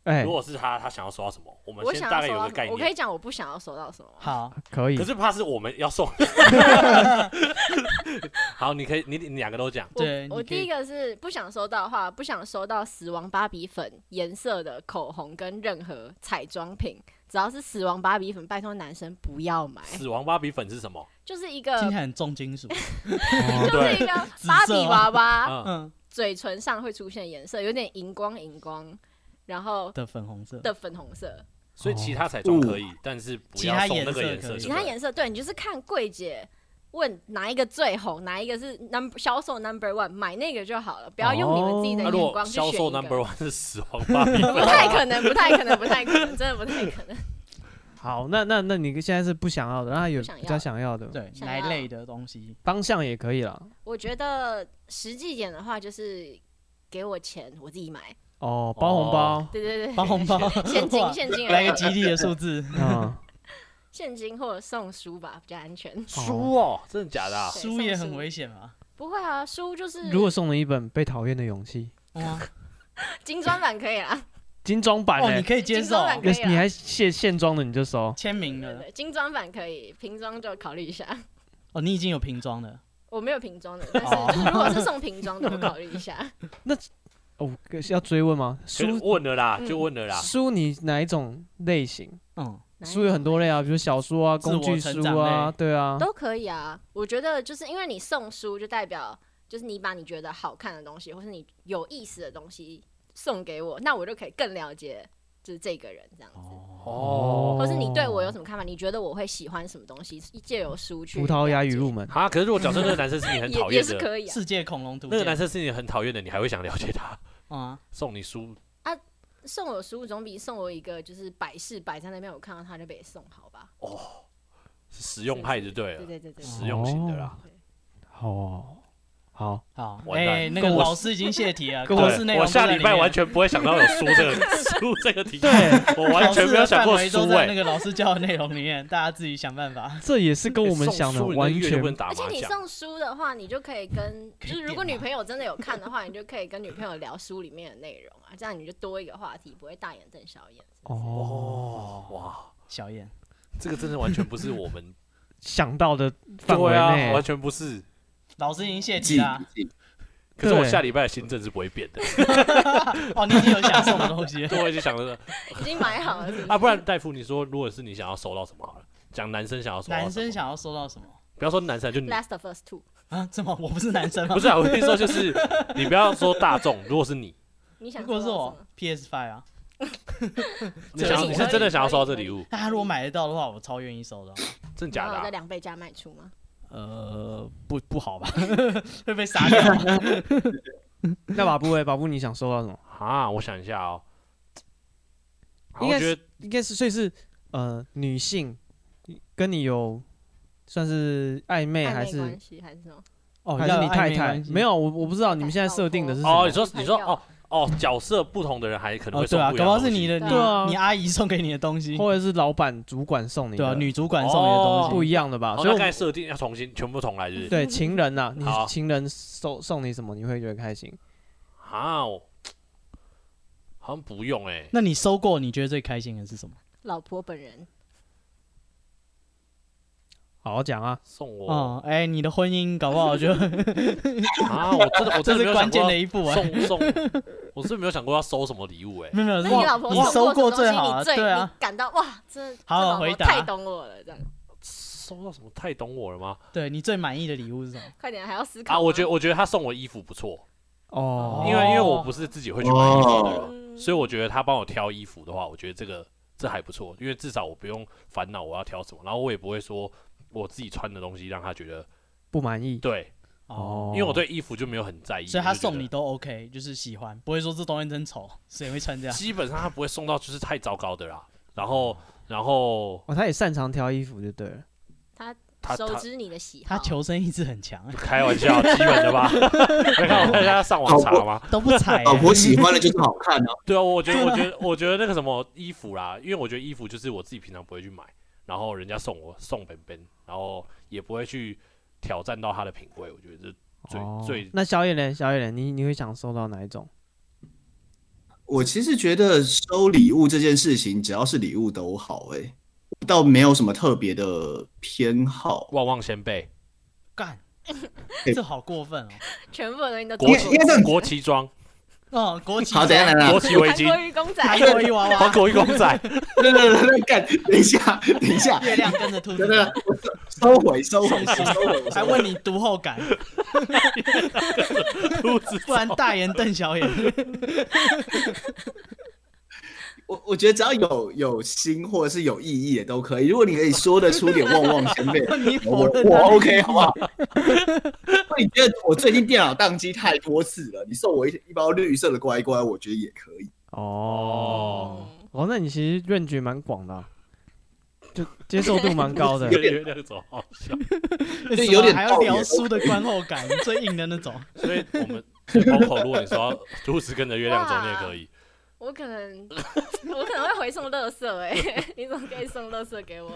[SPEAKER 1] 哎
[SPEAKER 3] 如，果是他，他想要收到什么，我们
[SPEAKER 4] 我
[SPEAKER 3] 先
[SPEAKER 4] 想
[SPEAKER 3] 大
[SPEAKER 4] 要
[SPEAKER 3] 概
[SPEAKER 4] 收
[SPEAKER 3] 有
[SPEAKER 4] 到
[SPEAKER 3] 个
[SPEAKER 4] 什
[SPEAKER 3] 概
[SPEAKER 4] 么？我可以
[SPEAKER 3] 念。
[SPEAKER 4] 讲我不想要收到什么吗？
[SPEAKER 2] 好，
[SPEAKER 1] 可以
[SPEAKER 3] 可。是怕是我们要送。好，你可以，你你两个都讲。
[SPEAKER 4] 我
[SPEAKER 2] 对你
[SPEAKER 4] 我
[SPEAKER 2] 可以
[SPEAKER 4] 第一个是不想收到的话，不想收到死亡芭比粉颜色的口红跟任何彩妆品，只要是死亡芭比粉，拜托男生不要买，
[SPEAKER 3] 死亡芭比粉是什么？
[SPEAKER 4] 就是一
[SPEAKER 2] 听
[SPEAKER 4] 个
[SPEAKER 2] 起来很重金属。
[SPEAKER 1] 哦
[SPEAKER 4] 就是一个
[SPEAKER 2] 紫
[SPEAKER 4] 芭比
[SPEAKER 2] 色
[SPEAKER 4] 娃娃，
[SPEAKER 3] 嗯，
[SPEAKER 2] 嗯
[SPEAKER 4] 嘴唇上会出现颜色，有点荧光荧光，然后
[SPEAKER 2] 的粉红色。
[SPEAKER 4] 的粉红色，
[SPEAKER 3] 所以其他彩妆可以，但是不
[SPEAKER 2] 其
[SPEAKER 3] 要
[SPEAKER 2] 他
[SPEAKER 3] 送那个
[SPEAKER 2] 颜色
[SPEAKER 3] 颜
[SPEAKER 2] 可
[SPEAKER 3] 色就
[SPEAKER 2] 以
[SPEAKER 3] 对了。
[SPEAKER 4] 其他颜色对你就是看柜姐问哪一个最红，哪一个是 number 销售 number one，买那个就好了，不要用你们自己的
[SPEAKER 3] 哦那如
[SPEAKER 2] 哦
[SPEAKER 4] 眼
[SPEAKER 3] 果
[SPEAKER 4] 光去选
[SPEAKER 3] 销
[SPEAKER 4] 一
[SPEAKER 3] 售 number
[SPEAKER 4] 个。
[SPEAKER 3] one 是死亡芭比
[SPEAKER 4] 不
[SPEAKER 3] 粉，
[SPEAKER 4] 太可能，不太可能，不太可 能，真的不太可能。
[SPEAKER 1] 好，那那那你现在是不想要的，那有
[SPEAKER 4] 不想要
[SPEAKER 1] 比较想要的
[SPEAKER 2] 对，
[SPEAKER 4] 想
[SPEAKER 2] 奶
[SPEAKER 4] 要
[SPEAKER 2] 类的东西。
[SPEAKER 1] 方向也可以啦。
[SPEAKER 4] 我觉得实际一点的话，就是给我钱，我自己买。
[SPEAKER 1] 哦，包红包，
[SPEAKER 4] 对对对，，
[SPEAKER 2] 包红包
[SPEAKER 4] 现金
[SPEAKER 2] 哇
[SPEAKER 4] 现金 而
[SPEAKER 2] 来
[SPEAKER 4] 已
[SPEAKER 2] 个吉利的数字。
[SPEAKER 1] 嗯，
[SPEAKER 4] 现金或者送书吧，比较安全。
[SPEAKER 3] 书哦，真的假的啊？
[SPEAKER 4] 对
[SPEAKER 2] 书也
[SPEAKER 4] 送
[SPEAKER 2] 很
[SPEAKER 4] 书
[SPEAKER 2] 危险嘛。
[SPEAKER 4] 不会啊，书就是
[SPEAKER 1] 如果送了一本《被讨厌的勇气
[SPEAKER 2] 哇，
[SPEAKER 4] 金砖版可以啦，》
[SPEAKER 1] 精装版
[SPEAKER 2] 哦，
[SPEAKER 1] 的、
[SPEAKER 2] 你可以接
[SPEAKER 4] 金
[SPEAKER 2] 受
[SPEAKER 4] 钟奖可
[SPEAKER 1] 那
[SPEAKER 4] 以啦
[SPEAKER 1] 你还现现装的你就收，
[SPEAKER 2] 签名
[SPEAKER 4] 对
[SPEAKER 2] 的。
[SPEAKER 4] 对，精装版可以，瓶装就考虑一下。
[SPEAKER 2] 哦，你已经有瓶装的。
[SPEAKER 4] 我没有瓶装的，但是就是如果是送瓶装的，我考虑一 下。
[SPEAKER 1] 哦，可是要追问吗？
[SPEAKER 3] 就
[SPEAKER 1] 书
[SPEAKER 3] 问了啦，
[SPEAKER 4] 嗯
[SPEAKER 3] 就问了啦。
[SPEAKER 1] 书你哪一种类型？
[SPEAKER 2] 嗯，
[SPEAKER 1] 书有很多类啊，比如小说啊、
[SPEAKER 2] 自我
[SPEAKER 1] 工具
[SPEAKER 2] 成
[SPEAKER 1] 书
[SPEAKER 2] 长
[SPEAKER 1] 啊，
[SPEAKER 2] 类
[SPEAKER 1] 对啊。
[SPEAKER 4] 都可以啊。我觉得就是因为你送书，就代表就是你把你觉得好看的东西，或是你有意思的东西送给我，那我就可以更了解就是这个人这样子。
[SPEAKER 3] 哦
[SPEAKER 4] 或是你对我有什么看法？你觉得我会喜欢什么东西？借由书去
[SPEAKER 1] 葡萄牙
[SPEAKER 4] 了
[SPEAKER 1] 语
[SPEAKER 4] 解
[SPEAKER 1] 入门，
[SPEAKER 3] 啊，可是如果假设那个男生是你很讨
[SPEAKER 4] 也也
[SPEAKER 3] 厌
[SPEAKER 4] 是
[SPEAKER 3] 的，
[SPEAKER 4] 可以啊。
[SPEAKER 2] 世界恐龙图
[SPEAKER 3] 那个男
[SPEAKER 2] 鉴
[SPEAKER 3] 生是你很讨厌的，你还会想了解他，
[SPEAKER 2] 啊，
[SPEAKER 3] 送你书
[SPEAKER 4] 送我书总比送我一个就是摆饰摆在那边，我看到它就被送好吧？
[SPEAKER 3] 是实用派就对啊
[SPEAKER 4] 对
[SPEAKER 3] 了，
[SPEAKER 4] 对对对，
[SPEAKER 3] 实用型的啦。
[SPEAKER 1] 好哦，好，
[SPEAKER 2] 好，
[SPEAKER 3] 完蛋
[SPEAKER 2] 哎，那个
[SPEAKER 1] 跟我
[SPEAKER 2] 老师已经泄题 了，
[SPEAKER 1] 跟
[SPEAKER 2] 考
[SPEAKER 3] 对
[SPEAKER 2] 试内
[SPEAKER 3] 我
[SPEAKER 2] 容都
[SPEAKER 3] 下
[SPEAKER 2] 在
[SPEAKER 3] 礼拜
[SPEAKER 2] 里面
[SPEAKER 3] 完全不会想到有书这 个书这个题，
[SPEAKER 1] 对，
[SPEAKER 3] 我完全没有想过
[SPEAKER 2] 考试的范围
[SPEAKER 3] 书
[SPEAKER 2] 都在那
[SPEAKER 3] 哎。
[SPEAKER 2] 个老师教的内容里面，大家自己想办法。
[SPEAKER 1] 这也是跟我们
[SPEAKER 3] 送
[SPEAKER 1] 想的
[SPEAKER 3] 书你那
[SPEAKER 1] 完
[SPEAKER 3] 月就
[SPEAKER 1] 全
[SPEAKER 3] 不能打
[SPEAKER 4] 而且
[SPEAKER 3] 麻
[SPEAKER 4] 你
[SPEAKER 3] 将，
[SPEAKER 4] 送书的话，你就可以跟，
[SPEAKER 2] 可以
[SPEAKER 4] 就是如
[SPEAKER 2] 变
[SPEAKER 4] 果女
[SPEAKER 2] 嘛
[SPEAKER 4] 朋友真的有看的话，你就可以跟女朋友聊书里面的内容啊，这样你就多一个话题，不会大眼瞪小眼。
[SPEAKER 1] 哦，
[SPEAKER 3] 哇，
[SPEAKER 2] 小燕，
[SPEAKER 3] 这个真的完全不是我们，
[SPEAKER 1] 想到的 范围
[SPEAKER 3] 对啊，
[SPEAKER 1] 内
[SPEAKER 3] 完，全不是。
[SPEAKER 2] 老师已经泄题
[SPEAKER 5] 记
[SPEAKER 2] 啦。
[SPEAKER 5] 记
[SPEAKER 3] 可是我
[SPEAKER 1] 对
[SPEAKER 3] 下礼拜的新政是不会变的，
[SPEAKER 2] 哦，你已经有想送的东西了。
[SPEAKER 3] 对，我已经想着
[SPEAKER 4] 已经买好了是不是，
[SPEAKER 3] 啊，不然大夫，你说如果是你想要收到什么好了，讲男生想要收到什么，
[SPEAKER 2] 男生想要收到什么
[SPEAKER 3] 不要说男生，啊就你
[SPEAKER 4] Last of Us Two，
[SPEAKER 2] 啊？怎么我不是男生吗
[SPEAKER 3] 不？是啊，我跟你 说，就是你不要说大众，如果是你，
[SPEAKER 4] 你想
[SPEAKER 2] 如果
[SPEAKER 4] 收
[SPEAKER 2] 是
[SPEAKER 4] 到什
[SPEAKER 2] 我
[SPEAKER 4] 么？
[SPEAKER 2] PS Five 啊，
[SPEAKER 3] 你想
[SPEAKER 2] 这
[SPEAKER 3] 要
[SPEAKER 2] 个是
[SPEAKER 3] 你是真的想要收到这礼物，
[SPEAKER 2] 那他如果买得到的话，我超愿意收的啊。
[SPEAKER 3] 真的假
[SPEAKER 4] 然
[SPEAKER 3] 的
[SPEAKER 4] 后
[SPEAKER 3] 啊
[SPEAKER 4] 哦在？两倍价卖出吗？
[SPEAKER 2] 呃，不不好吧？会被杀 掉。
[SPEAKER 1] 那把布哎，把布你想收到什么？
[SPEAKER 3] 啊，我想一下哦，好
[SPEAKER 1] 应
[SPEAKER 3] 我
[SPEAKER 1] 该
[SPEAKER 3] 觉
[SPEAKER 1] 是
[SPEAKER 3] 得
[SPEAKER 1] 应该是所以是呃女性跟你有算是暧昧
[SPEAKER 4] 暧
[SPEAKER 1] 哎还
[SPEAKER 4] 昧
[SPEAKER 1] 是
[SPEAKER 4] 关系还是什么？
[SPEAKER 1] 哦还
[SPEAKER 2] 还是
[SPEAKER 1] 是你
[SPEAKER 2] 暧
[SPEAKER 1] 太
[SPEAKER 2] 昧
[SPEAKER 1] 太
[SPEAKER 2] 关？系
[SPEAKER 1] 没有，我我不知道你们现在
[SPEAKER 4] 老
[SPEAKER 1] 设定的是
[SPEAKER 4] 婆
[SPEAKER 1] 什
[SPEAKER 3] 哦，
[SPEAKER 1] 么
[SPEAKER 3] 你。说你说
[SPEAKER 4] 朋友
[SPEAKER 3] 哦哦，角色不同的人还可
[SPEAKER 2] 哦，
[SPEAKER 3] 能会送
[SPEAKER 2] 对啊，
[SPEAKER 3] 不一
[SPEAKER 2] 搞不
[SPEAKER 3] 样
[SPEAKER 2] 好
[SPEAKER 3] 东
[SPEAKER 2] 是
[SPEAKER 3] 西
[SPEAKER 2] 你的
[SPEAKER 4] 对
[SPEAKER 2] 你
[SPEAKER 1] 啊
[SPEAKER 2] 你阿姨送给你的东西，
[SPEAKER 1] 或者是老板主管送你
[SPEAKER 2] 对啊，
[SPEAKER 1] 的，
[SPEAKER 2] 女主管送你的东
[SPEAKER 3] 哦
[SPEAKER 2] 西
[SPEAKER 1] 不一样的吧？
[SPEAKER 3] 哦，
[SPEAKER 1] 所
[SPEAKER 3] 那
[SPEAKER 1] 以
[SPEAKER 3] 刚
[SPEAKER 1] 我
[SPEAKER 3] 才设定要重新全部重来，就是
[SPEAKER 1] 对情人呐，你
[SPEAKER 3] 好
[SPEAKER 1] 情人送送你什么，你会觉得开心？
[SPEAKER 3] 啊，我好像不用哎，
[SPEAKER 2] 那你收过你觉得最开心的是什么？
[SPEAKER 4] 老婆本人，
[SPEAKER 1] 好好讲啊，
[SPEAKER 3] 送我
[SPEAKER 2] 哦，哎，你的婚姻搞不好就
[SPEAKER 3] 啊，我真的我真
[SPEAKER 2] 这
[SPEAKER 3] 的
[SPEAKER 2] 是
[SPEAKER 3] 没有
[SPEAKER 2] 关
[SPEAKER 3] 想
[SPEAKER 2] 键
[SPEAKER 3] 过
[SPEAKER 2] 的一步
[SPEAKER 3] 要
[SPEAKER 2] 啊。
[SPEAKER 3] 送送，我是没有想过要收什么礼物哎，
[SPEAKER 2] 没有没有，
[SPEAKER 4] 那
[SPEAKER 2] 是
[SPEAKER 4] 你老婆
[SPEAKER 2] 你收过
[SPEAKER 4] 过什
[SPEAKER 2] 最
[SPEAKER 4] 么东西
[SPEAKER 2] 好啊，
[SPEAKER 4] 你最
[SPEAKER 2] 对啊，
[SPEAKER 4] 你感到哇，这
[SPEAKER 2] 好好
[SPEAKER 4] 这老婆
[SPEAKER 2] 回答啊
[SPEAKER 4] 太懂我了，这样
[SPEAKER 3] 收到什么太懂我了吗？
[SPEAKER 2] 对你最满意的礼物是什么？
[SPEAKER 4] 快点还要思考
[SPEAKER 3] 啊，我觉
[SPEAKER 4] 吗
[SPEAKER 3] 得我觉得他送我衣服不错，
[SPEAKER 1] 哦，
[SPEAKER 3] 因为因为我不是自己会去买衣服的人。
[SPEAKER 5] 哦，
[SPEAKER 4] 嗯
[SPEAKER 3] 所以我觉得他帮我挑衣服的话，我觉得这个这还不错，因为至少我不用烦恼我要挑什么，然后我也不会说我自己穿的东西让他觉得
[SPEAKER 1] 不满意
[SPEAKER 3] 对，
[SPEAKER 1] 哦，
[SPEAKER 3] 因为我对衣服就没有很在意，
[SPEAKER 2] 所以他
[SPEAKER 3] 我就觉得
[SPEAKER 2] 送你都 OK，就是喜欢，不会说这东西真丑，谁会穿这样？
[SPEAKER 3] 基本上他不会送到就是太糟糕的啦。然后，然后
[SPEAKER 1] 哦，他也擅长挑衣服就对了，
[SPEAKER 3] 他
[SPEAKER 4] 熟
[SPEAKER 3] 他
[SPEAKER 4] 知你的喜好，
[SPEAKER 2] 他求生意志很 强，
[SPEAKER 3] 开玩笑，基本的 吧？没看我大家上网查吗？
[SPEAKER 2] 都不
[SPEAKER 1] 啊
[SPEAKER 2] 踩、
[SPEAKER 5] 老婆哦喜欢的就是好看啊，
[SPEAKER 3] 对啊，我觉得，我觉得， 我觉得那个什么衣服啦，因为我觉得衣服就是我自己平常不会去买，然后人家送我送本本，然后也不会去挑战到他的品味，我觉得这最、
[SPEAKER 1] 哦
[SPEAKER 3] 最
[SPEAKER 1] 那小野人，小野人，你你会想收到哪一种？
[SPEAKER 5] 我其实觉得收礼物这件事情，只要是礼物都好、欸，倒没有什么特别的偏好。
[SPEAKER 3] 旺旺先辈
[SPEAKER 2] 干，
[SPEAKER 5] 对
[SPEAKER 2] 这好过分哦！
[SPEAKER 4] 全部的东西都
[SPEAKER 3] 国
[SPEAKER 5] 因为
[SPEAKER 3] 旗
[SPEAKER 5] 因为这样
[SPEAKER 3] 国旗装、
[SPEAKER 2] 嗯，国旗
[SPEAKER 5] 好，等一下，等一下
[SPEAKER 3] 国
[SPEAKER 5] 等
[SPEAKER 3] 旗围
[SPEAKER 4] 韩国
[SPEAKER 3] 巾、
[SPEAKER 4] 鱼公仔，
[SPEAKER 2] 还有一娃
[SPEAKER 3] 黄
[SPEAKER 2] 娃，
[SPEAKER 3] 狗一公仔，
[SPEAKER 5] 一下，等 等等，干，等一下，等 一下，
[SPEAKER 2] 月亮跟着兔子
[SPEAKER 5] 等等
[SPEAKER 2] 走，，
[SPEAKER 5] 我收回，收回，收
[SPEAKER 2] 送
[SPEAKER 5] 回，我
[SPEAKER 2] 还
[SPEAKER 5] 收回。
[SPEAKER 2] 问你读后感，
[SPEAKER 3] 兔子
[SPEAKER 2] 不然大眼瞪小眼。，
[SPEAKER 5] 我我觉得只要有有心或者是有意义的都可以。如果你可以说得出点旺旺先辈
[SPEAKER 2] 你
[SPEAKER 5] 我
[SPEAKER 2] 否认
[SPEAKER 5] 我
[SPEAKER 2] 他
[SPEAKER 5] OK 好不 好？那你觉得我最近电脑宕机太多次了，你送我一一包绿色的乖乖，我觉得也可以。
[SPEAKER 1] 哦
[SPEAKER 3] 哦，
[SPEAKER 4] 嗯
[SPEAKER 1] 哦，那你其实认觉蛮广的啊、就接受度蛮高 的
[SPEAKER 3] 跟。月亮走好笑，
[SPEAKER 2] 为什么
[SPEAKER 5] 有点
[SPEAKER 2] 还要
[SPEAKER 5] 道理
[SPEAKER 2] 聊书的观后感，最硬的那种。
[SPEAKER 3] 所以我们。包口，如果你说要兔子跟着月亮走，你也可以。
[SPEAKER 4] 我可能我可能会回送垃圾哎、 你怎么可以送垃圾给我？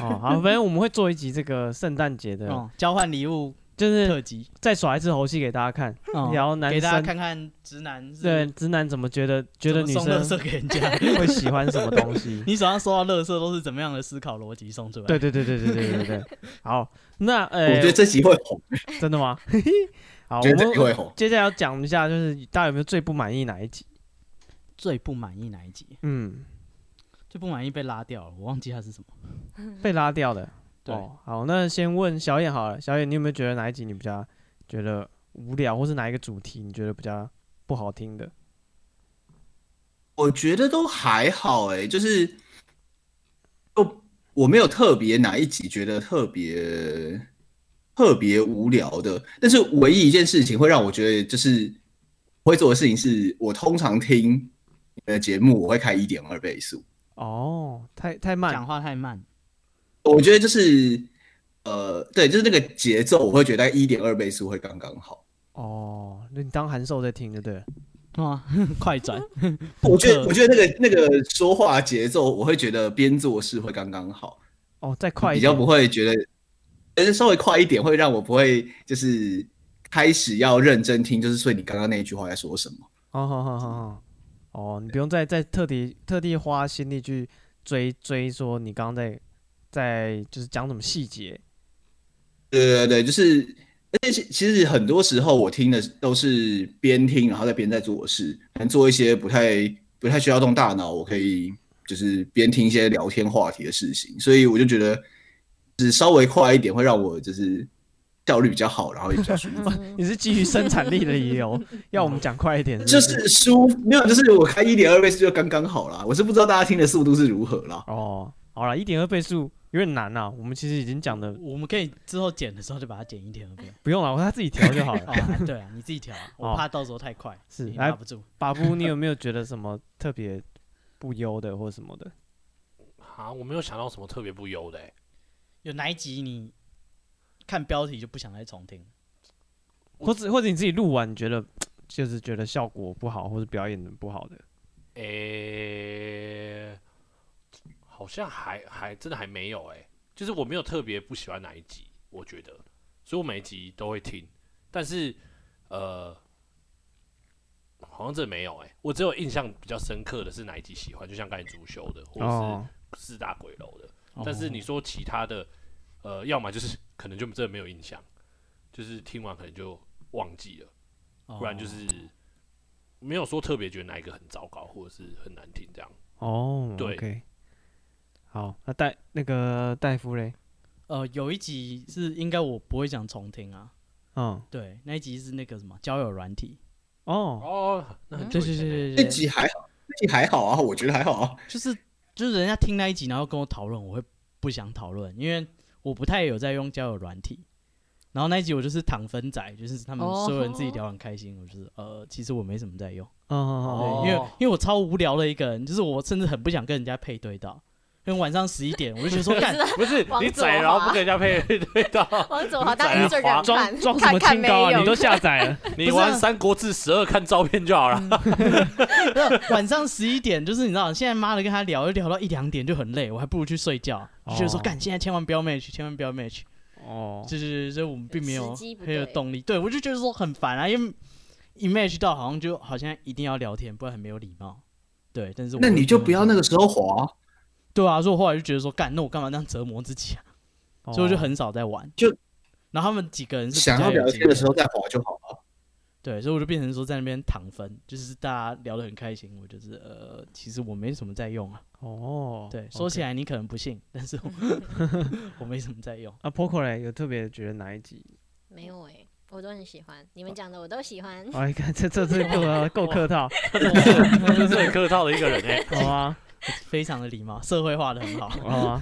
[SPEAKER 1] 哦，好，反正我们会做一集这个圣诞节
[SPEAKER 5] 啊
[SPEAKER 1] 的，
[SPEAKER 2] 嗯，交换礼物
[SPEAKER 1] 就是
[SPEAKER 2] 特辑，
[SPEAKER 1] 再耍一次猴戏给大家看，
[SPEAKER 2] 嗯，
[SPEAKER 1] 聊男
[SPEAKER 2] 给大家
[SPEAKER 1] 生
[SPEAKER 2] 看看直男是
[SPEAKER 1] 对直男怎么觉得觉得女
[SPEAKER 2] 怎
[SPEAKER 1] 生
[SPEAKER 2] 么送乐色给人家，。
[SPEAKER 1] 会喜欢什么东西
[SPEAKER 2] 你手上收到乐色都是怎么样的思考逻辑送出来？
[SPEAKER 1] 对，对对对对对对对。 好，那
[SPEAKER 5] 我
[SPEAKER 1] 呃
[SPEAKER 5] 觉，得这集会红，
[SPEAKER 1] 真的吗？ 好，我
[SPEAKER 5] 我觉
[SPEAKER 2] 哦
[SPEAKER 5] 得这集
[SPEAKER 1] 们
[SPEAKER 5] 会红。
[SPEAKER 1] 接下来要讲一下，就是大家有没有最不满意哪一集？
[SPEAKER 2] 最不满意哪一集？
[SPEAKER 1] 嗯，
[SPEAKER 2] 最不满意被拉掉了，我忘记它是什么。
[SPEAKER 1] 被拉掉的。
[SPEAKER 2] 对，
[SPEAKER 1] 哦，好，那先问小野好了，小野，你有没有觉得哪一集你比较觉得无聊，或是哪一个主题你觉得比较不好听的？
[SPEAKER 5] 我觉得都还好哎、就是就我没有特别哪一集觉得特别特别无聊的，但是唯一一件事情会让我觉得就是我会做的事情是，我通常听你们的节目，我会开一点二倍速。
[SPEAKER 1] 哦，太太
[SPEAKER 2] 讲
[SPEAKER 1] 慢，
[SPEAKER 2] 话太慢，
[SPEAKER 5] 我觉得就是呃，对，就是那个节奏，我会觉得一点二倍速会刚刚好。
[SPEAKER 1] 哦，那你当函授在听就对了。
[SPEAKER 2] 哇，啊 快转，
[SPEAKER 5] 我觉得我觉得那个那个说话节奏，我会觉得边做事会刚刚好。
[SPEAKER 1] 哦，再快一
[SPEAKER 5] 比较
[SPEAKER 1] 点，
[SPEAKER 5] 不会觉得，但是稍微快一点会让我不会就是开始要认真听，就是所以你刚刚那一句话在说什么？
[SPEAKER 1] 哦，好好好好，哦，你不用再再特地特地花心力去追追说你刚刚在在就是讲什么细节
[SPEAKER 5] 对对对，就是，而且其实很多时候我听的都是边听，然后再边在做事，可能做一些不太不太需要动大脑，我可以就是边听一些聊天话题的事情，所以我就觉得，就是稍微快一点会让我就是效率比较好，然后也比较舒服。
[SPEAKER 1] 你是基于生产力的理由要我们讲快一点，
[SPEAKER 5] 就是
[SPEAKER 1] 不是
[SPEAKER 5] 是舒服没有，就是我开一点二倍速就刚刚好啦。我是不知道大家听的速度是如何啦。
[SPEAKER 1] 哦，好了，一点二倍速有点难啊，我们其实已经讲的
[SPEAKER 2] 我们可以之后剪的时候就把它剪一点二 倍。
[SPEAKER 1] 不用了，他自己调就 好了。
[SPEAKER 2] 啊，对啊，你自己调啊，
[SPEAKER 1] 哦
[SPEAKER 2] 我怕到时候太快，
[SPEAKER 1] 是
[SPEAKER 2] 你
[SPEAKER 1] 来
[SPEAKER 2] 拿不住。
[SPEAKER 1] 巴布，你有没有觉得什么特别不优的或什么的？
[SPEAKER 3] 啊，我没有想到什么特别不优的、欸，
[SPEAKER 2] 有哪一集你看标题就不想再重听？
[SPEAKER 1] 或者或者你自己录完你觉得就是觉得效果不好，或者表演的不好的？
[SPEAKER 3] 诶、好像还还真的还没有诶、欸就是我没有特别不喜欢哪一集，我觉得，所以我每一集都会听，但是呃，好像真的没有诶、欸我只有印象比较深刻的是哪一集喜欢，就像刚才足球的，或者
[SPEAKER 1] 哦，
[SPEAKER 3] 是四大鬼楼的，
[SPEAKER 2] 哦
[SPEAKER 3] 但是你说其他的，呃，要么就是可能就真的没有印象，就是听完可能就忘记了，
[SPEAKER 2] 哦，
[SPEAKER 3] 不然就是没有说特别觉得哪一个很糟糕或者是很难听这样。
[SPEAKER 1] 哦，
[SPEAKER 3] 对
[SPEAKER 1] o k 好，那戴那个戴夫嘞，
[SPEAKER 2] 呃，有一集是应该我不会想重听啊。
[SPEAKER 1] 嗯，
[SPEAKER 2] 对，那一集是那个什么交友软体，
[SPEAKER 1] 哦，
[SPEAKER 3] 哦，那很久
[SPEAKER 2] 对
[SPEAKER 3] 以
[SPEAKER 2] 对
[SPEAKER 3] 前
[SPEAKER 2] 对
[SPEAKER 3] 欸
[SPEAKER 1] 啊
[SPEAKER 5] 那
[SPEAKER 2] 对
[SPEAKER 5] 集
[SPEAKER 2] 对，
[SPEAKER 5] 还好，那集还好啊，我觉得还好啊。
[SPEAKER 2] 就是就是人家听那一集，然后跟我讨论，我会不想讨论，因为我不太有在用交友软体。然后那一集我就是躺分仔，就是他们
[SPEAKER 4] 哦
[SPEAKER 2] 所有人自己聊很开心，我就是呃，其实我没什么在用。
[SPEAKER 1] 嗯嗯嗯，
[SPEAKER 3] 哦
[SPEAKER 2] 对，因为因为我超无聊的一个人，就是我甚至很不想跟人家配对到，因为晚上十一点我就觉得说干，
[SPEAKER 3] 不是啊
[SPEAKER 4] 王
[SPEAKER 3] 你
[SPEAKER 4] 佐
[SPEAKER 3] 宰，然后
[SPEAKER 4] 华
[SPEAKER 3] 不跟人家配 对 到，
[SPEAKER 4] 王总好
[SPEAKER 3] 宰
[SPEAKER 4] 当
[SPEAKER 3] 啊
[SPEAKER 4] 一个人
[SPEAKER 1] 装
[SPEAKER 4] 看，
[SPEAKER 1] 装什
[SPEAKER 4] 看
[SPEAKER 1] 么
[SPEAKER 4] 看
[SPEAKER 1] 清
[SPEAKER 4] 没
[SPEAKER 1] 高啊？
[SPEAKER 4] 用
[SPEAKER 1] 你都下载 了，
[SPEAKER 3] 你
[SPEAKER 2] 不是
[SPEAKER 3] 玩
[SPEAKER 2] 啊嗯
[SPEAKER 3] 《三国志》十二看照片就好了。
[SPEAKER 2] 没有晚上十一点就是你知道，现在妈的跟他聊，就聊到一两点就很累，我还不如去睡觉，就觉得说
[SPEAKER 1] 哦
[SPEAKER 2] 干，现在千万不要 match，千万不要 match，
[SPEAKER 1] 哦，
[SPEAKER 2] 就是就是我们并没有
[SPEAKER 4] 时机不
[SPEAKER 2] 很有
[SPEAKER 4] 对
[SPEAKER 2] 动力，对我就觉得说很烦啊，因为一 match 到好像就好像一定要聊天，不然很没有礼貌。对，但是
[SPEAKER 1] 啊
[SPEAKER 2] 我
[SPEAKER 5] 那你
[SPEAKER 2] 会
[SPEAKER 5] 就
[SPEAKER 2] 觉得
[SPEAKER 5] 不要
[SPEAKER 2] 说
[SPEAKER 5] 那个时候滑，
[SPEAKER 2] 对啊，所以我后来就觉得说干，那我干嘛这样折磨自己啊？
[SPEAKER 1] 哦
[SPEAKER 2] 所以我就，很少在玩。
[SPEAKER 5] 就
[SPEAKER 2] 然后他们几个
[SPEAKER 1] 啊
[SPEAKER 2] 人是比
[SPEAKER 5] 想要
[SPEAKER 2] 较有
[SPEAKER 5] 聊
[SPEAKER 2] 经
[SPEAKER 5] 天的
[SPEAKER 2] 验
[SPEAKER 5] 时候再滑就好了。
[SPEAKER 2] 对，所以我就变成说在那边躺分，就是大家聊得很开心。我就是呃，其实我没什么在用啊。
[SPEAKER 1] 哦，
[SPEAKER 2] 对，说起
[SPEAKER 1] 来，
[SPEAKER 2] 来你可能不信，但是我 我没什么在用。
[SPEAKER 1] 啊，Poco 嘞有特别觉得哪一 集？
[SPEAKER 4] 没有哎、我都很喜欢，你们讲的我都喜欢。
[SPEAKER 1] 哎，看这这次 够够客套，
[SPEAKER 3] 他真的是他真的是很客套的一个人哎。
[SPEAKER 1] 好吗？
[SPEAKER 2] 非常的礼貌，社会化的很好。
[SPEAKER 1] 好吗？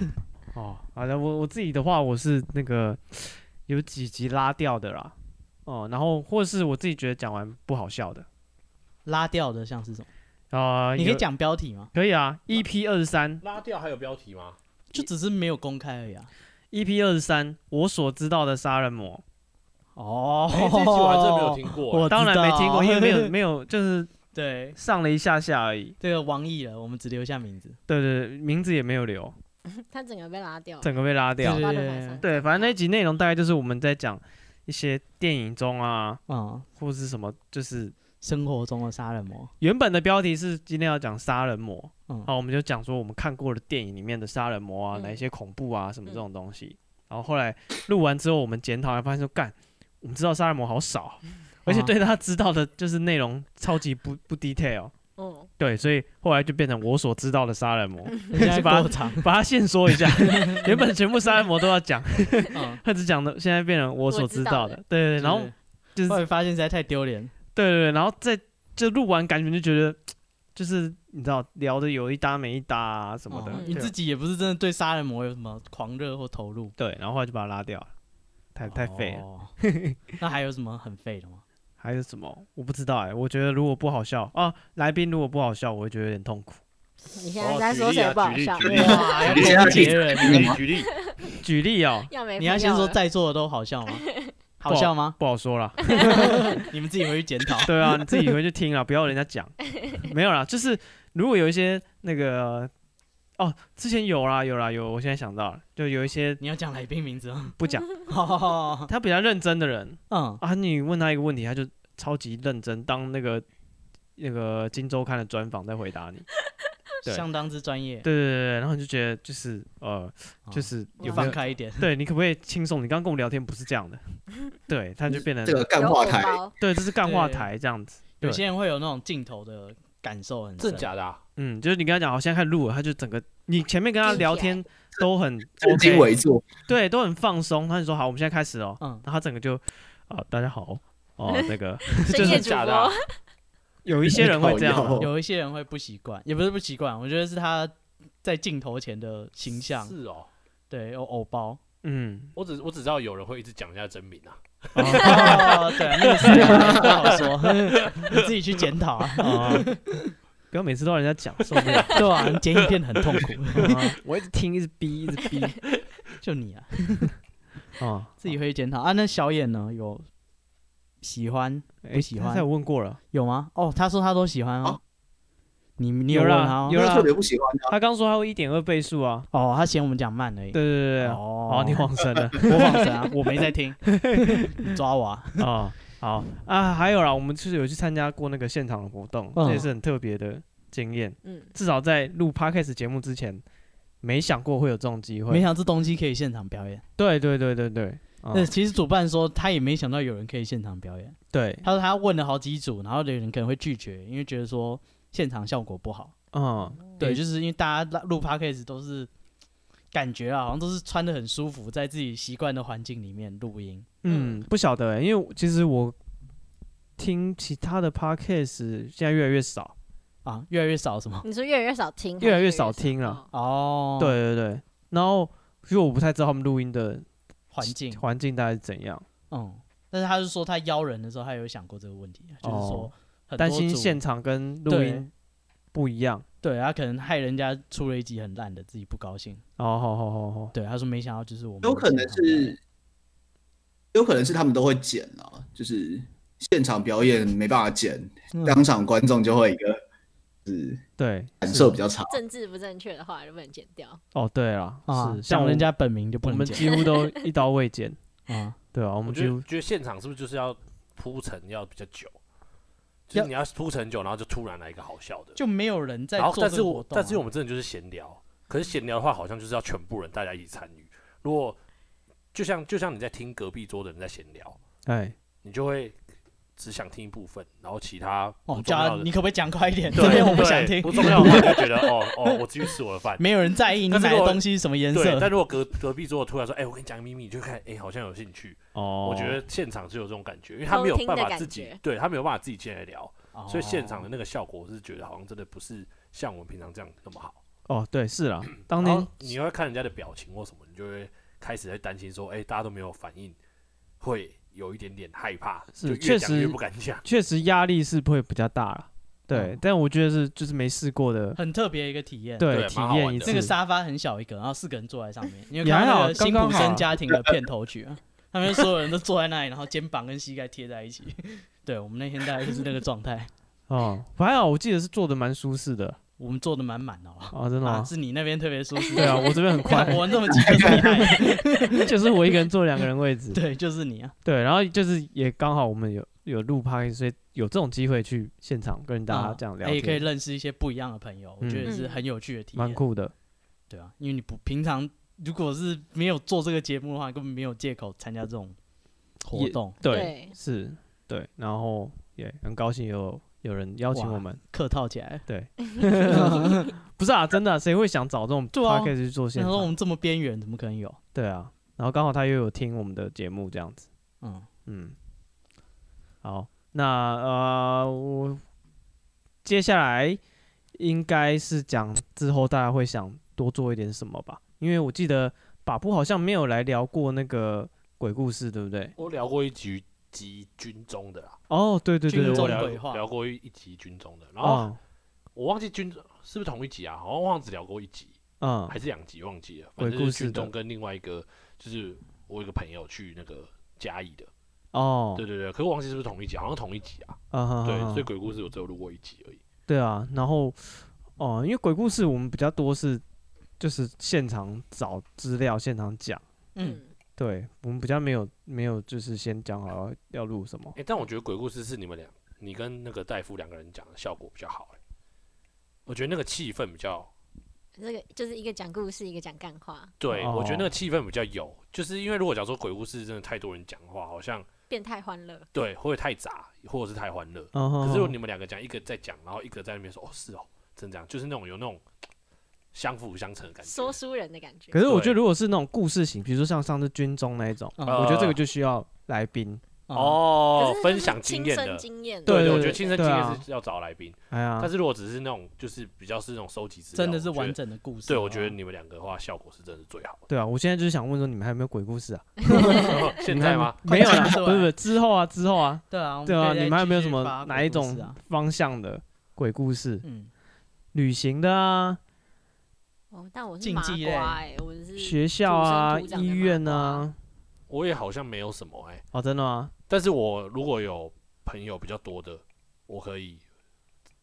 [SPEAKER 1] 哦，好的，我我自己的话，我是那个有几集拉掉的啦，哦，然后或是我自己觉得讲完不好笑的，
[SPEAKER 2] 拉掉的像是什么？
[SPEAKER 1] 啊，
[SPEAKER 2] 你可以
[SPEAKER 1] 有，
[SPEAKER 2] 讲标题吗？
[SPEAKER 1] 可以啊，EP 二十三
[SPEAKER 3] 拉掉还有标题吗？
[SPEAKER 2] 就只是没有公开而已啊。
[SPEAKER 1] ，EP ，E 二十三，我所知道的杀人魔，
[SPEAKER 2] 哦，
[SPEAKER 3] 哎，这一集我还真的没有听过
[SPEAKER 2] 我。
[SPEAKER 3] 哎。
[SPEAKER 1] 当然没听过，因为没有
[SPEAKER 2] 哦
[SPEAKER 1] 没有，就是
[SPEAKER 2] 对，
[SPEAKER 1] 上了一下下而已。
[SPEAKER 2] 这个王毅了，我们只留下名字。
[SPEAKER 1] 对对对，名字也没有留，
[SPEAKER 4] 他整个被拉掉，
[SPEAKER 1] 整个被拉掉
[SPEAKER 2] 哦
[SPEAKER 3] 啊
[SPEAKER 2] 对。
[SPEAKER 4] 八六百三
[SPEAKER 1] 对，反正那集内容大概就是我们在讲一些电影中啊，
[SPEAKER 2] 嗯，
[SPEAKER 1] 或是什么，就是
[SPEAKER 2] 生活中的杀人 魔。
[SPEAKER 1] 原本的标题是今天要讲杀人魔，
[SPEAKER 2] 嗯，
[SPEAKER 1] 好，我们就讲说我们看过的电影里面的杀人魔啊，
[SPEAKER 4] 嗯
[SPEAKER 1] 哪一些恐怖啊，
[SPEAKER 2] 嗯
[SPEAKER 1] 什么这种东西。然后后来录完之后，我们检讨，还发现说，干，我们知道杀人魔好少，啊
[SPEAKER 2] 嗯
[SPEAKER 1] 而
[SPEAKER 2] 啊
[SPEAKER 1] 且对他知道的就是内容超级不不 detail。
[SPEAKER 4] 嗯，
[SPEAKER 1] 对，所以后来就变成我所知道的杀人魔，
[SPEAKER 2] 人家
[SPEAKER 1] 就把它
[SPEAKER 2] 过场。
[SPEAKER 1] 把它现说一下。原本全部杀人魔都要讲，
[SPEAKER 2] 嗯，
[SPEAKER 1] 他只讲的，现在 变成我所知道的。对对对，然后
[SPEAKER 2] 是
[SPEAKER 1] 就是
[SPEAKER 2] 后来发现实在太丢脸。
[SPEAKER 1] 对对对，然后再就录完感觉就觉得，就是你知道聊的有一搭没一搭啊什么的
[SPEAKER 2] 哦，
[SPEAKER 1] 对
[SPEAKER 2] 你自己也不是真的对杀人魔有什么狂热或投入，
[SPEAKER 1] 对，然后后来就把他拉掉了，太太废了。
[SPEAKER 2] 哦 那还有什么很废的吗？
[SPEAKER 1] 还有什么我不知道哎、我觉得如果不好笑啊，来宾如果不好笑，我会觉得有点痛苦。
[SPEAKER 4] 你现在在说谁不好笑？
[SPEAKER 3] 哦举例啊
[SPEAKER 2] 哇，要
[SPEAKER 5] 你先
[SPEAKER 2] 攻击人，
[SPEAKER 3] 举例举 例，
[SPEAKER 1] 举例哦、
[SPEAKER 4] 要没
[SPEAKER 3] 啊
[SPEAKER 2] 你要先说在座的都好笑 吗？好笑吗？
[SPEAKER 1] 不好说啦。
[SPEAKER 2] 你们自己回去检讨。
[SPEAKER 1] 对啊，你自己回去听啦，不要人家 讲。没有啦，就是如果有一些那个哦，之前有啦有啦有，我现在想到了，就有一些
[SPEAKER 2] 你要讲来宾名字吗？
[SPEAKER 1] 不 讲，
[SPEAKER 2] 哦
[SPEAKER 1] 他比较认真的人
[SPEAKER 2] 嗯，
[SPEAKER 1] 啊，你问他一个问题，他就超级认真，当那个那个《金周刊》的专访在回答你。对
[SPEAKER 2] 相当之专业，
[SPEAKER 1] 对对对对，然后你就觉得就是呃，
[SPEAKER 2] 哦
[SPEAKER 1] 就是有没
[SPEAKER 2] 放
[SPEAKER 1] 有？
[SPEAKER 2] 开一点。
[SPEAKER 1] 对你可不可以轻松？你刚刚跟我聊天不是这 样的，对，他就变成
[SPEAKER 5] 这个干话台，
[SPEAKER 1] 对，啊这是干话
[SPEAKER 2] 对
[SPEAKER 1] 台这样子。对
[SPEAKER 2] 有些人会有那种镜头的感受很深
[SPEAKER 3] 真。假的啊？
[SPEAKER 1] 嗯，就是你跟他讲，好像开始录了，他就整个你前面跟他聊天都很
[SPEAKER 5] 正襟
[SPEAKER 1] OK，
[SPEAKER 5] 危坐，
[SPEAKER 1] 对，都很放松。他就说好，我们现在开始哦。
[SPEAKER 2] 嗯
[SPEAKER 1] 然后他整个就啊、大家好哦，那 个
[SPEAKER 4] 深夜主
[SPEAKER 3] 假的啊
[SPEAKER 4] 播，
[SPEAKER 1] 有一些人会这样
[SPEAKER 5] 靠
[SPEAKER 1] 啊
[SPEAKER 5] 腰，
[SPEAKER 2] 有一些人会不习惯，也不是不习惯，我觉得是他在镜头前的形象，
[SPEAKER 3] 是哦。
[SPEAKER 2] 对，有偶 包。
[SPEAKER 1] 嗯，
[SPEAKER 3] 我只我只知道有人会一直讲人家的真名啊，
[SPEAKER 2] 哦，对，那个是不好说， 你自己去检讨啊。
[SPEAKER 1] 啊， 不要每次都让人家讲，受不 了。
[SPEAKER 2] 对啊，你剪影片很痛苦，
[SPEAKER 1] 啊我一直听，一直逼，一直逼
[SPEAKER 2] 就你啊，
[SPEAKER 1] 啊，
[SPEAKER 2] 自己会去检讨啊。那小眼呢？有喜欢
[SPEAKER 1] 哎，
[SPEAKER 2] 喜欢
[SPEAKER 1] 刚才我问过了，
[SPEAKER 2] 有吗？哦，他说他都喜欢哦
[SPEAKER 5] 啊。
[SPEAKER 2] 你你
[SPEAKER 1] 有
[SPEAKER 2] 问
[SPEAKER 1] 啦
[SPEAKER 2] 他哦
[SPEAKER 1] 有
[SPEAKER 5] 因为
[SPEAKER 1] 啦
[SPEAKER 5] 特别不喜欢啊他。
[SPEAKER 1] 他刚说他会一点二倍速啊，
[SPEAKER 2] 哦，他嫌我们讲慢而已。
[SPEAKER 1] 对对对对，
[SPEAKER 2] 哦
[SPEAKER 1] 哦，你忘神了
[SPEAKER 2] 我忘神啊，我 没在 听，你抓我啊！
[SPEAKER 1] 啊。好啊，还有啦，我们就是有去参加过那个现场的活动，
[SPEAKER 2] 嗯
[SPEAKER 1] 这也是很特别的经验。
[SPEAKER 4] 嗯，
[SPEAKER 1] 至少在录 podcast 节目之前，没想过会有这种机
[SPEAKER 2] 没
[SPEAKER 1] 会。
[SPEAKER 2] 想到这东西可以现场表演。
[SPEAKER 1] 对对对对对，啊
[SPEAKER 2] 那其实主办说他也没想到有人可以现场表演，
[SPEAKER 1] 对，
[SPEAKER 2] 他说他问了好几组，然后有人可能会拒绝，因为觉得说现场效果不好。
[SPEAKER 1] 嗯，
[SPEAKER 2] 对，就是因为大家录 podcast 都是感觉啊，好像都是穿的很舒服，在自己习惯的环境里面录音。
[SPEAKER 1] 嗯，不晓得欸、因为我其实我听其他的 podcast 现在越来越少，
[SPEAKER 2] 啊，越来越少什么？
[SPEAKER 4] 你说越来越少听，
[SPEAKER 1] 越来越少听了。
[SPEAKER 2] 哦，，
[SPEAKER 1] 对对对，然后因为我不太知道他们录音的
[SPEAKER 2] 环境，
[SPEAKER 1] 环境大概是怎样，
[SPEAKER 2] 嗯，但是他是说他邀人的时候，他有想过这个问题，啊就是说
[SPEAKER 1] 哦
[SPEAKER 2] 很多
[SPEAKER 1] 担心
[SPEAKER 2] 组
[SPEAKER 1] 现场跟录
[SPEAKER 2] 对
[SPEAKER 1] 音不一样。
[SPEAKER 2] 对他可能害人家出了一集很烂的，自己不高兴。
[SPEAKER 1] 哦，好好好好，
[SPEAKER 2] 对，他说没想到就是我们
[SPEAKER 5] 有可能
[SPEAKER 1] 啊
[SPEAKER 5] 是，有可能是他们都会剪啊，就是现场表演没办法剪，
[SPEAKER 2] 嗯
[SPEAKER 5] 当场观众就会一个是
[SPEAKER 1] 对，
[SPEAKER 5] 感受比较差。
[SPEAKER 4] 政治不正确的话就不能剪掉。
[SPEAKER 1] 哦对了，
[SPEAKER 2] 啊，
[SPEAKER 1] 是像
[SPEAKER 2] 像
[SPEAKER 1] 我
[SPEAKER 2] 人家本名就
[SPEAKER 1] 我
[SPEAKER 2] 不能
[SPEAKER 1] 们
[SPEAKER 2] 讲
[SPEAKER 1] 几乎都一刀未剪，
[SPEAKER 2] 啊，
[SPEAKER 1] 对啊，我
[SPEAKER 3] 我
[SPEAKER 1] 们
[SPEAKER 3] 觉
[SPEAKER 1] 几
[SPEAKER 3] 得
[SPEAKER 1] 乎
[SPEAKER 3] 觉得现场是不是就是要铺陈要比较久，就
[SPEAKER 2] 要
[SPEAKER 3] 是你要铺陈久，然后就突然来一个好笑的，
[SPEAKER 2] 就没有人在
[SPEAKER 3] 然后
[SPEAKER 2] 做
[SPEAKER 3] 但
[SPEAKER 2] 这
[SPEAKER 3] 是
[SPEAKER 2] 个
[SPEAKER 3] 我
[SPEAKER 2] 活动
[SPEAKER 3] 但是
[SPEAKER 2] 啊
[SPEAKER 3] 我们真的就是闲聊，可是闲聊的话好像就是要全部人大家一起参与，如果就像就像你在听隔壁桌的人在闲聊，
[SPEAKER 1] 哎，
[SPEAKER 3] 你就会只想听一部分，然后其他
[SPEAKER 2] 哦
[SPEAKER 3] 不，重
[SPEAKER 2] 叫
[SPEAKER 3] 要
[SPEAKER 2] 他
[SPEAKER 3] 的
[SPEAKER 2] 你可不可以讲快一点？
[SPEAKER 3] 对
[SPEAKER 2] 这边 我不
[SPEAKER 3] 对
[SPEAKER 2] 想听，
[SPEAKER 3] 不重要的话你就觉得哦哦，我继续吃我的饭。
[SPEAKER 2] 没有人在意你
[SPEAKER 3] 但是
[SPEAKER 2] 买的
[SPEAKER 3] 如果
[SPEAKER 2] 东西是什么颜
[SPEAKER 3] 对，但
[SPEAKER 2] 色。
[SPEAKER 3] 如果隔隔壁桌突然说，哎、我跟你讲个秘密，你就看，哎、好像有兴趣。
[SPEAKER 1] 哦，
[SPEAKER 3] 我觉得现场是有这种感觉，因为他没有
[SPEAKER 4] 偷听的
[SPEAKER 3] 办法
[SPEAKER 4] 感
[SPEAKER 3] 自己
[SPEAKER 4] 觉，
[SPEAKER 3] 对他没有办法自己进来聊，
[SPEAKER 2] 哦
[SPEAKER 3] 所以现场的那个效果，我是觉得好像真的不是像我们平常这样那么好。
[SPEAKER 1] 哦，对，是 啦，当
[SPEAKER 3] 然
[SPEAKER 1] 年
[SPEAKER 3] 后你会看人家的表情或什么，你就会开始在担心说，哎、大家都没有反应，会有一点点害怕，
[SPEAKER 1] 是
[SPEAKER 3] 就
[SPEAKER 1] 确
[SPEAKER 3] 越讲
[SPEAKER 1] 实
[SPEAKER 3] 越不敢讲。
[SPEAKER 1] 确实压力是会比较大啦。对，
[SPEAKER 2] 嗯
[SPEAKER 1] 但我觉得是就是没试过 的，
[SPEAKER 2] 很特别一个体验。
[SPEAKER 1] 对，
[SPEAKER 3] 对
[SPEAKER 1] 体
[SPEAKER 3] 蛮好
[SPEAKER 1] 验
[SPEAKER 3] 玩
[SPEAKER 1] 一
[SPEAKER 3] 的
[SPEAKER 1] 次。
[SPEAKER 2] 那个沙发很小一个，然后四个人坐在上面。你有
[SPEAKER 1] 也
[SPEAKER 2] 看
[SPEAKER 1] 还
[SPEAKER 2] 到
[SPEAKER 1] 好
[SPEAKER 2] 那个辛
[SPEAKER 1] 刚
[SPEAKER 2] 普
[SPEAKER 1] 刚好
[SPEAKER 2] 森家庭的片头曲啊？他们就所有人都坐在那里，然后肩膀跟膝盖贴在一起。 对我们那天大概就是那个状态，
[SPEAKER 1] 哦，还好，我记得是坐的蛮舒适的
[SPEAKER 2] 我们坐的满满的哦。
[SPEAKER 1] 啊，真的
[SPEAKER 2] 啊，
[SPEAKER 1] 吗？
[SPEAKER 2] 是你那边特别舒 适。
[SPEAKER 1] 对啊，我这边很
[SPEAKER 2] 看
[SPEAKER 1] 宽，
[SPEAKER 2] 我们这么几个厉害。
[SPEAKER 1] 就是我一个人坐两个人位置。
[SPEAKER 2] 对，就是你啊。
[SPEAKER 1] 对，然后就是也刚好我们有有录拍，所以有这种机会去现场跟大家这样聊
[SPEAKER 2] 啊也可以
[SPEAKER 1] 天，
[SPEAKER 2] 认识一些不一样的朋友，我觉得
[SPEAKER 4] 嗯
[SPEAKER 2] 是很有趣的体
[SPEAKER 1] 蛮
[SPEAKER 2] 验。
[SPEAKER 1] 酷的。
[SPEAKER 2] 对啊，因为你不平常如果是没有做这个节目的话，根本没有借口参加这种活
[SPEAKER 1] 也
[SPEAKER 2] 动。
[SPEAKER 1] 对，
[SPEAKER 4] 对，
[SPEAKER 1] 是，对，然后也很高兴有有人邀请
[SPEAKER 2] 哇
[SPEAKER 1] 我们。
[SPEAKER 2] 客套起来，
[SPEAKER 1] 对，不是啊，真的啊，谁会想找这种
[SPEAKER 2] 对啊
[SPEAKER 1] podcast 去做现
[SPEAKER 2] 然后我
[SPEAKER 1] 场？
[SPEAKER 2] 们这么边缘，怎么可能有？
[SPEAKER 1] 对啊，然后刚好他又有听我们的节目这样子。
[SPEAKER 2] 嗯，
[SPEAKER 1] 嗯，好，那呃，我接下来应该是讲之后大家会想多做一点什么吧，因为我记得把布好像没有来聊过那个鬼故事，对不对？
[SPEAKER 3] 我聊过一集集军中的啦，
[SPEAKER 1] 哦，对对对
[SPEAKER 2] 军
[SPEAKER 1] 对，
[SPEAKER 2] 中
[SPEAKER 3] 我
[SPEAKER 1] 我
[SPEAKER 3] 聊
[SPEAKER 2] 鬼话
[SPEAKER 3] 聊过一一集军中的，然后
[SPEAKER 1] 嗯
[SPEAKER 3] 我忘记军是不是同一集啊？好像忘只聊过一集，
[SPEAKER 1] 嗯
[SPEAKER 3] 还是两集忘记了。
[SPEAKER 1] 鬼
[SPEAKER 3] 反正
[SPEAKER 1] 故
[SPEAKER 3] 就是
[SPEAKER 1] 事
[SPEAKER 3] 军
[SPEAKER 1] 的
[SPEAKER 3] 中跟另外一个，就是我有一个朋友去那个嘉义的，
[SPEAKER 1] 哦
[SPEAKER 3] 对，对对，可是我忘记是不是同一集，好像同一集啊。
[SPEAKER 1] 嗯哼
[SPEAKER 3] 对，
[SPEAKER 1] 哼哼
[SPEAKER 3] 所以鬼故事我只有录过一集而已。
[SPEAKER 1] 对啊，然后哦、因为鬼故事我们比较多是就是现场找资料，现场讲。
[SPEAKER 2] 嗯，
[SPEAKER 4] 嗯，
[SPEAKER 1] 对我们比较没有没有，就是先讲好要要录什么
[SPEAKER 3] 哎、但我觉得鬼故事是你们俩，你跟那个戴夫两个人讲的效果比较好、欸。我觉得那个气氛比较，
[SPEAKER 4] 这个就是一个讲故事，一个讲干话，
[SPEAKER 3] 对、我觉得
[SPEAKER 1] 哦
[SPEAKER 3] 那个气氛比较有，就是因为如果假如说鬼故事真的太多人讲话，好像
[SPEAKER 4] 变态欢乐。
[SPEAKER 3] 对会太杂，或者是太欢乐。
[SPEAKER 1] 嗯哼
[SPEAKER 3] 可
[SPEAKER 1] 哼，
[SPEAKER 3] 是你们两个讲，一个在讲，然后一个在那边说哦是哦，真这样，就是那种有那种相辅相成的感觉。
[SPEAKER 4] 说书人的感觉
[SPEAKER 1] 可。是我
[SPEAKER 3] 对
[SPEAKER 1] 觉得如果是那种故事型，比如说像上次军中那一种，
[SPEAKER 2] 嗯
[SPEAKER 1] 我觉得这个
[SPEAKER 3] 呃
[SPEAKER 1] 就需要来宾。
[SPEAKER 2] 啊
[SPEAKER 4] 可
[SPEAKER 3] 哦
[SPEAKER 4] 是就，是
[SPEAKER 3] 分享经
[SPEAKER 4] 亲
[SPEAKER 3] 验
[SPEAKER 4] 身
[SPEAKER 3] 的，
[SPEAKER 4] 经验的，
[SPEAKER 1] 对
[SPEAKER 3] 对
[SPEAKER 1] 对
[SPEAKER 3] 我觉
[SPEAKER 1] 对
[SPEAKER 3] 得亲身
[SPEAKER 1] 对
[SPEAKER 3] 经
[SPEAKER 1] 啊
[SPEAKER 3] 验是要找来宾，
[SPEAKER 1] 哎呀
[SPEAKER 3] 但，是如果只是那种就是比较是那种收集资
[SPEAKER 2] 啊
[SPEAKER 3] 料，
[SPEAKER 2] 真的
[SPEAKER 1] 啊
[SPEAKER 2] 是
[SPEAKER 3] 我觉得
[SPEAKER 2] 完。整的故事。啊
[SPEAKER 3] 对，我觉得你们两个的话，效果是真的是最好
[SPEAKER 1] 对啊，我现在就是想问说，你们还有没有鬼故事啊？
[SPEAKER 3] 的。 现在吗？
[SPEAKER 1] 没有
[SPEAKER 2] 快
[SPEAKER 1] 啦，
[SPEAKER 2] 讲出来
[SPEAKER 1] 不是不是，之后啊，之后啊，
[SPEAKER 2] 对啊，
[SPEAKER 1] 对啊，你们还有
[SPEAKER 2] 有
[SPEAKER 1] 没有什么哪一种方向的鬼故事？
[SPEAKER 2] 啊嗯，
[SPEAKER 1] 旅行的啊，
[SPEAKER 4] 哦，但我是
[SPEAKER 2] 竞
[SPEAKER 4] 麻
[SPEAKER 2] 技类
[SPEAKER 4] 瓜哎、我是
[SPEAKER 1] 学校啊，
[SPEAKER 4] 土生土长的
[SPEAKER 1] 医院
[SPEAKER 4] 麻
[SPEAKER 1] 啊，
[SPEAKER 3] 我也好像没有什么哎、
[SPEAKER 1] 哦，真的吗？
[SPEAKER 3] 但是我如果有朋友比较多的，我可以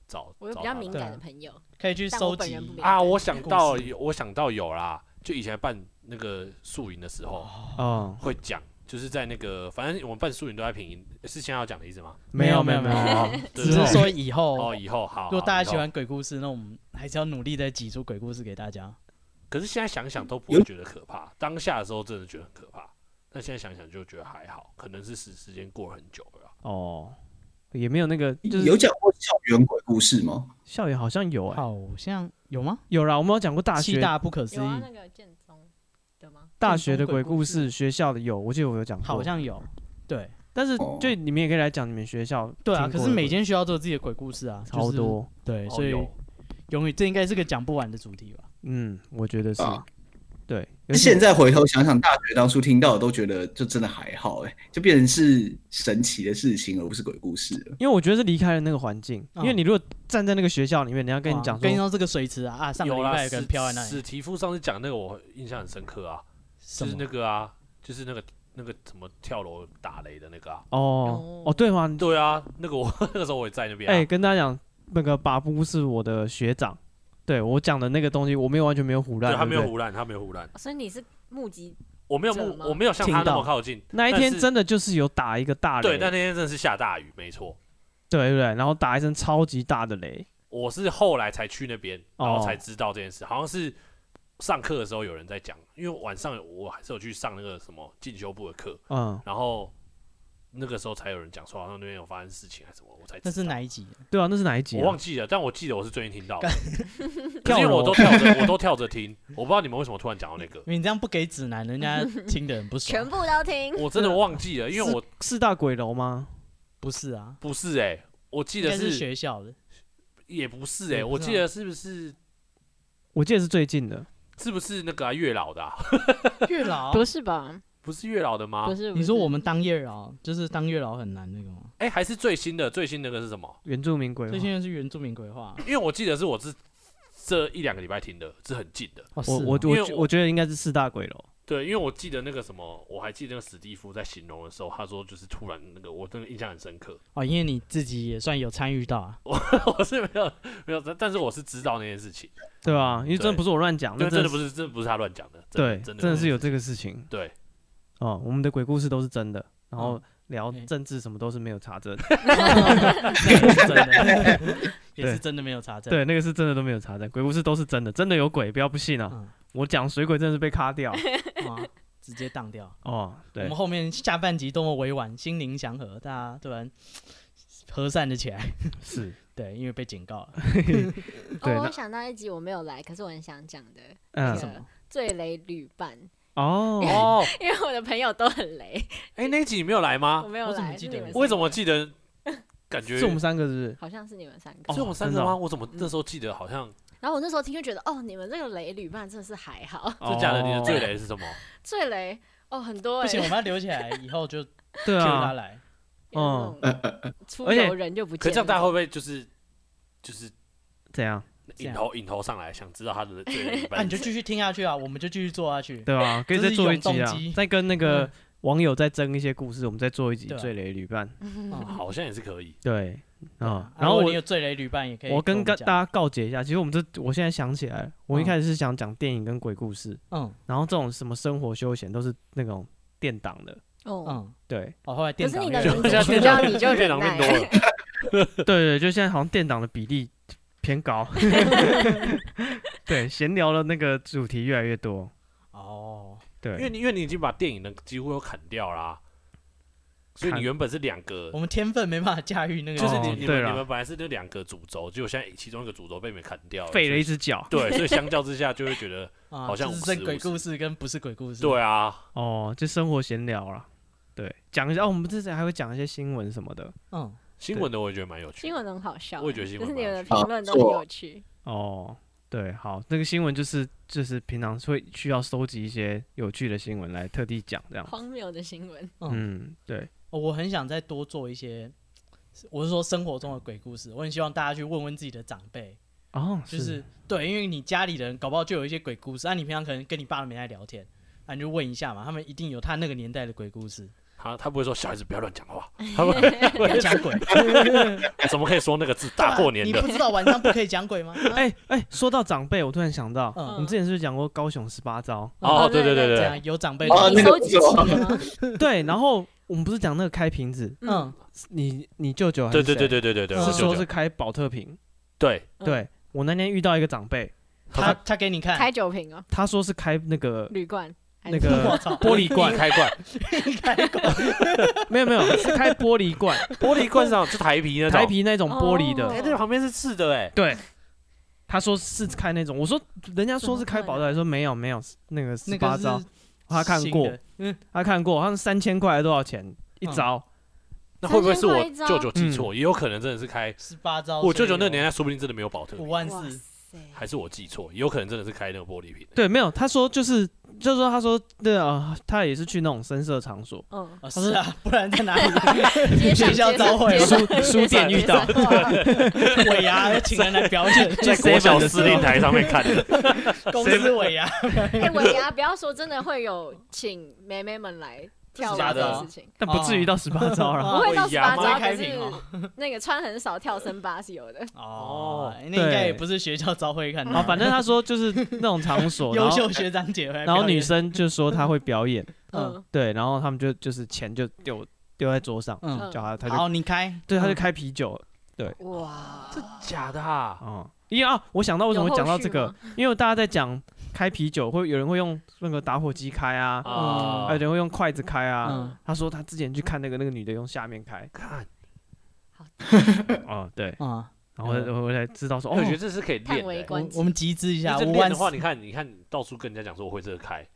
[SPEAKER 3] 找。
[SPEAKER 4] 我有
[SPEAKER 3] 找
[SPEAKER 4] 比较
[SPEAKER 3] 他
[SPEAKER 4] 敏
[SPEAKER 3] 来
[SPEAKER 4] 感的朋友，
[SPEAKER 2] 可以去
[SPEAKER 4] 但我
[SPEAKER 2] 收
[SPEAKER 4] 本
[SPEAKER 2] 集
[SPEAKER 4] 人不敏感
[SPEAKER 3] 啊！我想
[SPEAKER 2] 故
[SPEAKER 3] 到
[SPEAKER 2] 事
[SPEAKER 3] 有，我想到有啦，就以前办那个宿营的时候，
[SPEAKER 1] 哦，
[SPEAKER 3] 会讲，就是在那个，反正我们办宿营都在品营，是现在要讲的意思吗？
[SPEAKER 1] 没
[SPEAKER 2] 有
[SPEAKER 1] 没
[SPEAKER 2] 没有
[SPEAKER 1] 没
[SPEAKER 2] 没
[SPEAKER 1] 有，
[SPEAKER 2] 只
[SPEAKER 3] 对
[SPEAKER 1] 之
[SPEAKER 2] 是
[SPEAKER 1] 后
[SPEAKER 2] 说以
[SPEAKER 3] 哦，
[SPEAKER 2] 后，
[SPEAKER 3] 以后好。
[SPEAKER 2] 如果
[SPEAKER 3] 好
[SPEAKER 2] 大
[SPEAKER 3] 以
[SPEAKER 2] 家
[SPEAKER 3] 后
[SPEAKER 2] 喜欢鬼故事，那我们还是要努力再挤出鬼故事给大家。
[SPEAKER 3] 可是现在想想都不会觉得可怕，当下的时候真的觉得很可怕，但现在想想就觉得还好，可能是时时间过了很久了啊。
[SPEAKER 1] 哦，也没有那个，就
[SPEAKER 5] 有
[SPEAKER 1] 是
[SPEAKER 5] 讲过校园鬼故事吗？
[SPEAKER 1] 校园好像有哎，
[SPEAKER 2] 好像有吗？
[SPEAKER 1] 有啦，我们有讲过大
[SPEAKER 2] 七
[SPEAKER 1] 学
[SPEAKER 2] 大不可思
[SPEAKER 4] 有啊，
[SPEAKER 2] 议，
[SPEAKER 4] 那个建中的吗？
[SPEAKER 1] 大学的鬼
[SPEAKER 2] 鬼
[SPEAKER 1] 故
[SPEAKER 2] 故事
[SPEAKER 1] 事，学校的有，我记得我有讲过，
[SPEAKER 2] 好像有。对
[SPEAKER 1] 但是
[SPEAKER 5] 哦
[SPEAKER 1] 就你们也可以来讲你们学校听过
[SPEAKER 2] 对
[SPEAKER 1] 的
[SPEAKER 2] 啊，
[SPEAKER 1] 鬼。
[SPEAKER 2] 可是每间学校都有自己的鬼故事啊，
[SPEAKER 1] 超
[SPEAKER 2] 就是。
[SPEAKER 1] 多，
[SPEAKER 2] 对，
[SPEAKER 3] 哦
[SPEAKER 2] 所以
[SPEAKER 3] 有
[SPEAKER 2] 永远这应该是个讲不完的主题吧。
[SPEAKER 1] 嗯，我觉得是
[SPEAKER 5] 啊，
[SPEAKER 1] 对。尤其
[SPEAKER 5] 现在回头想想，大学当初听到的都觉得就真的还好、哎，就变成是神奇的事情，而不是鬼故事了。
[SPEAKER 1] 因为我觉得是离开了那个环境，因
[SPEAKER 2] 嗯
[SPEAKER 1] 为你如果站在那个学校里面，人家跟你
[SPEAKER 2] 哇
[SPEAKER 1] 讲
[SPEAKER 2] 跟你
[SPEAKER 1] 说，
[SPEAKER 2] 说这个水池啊啊，上个
[SPEAKER 3] 有
[SPEAKER 2] 礼
[SPEAKER 3] 啦，
[SPEAKER 2] 拜有个人飘在那
[SPEAKER 3] 史
[SPEAKER 2] 里，
[SPEAKER 3] 提夫上次讲那个我印象很深刻啊，
[SPEAKER 2] 什
[SPEAKER 3] 就是
[SPEAKER 2] 么
[SPEAKER 3] 那个啊，就是那个那个什么跳楼打雷的那个啊。
[SPEAKER 1] 哦
[SPEAKER 4] 哦
[SPEAKER 1] 哦，对
[SPEAKER 2] 嗯
[SPEAKER 1] 吗？
[SPEAKER 3] 对啊，那个我 那个时候我也在那边、啊。
[SPEAKER 1] 哎，跟大家讲，那个巴布是我的学长，对我讲的那个东西，我没有完全没有胡乱，
[SPEAKER 3] 对他没
[SPEAKER 1] 对不
[SPEAKER 3] 有
[SPEAKER 1] 对
[SPEAKER 3] 胡乱，他没有胡乱，
[SPEAKER 4] 哦所以你是目击，
[SPEAKER 3] 我没有
[SPEAKER 4] 这
[SPEAKER 3] 目
[SPEAKER 4] 吗
[SPEAKER 3] 我没有像他
[SPEAKER 2] 听
[SPEAKER 3] 那
[SPEAKER 2] 到
[SPEAKER 3] 么靠近。
[SPEAKER 1] 那一天
[SPEAKER 3] 但是
[SPEAKER 1] 真的就是有打一个大雷，
[SPEAKER 3] 对，但那天真的是下大雨，没错。
[SPEAKER 1] 对对对，然后打一声超级大的雷，
[SPEAKER 3] 我是后来才去那边，
[SPEAKER 1] 哦
[SPEAKER 3] 然后才知道这件事，好像是上课的时候有人在讲，因为晚上我还是有去上那个什么进修部的课，
[SPEAKER 1] 嗯，
[SPEAKER 3] 然后那个时候才有人讲说好像那边有发生事情还是什么，我才知道
[SPEAKER 2] 那是哪一集？
[SPEAKER 1] 对啊，那是哪一集啊？
[SPEAKER 3] 我忘记了，但我记得我是最近听到的，可
[SPEAKER 1] 跳
[SPEAKER 3] 是因为
[SPEAKER 1] 楼
[SPEAKER 3] 我都 跳 着，我都跳着听，我不知道你们为什么突然讲到那个
[SPEAKER 2] 因，为你这样不给指南，人 家听的很不
[SPEAKER 4] 全
[SPEAKER 2] 爽。
[SPEAKER 4] 部都听。
[SPEAKER 3] 我真的忘记了，因为我
[SPEAKER 1] 四大鬼楼吗？
[SPEAKER 2] 不是啊，
[SPEAKER 3] 不是哎、我记
[SPEAKER 2] 应
[SPEAKER 3] 得
[SPEAKER 2] 该是
[SPEAKER 3] 是
[SPEAKER 2] 学校 的，
[SPEAKER 3] 也不是哎、
[SPEAKER 2] 也不是
[SPEAKER 3] 我
[SPEAKER 2] 吗
[SPEAKER 3] 记得是不是
[SPEAKER 1] 我记得是最近的，
[SPEAKER 3] 是不是那个、啊、月老的、啊，
[SPEAKER 2] 月老。
[SPEAKER 4] 不是吧？
[SPEAKER 3] 不是月老的吗
[SPEAKER 4] 不？是，
[SPEAKER 2] 你说我
[SPEAKER 4] 们
[SPEAKER 2] 们当月老，就是当月老很难那个吗？
[SPEAKER 3] 哎、还是最新的最新那个是什么？
[SPEAKER 1] 原住民鬼
[SPEAKER 2] 最
[SPEAKER 1] 话。
[SPEAKER 2] 近是原住民鬼话，
[SPEAKER 3] 因为我记得是我是这一两个礼拜听的，是很近的。
[SPEAKER 2] 哦
[SPEAKER 1] 我我
[SPEAKER 3] 因为
[SPEAKER 1] 我觉
[SPEAKER 3] 我
[SPEAKER 1] 我觉得应该是四大鬼楼，
[SPEAKER 3] 对，因为我记得那个什么，我还记得那个史蒂夫在形容的时候，他说就是突然那个，我真的印象很深刻。
[SPEAKER 2] 哦，因为你自己也算有参与到啊，
[SPEAKER 3] 我是没有没有，但但是我是知道那件事情，
[SPEAKER 1] 对啊，因为真的
[SPEAKER 3] 对
[SPEAKER 1] 不是我乱讲，
[SPEAKER 3] 因
[SPEAKER 1] 那
[SPEAKER 3] 为真的不
[SPEAKER 1] 是
[SPEAKER 3] 是真的不是他乱讲的，真
[SPEAKER 1] 对，
[SPEAKER 3] 的真
[SPEAKER 1] 真
[SPEAKER 3] 的
[SPEAKER 1] 的是有
[SPEAKER 3] 这
[SPEAKER 1] 这个事情
[SPEAKER 3] 对。
[SPEAKER 1] 哦。我们的鬼故事都是真的，然后聊
[SPEAKER 2] 对
[SPEAKER 1] 政治什么都是没有查 证，
[SPEAKER 2] 那也是真的， 也是真的没有查证。
[SPEAKER 1] 对，那个是真的都没有查证，鬼故事都是真的，真的有鬼，不要不信啊！
[SPEAKER 2] 嗯，
[SPEAKER 1] 我讲水鬼真的是被卡 掉
[SPEAKER 2] 啊，直接当掉。
[SPEAKER 1] 哦，
[SPEAKER 2] 我
[SPEAKER 1] 对
[SPEAKER 2] 们，后面下半集多么委婉，心灵祥和，大家突然和善了起来。
[SPEAKER 1] 是，
[SPEAKER 2] 对，因为被警告了。
[SPEAKER 1] 对
[SPEAKER 4] 哦，
[SPEAKER 1] 那
[SPEAKER 4] 我想到一集我没有来，可是我很想讲的
[SPEAKER 1] 嗯
[SPEAKER 4] 是什，么最雷旅伴，
[SPEAKER 1] 哦，
[SPEAKER 3] 哦，
[SPEAKER 4] 因为我的朋友都很雷，
[SPEAKER 3] 哎、那一集你没有来
[SPEAKER 4] 我
[SPEAKER 3] 吗？
[SPEAKER 4] 没有
[SPEAKER 2] 啊我怎么
[SPEAKER 4] 来，
[SPEAKER 2] 记
[SPEAKER 4] 是
[SPEAKER 2] 得
[SPEAKER 4] 你们
[SPEAKER 3] 为什么记得？感觉
[SPEAKER 1] 是我们三个是不是？
[SPEAKER 4] 好像是你们三个。
[SPEAKER 3] 是我们三
[SPEAKER 1] 真的
[SPEAKER 3] 个
[SPEAKER 1] 哦
[SPEAKER 3] 吗？我怎么那时候记得好像
[SPEAKER 4] 然后我那时候听就觉得，哦，你们这个雷旅伴真的是还好，
[SPEAKER 3] 这假的？你的
[SPEAKER 1] 哦
[SPEAKER 3] 最雷是什么？
[SPEAKER 4] 最雷哦很多
[SPEAKER 2] 不
[SPEAKER 4] 哎、
[SPEAKER 2] 行，我们要留起来，以后就 Q
[SPEAKER 1] 对
[SPEAKER 2] 他
[SPEAKER 1] 啊，
[SPEAKER 2] 来。
[SPEAKER 4] 有那种出
[SPEAKER 1] 而且
[SPEAKER 4] 游人就不
[SPEAKER 3] 可
[SPEAKER 4] 见
[SPEAKER 3] 这样大家
[SPEAKER 4] 了。
[SPEAKER 3] 会不会就是就是
[SPEAKER 1] 怎样？
[SPEAKER 2] 这
[SPEAKER 3] 引
[SPEAKER 2] 样
[SPEAKER 3] 头引头上来，想知道他的最 雷
[SPEAKER 2] 那你
[SPEAKER 3] 伴？
[SPEAKER 2] 就是继续听下去啊，我们就继续做下去。
[SPEAKER 1] 对吧？可以
[SPEAKER 2] 这
[SPEAKER 1] 再
[SPEAKER 2] 是
[SPEAKER 1] 做一
[SPEAKER 2] 永动
[SPEAKER 1] 集啊
[SPEAKER 2] 机，
[SPEAKER 1] 再跟那个
[SPEAKER 2] 嗯
[SPEAKER 1] 网友再争一些故事，我们再做一集
[SPEAKER 2] 对啊
[SPEAKER 1] 最雷旅伴。
[SPEAKER 2] 嗯
[SPEAKER 3] 好像也是可以。
[SPEAKER 1] 对啊，
[SPEAKER 2] 然
[SPEAKER 1] 然后
[SPEAKER 2] 后
[SPEAKER 1] 我
[SPEAKER 2] 你有最雷旅伴也可以我
[SPEAKER 1] 我跟
[SPEAKER 2] 们
[SPEAKER 1] 大
[SPEAKER 2] 讲。
[SPEAKER 1] 大家告诫一下，其实我们这我现在想起来了，我一
[SPEAKER 2] 嗯
[SPEAKER 1] 开始是想讲电影跟鬼故事，
[SPEAKER 2] 嗯
[SPEAKER 4] 哦
[SPEAKER 1] 然后这种什么生活休闲都是那种电档的，
[SPEAKER 4] 哦，
[SPEAKER 2] 嗯，
[SPEAKER 1] 对
[SPEAKER 2] 哦，后来
[SPEAKER 4] 可
[SPEAKER 2] 电
[SPEAKER 4] 是
[SPEAKER 2] 脑
[SPEAKER 4] 你
[SPEAKER 2] 越
[SPEAKER 4] 的
[SPEAKER 2] 来
[SPEAKER 4] 名
[SPEAKER 2] 越
[SPEAKER 4] 字
[SPEAKER 2] 多
[SPEAKER 4] 取掉你就
[SPEAKER 3] 电
[SPEAKER 4] 忍
[SPEAKER 3] 脑变
[SPEAKER 4] 耐
[SPEAKER 3] 多，了，
[SPEAKER 1] 对对，就现在好像电档的比例偏 高，对，闲聊的那个主题越来越多，
[SPEAKER 2] 哦，
[SPEAKER 3] 因为
[SPEAKER 1] 对，
[SPEAKER 3] 你因为你已经把电影的几乎都砍掉啦，所以
[SPEAKER 1] 砍
[SPEAKER 3] 你原本是两个
[SPEAKER 2] 我，们天分没办法驾驭那个，
[SPEAKER 3] 就是
[SPEAKER 1] 哦
[SPEAKER 3] 你你
[SPEAKER 1] 对
[SPEAKER 3] 们
[SPEAKER 1] 啦
[SPEAKER 3] 你们本来是那两个主轴，结果现在其中一个主轴被你们砍掉了，
[SPEAKER 1] 废了一
[SPEAKER 3] 所
[SPEAKER 1] 只
[SPEAKER 3] 以
[SPEAKER 1] 脚
[SPEAKER 3] 对，所以相较之下就会 觉得，
[SPEAKER 2] 啊
[SPEAKER 3] 好像
[SPEAKER 2] 就是
[SPEAKER 3] 五
[SPEAKER 2] 剩
[SPEAKER 3] 十
[SPEAKER 2] 鬼
[SPEAKER 3] 五十
[SPEAKER 2] 故事跟不是鬼故事。
[SPEAKER 3] 对啊，
[SPEAKER 1] 哦，就生活闲聊了，对，讲一下、哦，我们之前还会讲一些新闻什么的，
[SPEAKER 2] 嗯，
[SPEAKER 3] 新闻的我也觉得蛮有趣
[SPEAKER 4] 新
[SPEAKER 3] 的。
[SPEAKER 4] 闻很好笑、欸
[SPEAKER 3] 我也觉得新闻
[SPEAKER 4] 就是你们的
[SPEAKER 3] 蛮
[SPEAKER 5] 好
[SPEAKER 4] 评
[SPEAKER 5] 笑
[SPEAKER 4] 论都很有趣。
[SPEAKER 1] 哦，对，好，那个新闻就是就是平常会需要收集一些有趣的新闻来特地讲这样，
[SPEAKER 4] 荒谬的新闻，
[SPEAKER 1] 嗯，对，
[SPEAKER 2] 哦我很想再多做一些，我是说生活中的鬼故事，我很希望大家去问问自己的长辈，
[SPEAKER 1] 哦，
[SPEAKER 2] 就是对，因为你家里人搞不好就有一些鬼故事，那、啊你平常可能跟你爸没在聊天，那、你就问一下嘛，他们一定有他那个年代的鬼故事，
[SPEAKER 3] 他他不会说小孩子不要乱讲 话，他们
[SPEAKER 2] 不要讲鬼，
[SPEAKER 3] 怎么可以说那个字？大过年
[SPEAKER 2] 你
[SPEAKER 3] 的
[SPEAKER 2] 不知道晚上不可以讲鬼吗？啊
[SPEAKER 1] 哎哎，说到长辈，我突然想到，
[SPEAKER 2] 嗯
[SPEAKER 1] 我们之前是不是讲过高雄十八招？
[SPEAKER 3] 哦，对对
[SPEAKER 4] 对
[SPEAKER 3] 对
[SPEAKER 2] 这
[SPEAKER 3] 对，
[SPEAKER 2] 样有长辈
[SPEAKER 5] 哦
[SPEAKER 4] 你
[SPEAKER 5] 那个
[SPEAKER 4] 收集起来吗？
[SPEAKER 1] 对，然后我们不是讲那个开瓶子，
[SPEAKER 2] 嗯，
[SPEAKER 1] 你你舅舅还
[SPEAKER 3] 对
[SPEAKER 1] 是
[SPEAKER 3] 对
[SPEAKER 1] 谁
[SPEAKER 3] 对对对对对，
[SPEAKER 2] 嗯
[SPEAKER 3] 我
[SPEAKER 1] 是
[SPEAKER 3] 舅
[SPEAKER 1] 说
[SPEAKER 3] 舅
[SPEAKER 1] 是开保特瓶，
[SPEAKER 3] 对，
[SPEAKER 4] 嗯
[SPEAKER 1] 对我那天遇到一个长辈，
[SPEAKER 2] 他他给你看，
[SPEAKER 4] 开酒瓶哦，
[SPEAKER 1] 他说是开那个
[SPEAKER 4] 铝罐。还
[SPEAKER 1] 那
[SPEAKER 4] 是
[SPEAKER 1] 个
[SPEAKER 2] 我操，
[SPEAKER 1] 玻璃罐
[SPEAKER 3] 硬，开罐，
[SPEAKER 1] 没有没有是开玻璃罐，
[SPEAKER 3] 玻璃罐上是台皮那种，
[SPEAKER 1] 台皮那种玻璃
[SPEAKER 3] 哎，
[SPEAKER 1] 的，
[SPEAKER 4] 哦
[SPEAKER 3] 那个旁边是刺的哎，
[SPEAKER 1] 对。他说是开那种，我说人家说是开保特，还说没有没有那个十
[SPEAKER 2] 那
[SPEAKER 1] 八
[SPEAKER 2] 个是
[SPEAKER 1] 招，他看
[SPEAKER 2] 新
[SPEAKER 1] 过
[SPEAKER 2] 的，嗯，
[SPEAKER 1] 他看过，好像三千块还是多少钱一
[SPEAKER 2] 嗯
[SPEAKER 1] 招，
[SPEAKER 3] 那会不会是我
[SPEAKER 4] 三千块一张
[SPEAKER 3] 舅舅记错？也有可能真的是开
[SPEAKER 2] 十八招，
[SPEAKER 3] 我舅舅那个年代，说不定真的没有保特
[SPEAKER 2] 五
[SPEAKER 3] 瓶，
[SPEAKER 2] 万
[SPEAKER 4] 哇
[SPEAKER 2] 四，
[SPEAKER 4] 塞，
[SPEAKER 3] 还是我记错，也有可能真的是开那个玻璃瓶。
[SPEAKER 1] 对，没有，他说就是就是说他说对啊，他也是去那种深色场所，
[SPEAKER 4] 嗯，
[SPEAKER 2] 哦是啊，不然在哪里？
[SPEAKER 4] 街上
[SPEAKER 2] 学校
[SPEAKER 4] 街
[SPEAKER 2] 招
[SPEAKER 4] 上
[SPEAKER 2] 会
[SPEAKER 4] 街上
[SPEAKER 1] 书书店遇到
[SPEAKER 4] 街上哇
[SPEAKER 2] 尾牙请人来表演，
[SPEAKER 1] 在
[SPEAKER 3] 国小
[SPEAKER 1] 7-Eleven 的时
[SPEAKER 3] 司
[SPEAKER 1] 候
[SPEAKER 3] 令台上面看的，
[SPEAKER 2] 公司尾牙，
[SPEAKER 4] 哎，尾牙不要说真的会有请妹妹们来跳舞
[SPEAKER 3] 假
[SPEAKER 4] 这
[SPEAKER 3] 的
[SPEAKER 4] 件事情，
[SPEAKER 1] 但不至
[SPEAKER 2] 哦
[SPEAKER 1] 于到十 八招了。
[SPEAKER 4] 不会到
[SPEAKER 3] 尾
[SPEAKER 4] 十
[SPEAKER 3] 牙
[SPEAKER 4] 八
[SPEAKER 3] 吗
[SPEAKER 4] 招，
[SPEAKER 2] 开
[SPEAKER 4] 可
[SPEAKER 2] 屏哦
[SPEAKER 4] 是那个穿很少跳森巴是有的。
[SPEAKER 2] 哦
[SPEAKER 3] 哦，
[SPEAKER 2] 哎那应该
[SPEAKER 1] 对
[SPEAKER 2] 也不是学校招会看
[SPEAKER 1] 然
[SPEAKER 2] 到，
[SPEAKER 1] 后反正他说就是那种场所，然
[SPEAKER 2] 优
[SPEAKER 1] 后
[SPEAKER 2] 秀学长姐回来表演，
[SPEAKER 1] 然后女生就说她会表演，
[SPEAKER 2] 嗯，
[SPEAKER 4] 嗯，
[SPEAKER 1] 对，然后他们就就是钱就丢丢在桌上，
[SPEAKER 2] 嗯
[SPEAKER 1] 叫他他
[SPEAKER 2] 好，
[SPEAKER 1] 就
[SPEAKER 2] 你开，
[SPEAKER 1] 对他就
[SPEAKER 2] 嗯
[SPEAKER 1] 开啤酒了，
[SPEAKER 4] 嗯哇，
[SPEAKER 3] 假的啊！
[SPEAKER 1] 嗯，因为啊，我想到为什么
[SPEAKER 4] 有后
[SPEAKER 1] 讲到这
[SPEAKER 4] 续
[SPEAKER 1] 个
[SPEAKER 4] 吗，
[SPEAKER 1] 因为大家在讲开啤酒，会有人会用那个打火机开啊，
[SPEAKER 3] 啊
[SPEAKER 1] 还有人会用筷子开啊。
[SPEAKER 2] 嗯
[SPEAKER 1] 他说他之前去看那个那个女的用下面 开，
[SPEAKER 3] 看，
[SPEAKER 1] 哦对，
[SPEAKER 2] 啊，
[SPEAKER 1] 然后我我才知道说
[SPEAKER 3] 嗯哎我觉得
[SPEAKER 1] 哦，
[SPEAKER 3] 这是可以练
[SPEAKER 4] 叹
[SPEAKER 3] 的
[SPEAKER 4] 为
[SPEAKER 3] 欸。
[SPEAKER 2] 我
[SPEAKER 4] 观止
[SPEAKER 2] 我。们集资一
[SPEAKER 3] 你
[SPEAKER 2] 下，
[SPEAKER 3] 这
[SPEAKER 2] 五
[SPEAKER 3] 练
[SPEAKER 2] 万
[SPEAKER 3] 的话，
[SPEAKER 2] 四
[SPEAKER 3] 你看，你看，你到处跟人家讲说我会这个开，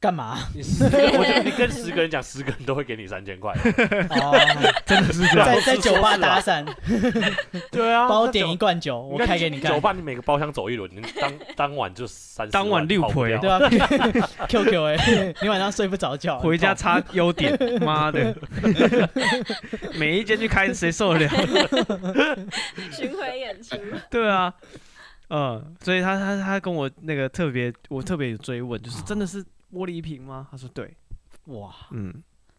[SPEAKER 2] 干 嘛？
[SPEAKER 3] 你十个人，我觉得你跟十个人讲，十个人都会给你三千块。
[SPEAKER 2] 哦，
[SPEAKER 1] 真的是这样，
[SPEAKER 2] 在在酒吧搭讪，
[SPEAKER 3] 对啊
[SPEAKER 2] 帮我点一罐酒，我开给你看
[SPEAKER 3] 酒。吧你每个包厢走一轮，你当当晚就三十万
[SPEAKER 1] 当晚六
[SPEAKER 3] 跑不
[SPEAKER 1] 回
[SPEAKER 3] 掉
[SPEAKER 2] 对啊 ，QQ 哎，你晚上睡不着觉，
[SPEAKER 1] 回家擦 优点，妈的， 每一间去开谁受得了？
[SPEAKER 4] 巡回演出，
[SPEAKER 1] 对啊，嗯，所以他他他跟我那个特别，我特别有追问，就是真的是玻璃瓶吗？他说对，
[SPEAKER 2] 哇，
[SPEAKER 1] 嗯，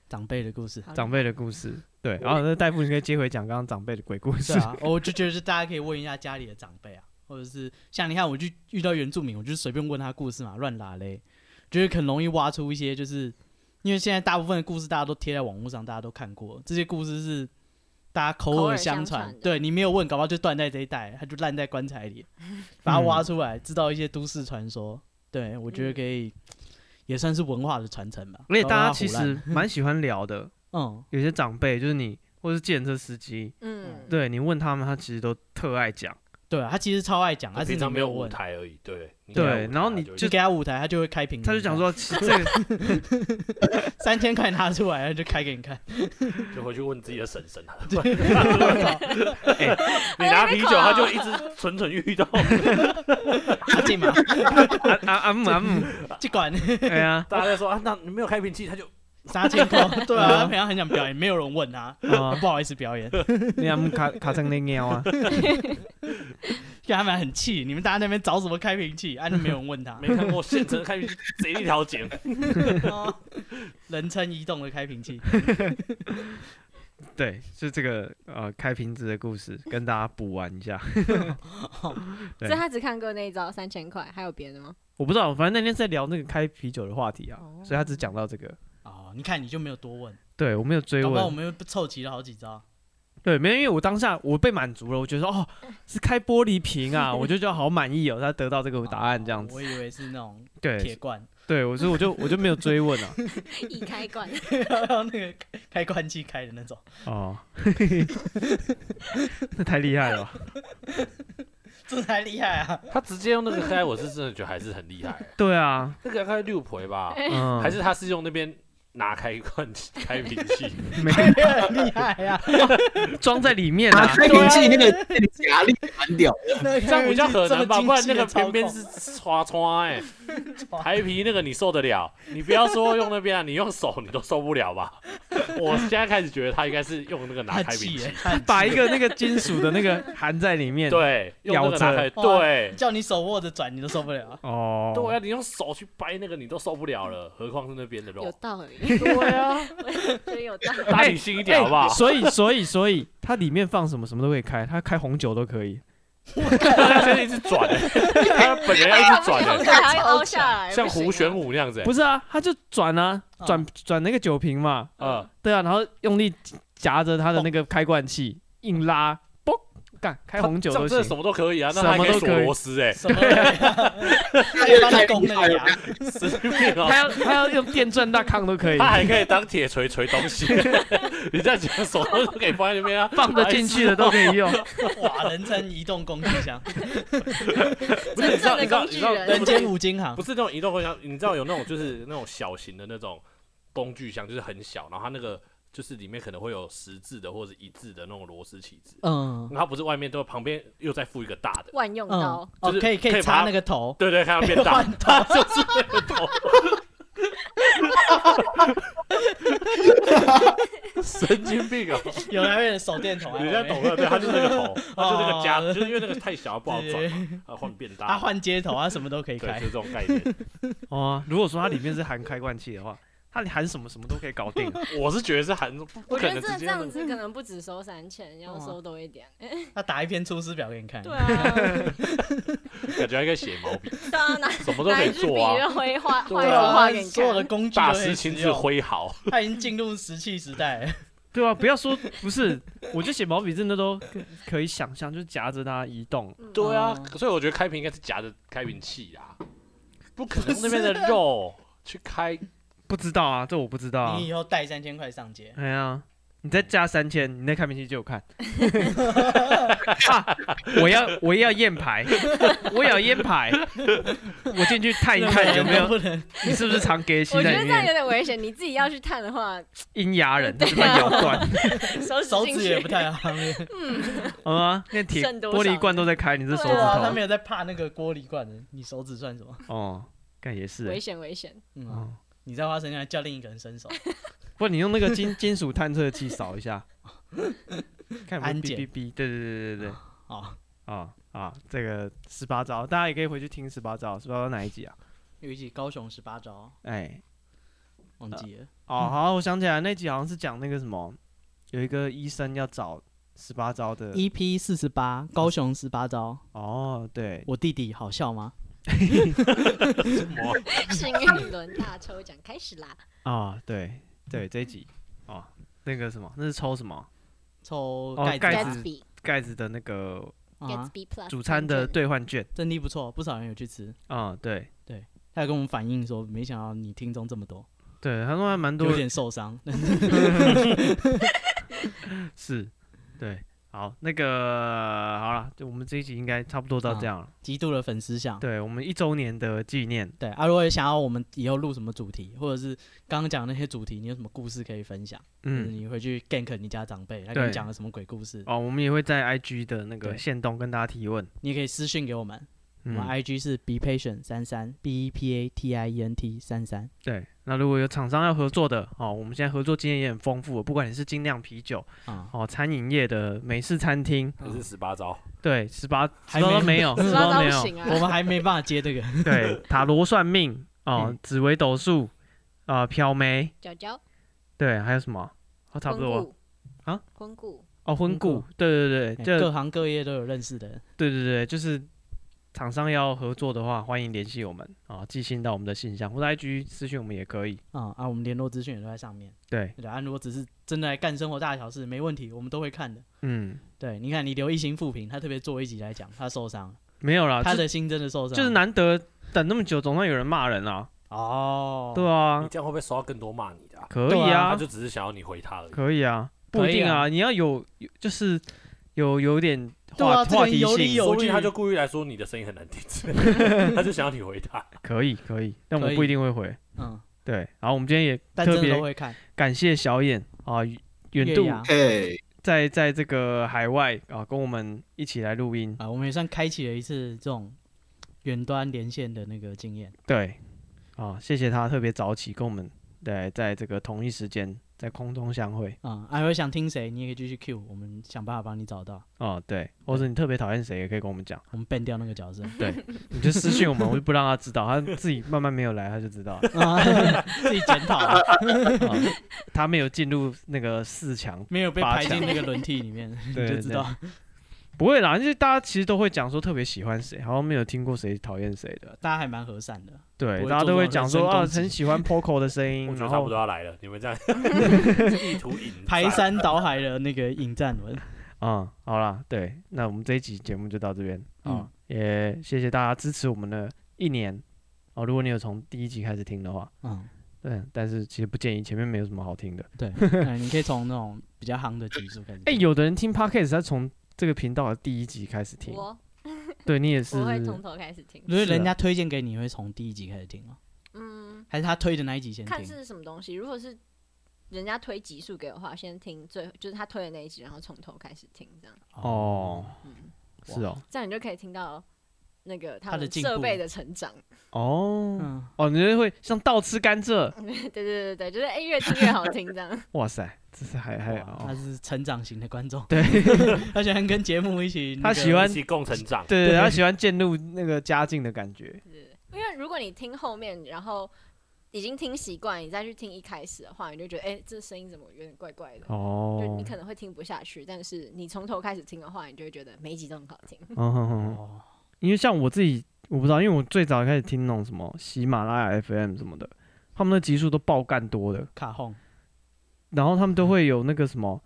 [SPEAKER 2] 长辈的故事。
[SPEAKER 1] 长辈的故事，对，然后那大夫你可以接回讲刚刚长辈的鬼故 事
[SPEAKER 2] 是，啊，我就觉得是大家可以问一下家里的长辈啊，或者是像你看，我就遇到原住民，我就随便问他故事嘛，乱拉嘞，就是很容易挖出一些，就是因为现在大部分的故事大家都贴在网络上，大家都看过，这些故事是大家口
[SPEAKER 4] 口
[SPEAKER 2] 耳
[SPEAKER 4] 耳
[SPEAKER 2] 相
[SPEAKER 4] 相
[SPEAKER 2] 传，
[SPEAKER 4] 传的
[SPEAKER 2] 对你没有问，搞不好就断在这一代，他就烂在棺材里，把它
[SPEAKER 1] 嗯
[SPEAKER 2] 挖出来，知道一些都市传说，对我觉得
[SPEAKER 4] 嗯
[SPEAKER 2] 可以。也算是文化的传承吧，
[SPEAKER 1] 而且大家
[SPEAKER 2] 搞
[SPEAKER 1] 其
[SPEAKER 2] 不好哦它胡
[SPEAKER 1] 实
[SPEAKER 2] 乱，
[SPEAKER 1] 蛮喜欢聊的，
[SPEAKER 2] 嗯，
[SPEAKER 1] 有些长辈就是你或是计程车司机，
[SPEAKER 4] 嗯，
[SPEAKER 1] 对你问他们，他其实都特爱讲，
[SPEAKER 2] 对啊，他其实超爱讲，他
[SPEAKER 3] 平
[SPEAKER 2] 是
[SPEAKER 3] 常
[SPEAKER 2] 没
[SPEAKER 3] 没有舞
[SPEAKER 2] 问，
[SPEAKER 3] 台而已。对你
[SPEAKER 1] 对
[SPEAKER 3] 给他舞台
[SPEAKER 1] 然后你
[SPEAKER 3] 他
[SPEAKER 1] 就
[SPEAKER 2] 就给他舞台，他就会开屏。
[SPEAKER 1] 他就讲说，其这个
[SPEAKER 2] 三千块拿出来，他就开给你看。
[SPEAKER 3] 就回去问自己的婶婶啊。你
[SPEAKER 4] 哎
[SPEAKER 3] 拿
[SPEAKER 4] 被
[SPEAKER 3] 啤酒，
[SPEAKER 4] 考
[SPEAKER 3] 他就一直蠢蠢欲动。
[SPEAKER 2] 阿进嘛，
[SPEAKER 1] 啊啊啊姆啊姆，
[SPEAKER 2] 就管
[SPEAKER 1] 哎 呀
[SPEAKER 3] 大家在说啊，那你没有开瓶器，他就
[SPEAKER 2] 杀进口。对
[SPEAKER 1] 啊
[SPEAKER 3] 嗯
[SPEAKER 2] 啊，他平常很想表演，没有人问他，
[SPEAKER 1] 啊，
[SPEAKER 2] 不好意思表演，
[SPEAKER 1] 你阿姆卡卡成那样啊，
[SPEAKER 2] 就他们很气。你们大家在那边找什么开瓶器？啊，就没有人问他
[SPEAKER 3] 没。看过现成的开瓶器，贼一条剪。
[SPEAKER 2] 哦人称移动的开瓶器，
[SPEAKER 1] 对，是这个呃开瓶子的故事，跟大家补完一下。 对
[SPEAKER 4] 所以他只看过那一招三千块，还有别的吗？
[SPEAKER 1] 我不知道，反正那天是在聊那个开啤酒的话题啊，
[SPEAKER 4] 哦
[SPEAKER 1] 所以他只讲到这个。
[SPEAKER 2] 哦，你看你就没有多问，
[SPEAKER 1] 对我没有追
[SPEAKER 2] 搞不好我
[SPEAKER 1] 问，
[SPEAKER 2] 们又凑齐了好几招。
[SPEAKER 1] 对，没有，因为我当下我被满足了，我觉得哦是开玻璃瓶啊，我就觉得好满意哦，他得到这个答案这样
[SPEAKER 2] 哦
[SPEAKER 1] 子。
[SPEAKER 2] 我以为是那种铁
[SPEAKER 1] 对
[SPEAKER 2] 罐，
[SPEAKER 1] 对，我所以我就我就没有追问啊。
[SPEAKER 4] 一开罐，
[SPEAKER 2] 然后那个开开罐器开的那种，
[SPEAKER 1] 哦， 那太厉害了吧。
[SPEAKER 2] 这才厉害 啊！
[SPEAKER 3] 他直接用那个开，我是真的觉得还是很厉害。
[SPEAKER 1] 对啊，
[SPEAKER 3] 那个开六回吧，
[SPEAKER 1] 嗯，
[SPEAKER 3] 还是他是用那边拿开罐器开瓶器？
[SPEAKER 1] 没
[SPEAKER 2] 很厉害啊！
[SPEAKER 1] 装在里面
[SPEAKER 5] 拿
[SPEAKER 1] 啊。
[SPEAKER 5] 开瓶器那个那个夹力蛮屌的，
[SPEAKER 2] 那个
[SPEAKER 3] 这样比较可能吧，
[SPEAKER 2] 这么精
[SPEAKER 3] 不然
[SPEAKER 2] 细
[SPEAKER 3] 那
[SPEAKER 2] 的
[SPEAKER 3] 个
[SPEAKER 2] 操
[SPEAKER 3] 偏偏
[SPEAKER 2] 控
[SPEAKER 3] 是刷刷 哎、台皮那个你受得了？你不要说用那边啊，你用手你都受不了吧？ 我现在开始觉得他应该是用那个拿
[SPEAKER 2] 他
[SPEAKER 3] 开瓶
[SPEAKER 2] 气耶
[SPEAKER 3] 器，，
[SPEAKER 2] 他很
[SPEAKER 1] 把
[SPEAKER 2] 气
[SPEAKER 1] 一个那个金属的那个 含在里面。，
[SPEAKER 3] 对，用那个拿开，
[SPEAKER 2] 咬着
[SPEAKER 3] 对，
[SPEAKER 2] 叫你手握着转，你都受不了啊。
[SPEAKER 1] 哦，
[SPEAKER 3] 对啊，你用手去掰那个你都受不了了，何况是那边的
[SPEAKER 4] 有
[SPEAKER 3] 肉？
[SPEAKER 4] 道理，
[SPEAKER 3] 对啊，
[SPEAKER 4] 真有道理。
[SPEAKER 3] 大理性一点
[SPEAKER 1] 哎
[SPEAKER 3] 好不好？
[SPEAKER 1] 所以，所以，所以，它里面放什么什么都可以开，它开红酒都可以。哎
[SPEAKER 3] 他现在一直转欸，他本人要一直转
[SPEAKER 4] 对，
[SPEAKER 3] 欸，
[SPEAKER 4] 还要凹下来，啊
[SPEAKER 3] 像胡旋
[SPEAKER 4] 舞。
[SPEAKER 3] 舞那样子欸，
[SPEAKER 1] 不是啊，它就转啊，
[SPEAKER 2] 啊
[SPEAKER 1] 转转那个酒瓶嘛，
[SPEAKER 3] 嗯，
[SPEAKER 1] 对啊，然后用力夹着它的那个开罐器，硬拉，嘣，干开红酒
[SPEAKER 3] 这样
[SPEAKER 1] 都
[SPEAKER 3] 真的什
[SPEAKER 1] 行。
[SPEAKER 3] 么都可以啊，那他还可以
[SPEAKER 1] 什么都可
[SPEAKER 3] 锁
[SPEAKER 1] 以
[SPEAKER 3] 螺 丝哎，
[SPEAKER 2] 什么人啊？他也帮你攻那个牙，
[SPEAKER 3] 神经病哦
[SPEAKER 1] 它要它要用电钻大炕都 可以
[SPEAKER 3] 他，还可以当铁锤锤 东西。你这样讲，手都可以放在那边啊，
[SPEAKER 1] 放得进去的都可以用。
[SPEAKER 2] 哇，人称移动工具箱，
[SPEAKER 3] 不是你知道，你知道，
[SPEAKER 4] 真正的
[SPEAKER 3] 你知道，
[SPEAKER 4] 工具人
[SPEAKER 2] 人间五金行
[SPEAKER 3] 不。是那种移动工具箱，你知道有那种就是那种小型的那种工具箱，就是很小，然后它那个就是里面可能会有十字的或者一字的那种螺丝起子，
[SPEAKER 2] 嗯，
[SPEAKER 3] 它不是外面都旁边又再附一个大的，
[SPEAKER 4] 万用
[SPEAKER 2] 嗯
[SPEAKER 4] 刀，，
[SPEAKER 2] 哦
[SPEAKER 3] 就，是
[SPEAKER 2] 可以可
[SPEAKER 3] 可
[SPEAKER 2] 以
[SPEAKER 3] 以
[SPEAKER 2] 插
[SPEAKER 3] 把
[SPEAKER 2] 那个 头，
[SPEAKER 3] 对对，看它变大
[SPEAKER 2] 换，
[SPEAKER 3] 它就是那个 头。神经病啊！
[SPEAKER 2] 有人会手电筒啊，
[SPEAKER 3] 你现在懂了，对，它就是那个头，它就是那个夹，
[SPEAKER 2] 哦
[SPEAKER 3] 就是因为那个太小不好转嘛，
[SPEAKER 2] 对
[SPEAKER 3] 啊，换变大。
[SPEAKER 2] 他换接头啊，什么都可以
[SPEAKER 3] 对，
[SPEAKER 2] 开
[SPEAKER 3] 就。是这种概念。
[SPEAKER 1] 哦，如果说它里面是含开罐器的 话，它含什么什么都可以搞定。
[SPEAKER 3] 我是觉得是韩，不不
[SPEAKER 4] 我
[SPEAKER 3] 可
[SPEAKER 4] 觉得
[SPEAKER 3] 能
[SPEAKER 4] 这
[SPEAKER 3] 直
[SPEAKER 4] 这
[SPEAKER 3] 接那
[SPEAKER 4] 样
[SPEAKER 3] 个。
[SPEAKER 4] 子可能不止收三千，要收多一点。
[SPEAKER 2] 他打一篇出师表给你看。
[SPEAKER 4] 对啊，
[SPEAKER 3] 感觉还可以写毛笔，
[SPEAKER 4] 当然拿
[SPEAKER 3] 什么都
[SPEAKER 4] 拿
[SPEAKER 3] 可以
[SPEAKER 4] 一支笔
[SPEAKER 3] 做啊。
[SPEAKER 4] 就会画画一
[SPEAKER 2] 对
[SPEAKER 4] 幅画
[SPEAKER 2] 啊
[SPEAKER 4] 给，你
[SPEAKER 2] 所有的
[SPEAKER 4] 看。
[SPEAKER 2] 工具
[SPEAKER 3] 大
[SPEAKER 2] 都可以
[SPEAKER 3] 师
[SPEAKER 2] 使
[SPEAKER 3] 亲自
[SPEAKER 2] 用，
[SPEAKER 3] 挥毫，
[SPEAKER 2] 他已经进入石器时代了。
[SPEAKER 1] 对啊，不要说不是，我就写毛笔真的都可可以想象，就夹着它移动。
[SPEAKER 4] 嗯
[SPEAKER 3] 对啊
[SPEAKER 2] 哦，
[SPEAKER 3] 所以我觉得开瓶应该是夹着开瓶器啊，不可能用那边的肉去开。
[SPEAKER 1] 不知道啊，这我不知道、啊
[SPEAKER 2] 你。以后带三千块上街，
[SPEAKER 1] 哎呀，你再加三千，你那开瓶器就有看。 啊我要我要验 牌，我也要验牌，我进去探一看有没有
[SPEAKER 2] 不能
[SPEAKER 1] 你是不是藏给
[SPEAKER 4] 啊我
[SPEAKER 1] 息
[SPEAKER 4] 觉
[SPEAKER 1] 在
[SPEAKER 4] 得
[SPEAKER 1] 里
[SPEAKER 4] 这样啊有
[SPEAKER 1] 面。
[SPEAKER 4] 点危险，你自己要去探的话，
[SPEAKER 1] 阴牙人，他就把它咬断，
[SPEAKER 4] 手
[SPEAKER 2] 手
[SPEAKER 4] 指进
[SPEAKER 2] 指也不
[SPEAKER 4] 去。
[SPEAKER 2] 太好。
[SPEAKER 1] 好吗？那铁
[SPEAKER 4] 剩多少
[SPEAKER 1] 玻璃罐都在开，你这手指
[SPEAKER 4] 对
[SPEAKER 2] 啊，他没
[SPEAKER 1] 头
[SPEAKER 2] 有在怕那个玻璃罐的，你手指算什么？
[SPEAKER 1] 哦，干也是
[SPEAKER 4] 危
[SPEAKER 1] 欸。
[SPEAKER 4] 险危险！
[SPEAKER 2] 嗯啊、
[SPEAKER 1] 哦，
[SPEAKER 2] 你在花生酱叫另一个人伸手，
[SPEAKER 1] 不，你用那个金 金属探测器扫一 下，看有没有
[SPEAKER 2] 安
[SPEAKER 1] 哔
[SPEAKER 2] 检
[SPEAKER 1] 哔哔。对对对对对，
[SPEAKER 2] 啊，
[SPEAKER 1] 啊啊，这个十八招，大家也可以回去听十八招，十八招哪一集啊？
[SPEAKER 2] 有一集高雄十八招
[SPEAKER 1] 哎，
[SPEAKER 2] 忘记了，
[SPEAKER 1] 哦，好，我想起来那集好像是讲那个什么，有一个医生要找十八招的。
[SPEAKER 2] EP E 四十八高雄十八招，
[SPEAKER 1] 哦，对，
[SPEAKER 2] 我弟弟好笑吗？
[SPEAKER 3] 什么？
[SPEAKER 4] 幸运轮大抽奖开始啦！
[SPEAKER 1] 啊，对对，这一集哦，那个什么，那是抽什么
[SPEAKER 2] 抽
[SPEAKER 1] 哦
[SPEAKER 2] 盖子,、
[SPEAKER 1] 盖子
[SPEAKER 4] Gatsby
[SPEAKER 1] 盖子的那个
[SPEAKER 2] 啊，
[SPEAKER 4] Gatsby Plus
[SPEAKER 1] 主餐的
[SPEAKER 4] 认证
[SPEAKER 1] 兑换券
[SPEAKER 2] 真的不错，不少人有去吃，
[SPEAKER 1] 啊、对
[SPEAKER 2] 他有跟我们反映说，没想到你听众这么多，
[SPEAKER 1] 对，他说还蛮多
[SPEAKER 2] 有点受伤。
[SPEAKER 1] 是，对，好，那个好了，就我们这一集应该差不多
[SPEAKER 2] 啊
[SPEAKER 1] 到这样了。
[SPEAKER 2] 极度的粉丝想。
[SPEAKER 1] 对我们一周年的纪念，
[SPEAKER 2] 对啊，如果想要我们以后录什么主题，或者是刚刚讲的那些主题，你有什么故事可以分享？嗯，
[SPEAKER 1] 嗯，
[SPEAKER 2] 你回去 gank 你家长辈，他跟你
[SPEAKER 1] 对
[SPEAKER 2] 讲了什么鬼故事，
[SPEAKER 1] 哦，我们也会在 IG 的那个
[SPEAKER 2] 对
[SPEAKER 1] 线动跟大家提问。
[SPEAKER 2] 你也可以私信给我们。我
[SPEAKER 1] 嗯
[SPEAKER 2] 们，IG 是 be patient 三三 b e p a t i e n t 三三。
[SPEAKER 1] 对，那如果有厂商要合作的哦，我们现在合作经验也很丰富，不管你是精酿啤酒
[SPEAKER 2] 啊，
[SPEAKER 1] 哦，餐饮业的美式餐厅，
[SPEAKER 3] 这是十八招，
[SPEAKER 1] 对，十八
[SPEAKER 2] 还
[SPEAKER 1] 十八
[SPEAKER 2] 没
[SPEAKER 1] 没有，
[SPEAKER 4] 十
[SPEAKER 1] 十
[SPEAKER 4] 八
[SPEAKER 1] 八
[SPEAKER 4] 招
[SPEAKER 1] 没
[SPEAKER 4] 不
[SPEAKER 1] 有，
[SPEAKER 4] 行
[SPEAKER 2] 我
[SPEAKER 4] 啊，
[SPEAKER 2] 们还没办法接这个。
[SPEAKER 1] 对， 塔罗算命
[SPEAKER 2] 嗯
[SPEAKER 1] 哦，紫微斗数啊，漂眉，
[SPEAKER 4] 脚脚
[SPEAKER 1] 对，还有什么？哦，差不
[SPEAKER 4] 婚
[SPEAKER 1] 多
[SPEAKER 4] 故
[SPEAKER 1] 啊，
[SPEAKER 4] 婚故
[SPEAKER 1] 哦，婚
[SPEAKER 2] 婚
[SPEAKER 1] 故
[SPEAKER 2] 顾，
[SPEAKER 1] 对对对，
[SPEAKER 2] 哎
[SPEAKER 1] 这
[SPEAKER 2] 各行各业都有认识的人，
[SPEAKER 1] 对对对，就是厂商要合作的话，欢迎联系我们啊，寄信到我们的信箱或者 IG 私讯我们也可以。
[SPEAKER 2] 啊、啊，我们联络资讯也都在上面。
[SPEAKER 1] 对，
[SPEAKER 2] 对啊，如果只是真的来干生活大小事，没问题，我们都会看的。
[SPEAKER 1] 嗯，
[SPEAKER 2] 对，你看你刘一星复评，他特别做一集来讲，他受伤了，
[SPEAKER 1] 没有啦，
[SPEAKER 2] 他
[SPEAKER 1] 啊就
[SPEAKER 2] 的啊心真的受伤了，
[SPEAKER 1] 就是难得等那么久，总算有人骂人啦。
[SPEAKER 2] 哦，
[SPEAKER 1] 对
[SPEAKER 3] 你
[SPEAKER 1] 啊，
[SPEAKER 3] 这样会不会收到更多骂你的啊？
[SPEAKER 1] 可以
[SPEAKER 2] 对啊
[SPEAKER 3] 他
[SPEAKER 1] 啊，
[SPEAKER 3] 就只是想要你回他而已。
[SPEAKER 1] 可以啊，不一定
[SPEAKER 2] 可以
[SPEAKER 1] 啊，你要有有就是有有点
[SPEAKER 2] 对
[SPEAKER 1] 话
[SPEAKER 2] 啊这个
[SPEAKER 1] 话题
[SPEAKER 2] 有理
[SPEAKER 1] 性，
[SPEAKER 2] 有
[SPEAKER 3] 说不定
[SPEAKER 2] 据
[SPEAKER 3] 他就故意来说你的声音很难听之类的，他就想要你回他。
[SPEAKER 1] 可以可以，但我
[SPEAKER 2] 可
[SPEAKER 1] 们
[SPEAKER 2] 以
[SPEAKER 1] 不一定会回。
[SPEAKER 2] 嗯，
[SPEAKER 1] 对，然后我们今天也
[SPEAKER 2] 但
[SPEAKER 1] 特
[SPEAKER 2] 真的
[SPEAKER 1] 别
[SPEAKER 2] 都会看。
[SPEAKER 1] 感谢小眼啊，远
[SPEAKER 2] 月
[SPEAKER 1] 渡
[SPEAKER 2] 牙
[SPEAKER 5] 嘿，
[SPEAKER 1] 在在这个海外啊，跟我们一起来录音。
[SPEAKER 2] 啊，我们也算开启了一次这种远端连线的那个经验。
[SPEAKER 1] 对，啊，谢谢他特别早起跟我们对，在这个同一时间在空中相会
[SPEAKER 2] 啊、还会想听谁，你也可以继续 Q，我们想办法帮你找到。
[SPEAKER 1] 啊，对，或者你特别讨厌谁也可以跟我们讲，
[SPEAKER 2] 我们 ban 掉那个 角色，
[SPEAKER 1] 你就私信我们，我就不让他知道，他自己慢慢没有来他就知道了，
[SPEAKER 2] 啊、 自己检讨
[SPEAKER 1] 啊、
[SPEAKER 2] 啊，
[SPEAKER 1] 他没有进入那个四强，
[SPEAKER 2] 没有被
[SPEAKER 1] 八
[SPEAKER 2] 排进
[SPEAKER 1] 强
[SPEAKER 2] 那个轮替里面，你
[SPEAKER 1] 对
[SPEAKER 2] 就知道。
[SPEAKER 1] 不会啦，就是大家其实都会讲说特别喜欢谁，好像没有听过谁讨厌谁的，
[SPEAKER 2] 大家还蛮和善的，
[SPEAKER 1] 对，
[SPEAKER 2] 不会
[SPEAKER 1] 大家都会
[SPEAKER 2] 做这种
[SPEAKER 1] 讲
[SPEAKER 2] 人身
[SPEAKER 1] 说啊
[SPEAKER 2] 攻击
[SPEAKER 1] 很喜欢 Poco 的声
[SPEAKER 3] 我
[SPEAKER 1] 音，
[SPEAKER 3] 觉得
[SPEAKER 1] 然
[SPEAKER 3] 差不
[SPEAKER 1] 后
[SPEAKER 3] 多要来了，你们这样 意图引战
[SPEAKER 2] 排山倒海的那个引战 文。
[SPEAKER 1] 嗯，好啦，对，那我们这一集节目就到这边啊、也谢谢大家支持我们的一年哦。如果你有从第一集开始听的话，
[SPEAKER 2] 嗯，
[SPEAKER 1] 对，但是其实不建议，前面没有什么好听的。
[SPEAKER 2] 对，嗯，你可以从那种比较夯的集数开始。
[SPEAKER 1] 哎、有的人听 podcast 他从这个频道的第一集开始听，
[SPEAKER 4] 我
[SPEAKER 1] 对你也是
[SPEAKER 4] 我，会从头开始听，
[SPEAKER 2] 如果
[SPEAKER 1] 是啊
[SPEAKER 2] 人家推荐给你，会从第一集开始听吗？
[SPEAKER 4] 嗯，
[SPEAKER 2] 还是他推的那一集先
[SPEAKER 4] 看
[SPEAKER 2] 听？
[SPEAKER 4] 是什么东西。如果是人家推集数给我的话，先听最就是他推的那一集，然后从头开始听，这样，
[SPEAKER 1] 哦，
[SPEAKER 4] 嗯，
[SPEAKER 1] 是哦，
[SPEAKER 4] 这样你就可以听到那个他
[SPEAKER 2] 他的
[SPEAKER 4] 们
[SPEAKER 2] 进步
[SPEAKER 4] 设备的成长。
[SPEAKER 1] 哦，
[SPEAKER 2] 嗯，
[SPEAKER 1] 哦，你就会像倒吃甘蔗，
[SPEAKER 4] 对对对对，就是哎、越听越好听这 样。
[SPEAKER 1] 哇塞，这是还还
[SPEAKER 2] 哇他
[SPEAKER 1] 哦，
[SPEAKER 2] 是成长型的观众，
[SPEAKER 1] 对，
[SPEAKER 2] 他喜欢跟节目一起那
[SPEAKER 1] 他
[SPEAKER 2] 个。
[SPEAKER 1] 喜欢
[SPEAKER 3] 一起共成长。
[SPEAKER 1] 对对，他喜欢渐入那个家境的感觉，
[SPEAKER 4] 因为如果你听后面，然后已经听习惯，你再去听一开始的话，你就觉得哎、这声音怎么有点怪怪的。就
[SPEAKER 1] 哦
[SPEAKER 4] 你，可能会听不下去，但是你从头开始听的话，你就会觉得每一集都很好听。
[SPEAKER 1] 嗯哼哼哼。
[SPEAKER 2] 哦，
[SPEAKER 1] 因为像我自己，我不知道，因为我最早开始听那种什么喜马拉雅 FM 什么的，他们的集数都爆干多的，
[SPEAKER 2] 卡轰。
[SPEAKER 1] 然后他们都会有那个什么，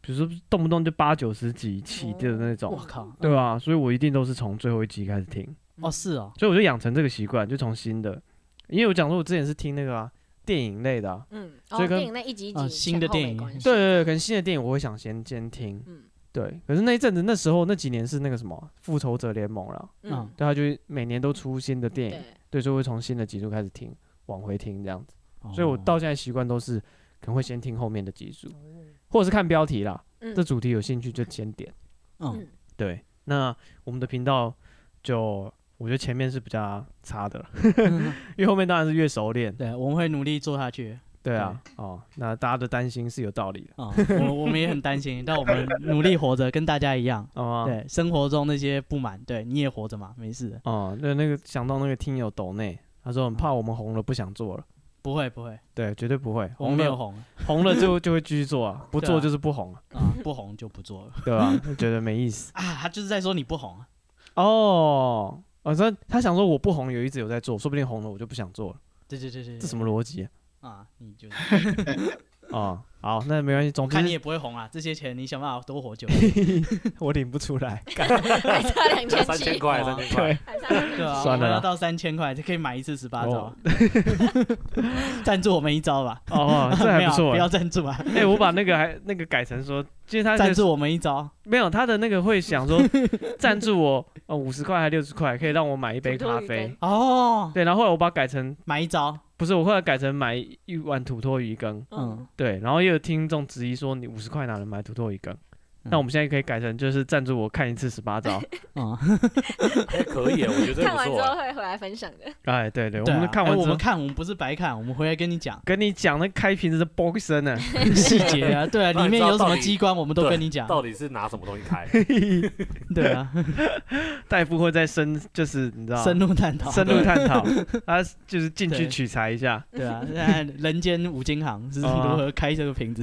[SPEAKER 1] 比如说动不动就八九十集起
[SPEAKER 4] 哦
[SPEAKER 1] 的那种，
[SPEAKER 2] 我
[SPEAKER 4] 嗯
[SPEAKER 2] 靠！
[SPEAKER 1] 对啊吧、所以我一定都是从最后一集开始听，
[SPEAKER 2] 哦，是哦，
[SPEAKER 1] 所以我就养成这个习惯，就从新的，因为我讲说我之前是听那个啊电影类的、啊，
[SPEAKER 4] 嗯，
[SPEAKER 1] 所
[SPEAKER 4] 哦，
[SPEAKER 1] 以跟
[SPEAKER 4] 电影那一集一集、
[SPEAKER 2] 啊新的
[SPEAKER 4] 前后没
[SPEAKER 2] 电影
[SPEAKER 4] 关系
[SPEAKER 1] 对对对，可能新的电影我会想先先听，
[SPEAKER 4] 嗯
[SPEAKER 1] 对，可是那一阵子那时候那几年是那个什么复仇者联盟了，
[SPEAKER 2] 嗯
[SPEAKER 4] 嗯，
[SPEAKER 1] 对，他就每年都出新的电影
[SPEAKER 4] 对，，
[SPEAKER 1] 对，所以我会从新的集数开始听，往回听这样子。
[SPEAKER 2] 哦
[SPEAKER 1] 所以我到现在习惯都是可能会先听后面的集数，或者是看标题啦，
[SPEAKER 4] 嗯
[SPEAKER 1] 这主题有兴趣就先点。
[SPEAKER 2] 哦嗯
[SPEAKER 4] 嗯
[SPEAKER 1] 对，那我们的频道就我觉得前面是比较差 的，因为后面当然是越熟练。
[SPEAKER 2] 对，我们会努力做下去
[SPEAKER 1] 对啊，哦，那大家的担心是有道理的。
[SPEAKER 2] 啊、我我们也很担心， 但我们努力活着，跟大家一样。
[SPEAKER 1] 哦、
[SPEAKER 2] 对，生活中那些不满，对你也活着嘛，没事的，
[SPEAKER 1] 哦、那那个想到那个听友抖内，他说很
[SPEAKER 2] 嗯
[SPEAKER 1] 怕我们红了不想做了，
[SPEAKER 2] 不会不会，
[SPEAKER 1] 对，绝对不会，
[SPEAKER 2] 我
[SPEAKER 1] 红
[SPEAKER 2] 们没有
[SPEAKER 1] 了
[SPEAKER 2] 红啊、
[SPEAKER 1] 红了就就会继续做啊，不
[SPEAKER 2] 对
[SPEAKER 1] 做
[SPEAKER 2] 啊
[SPEAKER 1] 就是不红啊，
[SPEAKER 2] 不红就不做了
[SPEAKER 1] 对吧、 啊？就觉得没意思。
[SPEAKER 2] 啊。他就是在说你不红啊，
[SPEAKER 1] 哦，我说他想说我不红，有一直有在做，说不定红了我就不想做了，
[SPEAKER 2] 对对对对，
[SPEAKER 1] 这什
[SPEAKER 2] 么
[SPEAKER 1] 么逻辑啊
[SPEAKER 2] 啊？你就
[SPEAKER 1] 啊？好，那没关系，总
[SPEAKER 2] 看你 也
[SPEAKER 1] 之
[SPEAKER 2] 不会红啊，这些钱你想办法多活久，
[SPEAKER 1] 我领不出来。
[SPEAKER 4] 还差两千
[SPEAKER 3] 三千
[SPEAKER 4] 七，
[SPEAKER 3] 块，
[SPEAKER 2] 哦
[SPEAKER 3] 三千块
[SPEAKER 1] 对，，
[SPEAKER 4] 还差两千
[SPEAKER 2] 对啊，
[SPEAKER 1] 算了啦
[SPEAKER 2] 我们要到三千块就可以买一次十八招
[SPEAKER 1] 哦，
[SPEAKER 2] 赞助我们一招吧。
[SPEAKER 1] 哦， 这
[SPEAKER 2] 没
[SPEAKER 1] 还
[SPEAKER 2] 有
[SPEAKER 1] 不
[SPEAKER 2] 啊
[SPEAKER 1] 错
[SPEAKER 2] 不。要赞助啊，
[SPEAKER 1] 哎，我把那个还那个改成说，其实他
[SPEAKER 2] 赞
[SPEAKER 1] 的
[SPEAKER 2] 助我们一招。
[SPEAKER 1] 没有他的那个会想 说赞助我呃五十块还六十块可以让我买一杯
[SPEAKER 4] 土托
[SPEAKER 1] 咖
[SPEAKER 4] 鱼
[SPEAKER 1] 啡
[SPEAKER 4] 羹。
[SPEAKER 2] 哦，
[SPEAKER 1] 对，然后后来我把它改成
[SPEAKER 2] 买一招，
[SPEAKER 1] 不是，我后来改成买一碗土托鱼羹。
[SPEAKER 2] 嗯
[SPEAKER 4] 嗯，
[SPEAKER 1] 对，然后也有听众质疑说，你五十块哪能买土托鱼羹？
[SPEAKER 2] 嗯
[SPEAKER 1] 那我们现在可以改成就是赞助我看一次十八 招。
[SPEAKER 2] 嗯，
[SPEAKER 3] 哎，可以耶，我觉得这
[SPEAKER 4] 看
[SPEAKER 1] 啊
[SPEAKER 3] 不
[SPEAKER 4] 完之
[SPEAKER 3] 错
[SPEAKER 4] 后
[SPEAKER 3] 耶。
[SPEAKER 4] 会回来分享的。
[SPEAKER 1] 哎，对对，我
[SPEAKER 2] 对啊
[SPEAKER 1] 们看
[SPEAKER 2] 哎
[SPEAKER 1] 完
[SPEAKER 2] 我
[SPEAKER 1] 之后
[SPEAKER 2] 们看，我们不是白看，我们回来跟 你讲
[SPEAKER 1] 跟你讲那开瓶子的 b o x 呢，
[SPEAKER 2] 细节啊，对 啊，里
[SPEAKER 3] 让你
[SPEAKER 2] 面
[SPEAKER 3] 知道
[SPEAKER 2] 有什
[SPEAKER 3] 到
[SPEAKER 2] 么
[SPEAKER 3] 底
[SPEAKER 2] 机关，我们都
[SPEAKER 3] 对
[SPEAKER 2] 跟你讲，
[SPEAKER 3] 啊到底是拿什么东西开？
[SPEAKER 2] 对啊，
[SPEAKER 1] 大夫会再深，就是你知道
[SPEAKER 2] 深入探讨，
[SPEAKER 1] 深入探 讨，他就是进去
[SPEAKER 2] 对
[SPEAKER 1] 取材一下。
[SPEAKER 2] 对啊，现在人间五金行是如
[SPEAKER 1] 哦啊
[SPEAKER 2] 何开这个瓶子？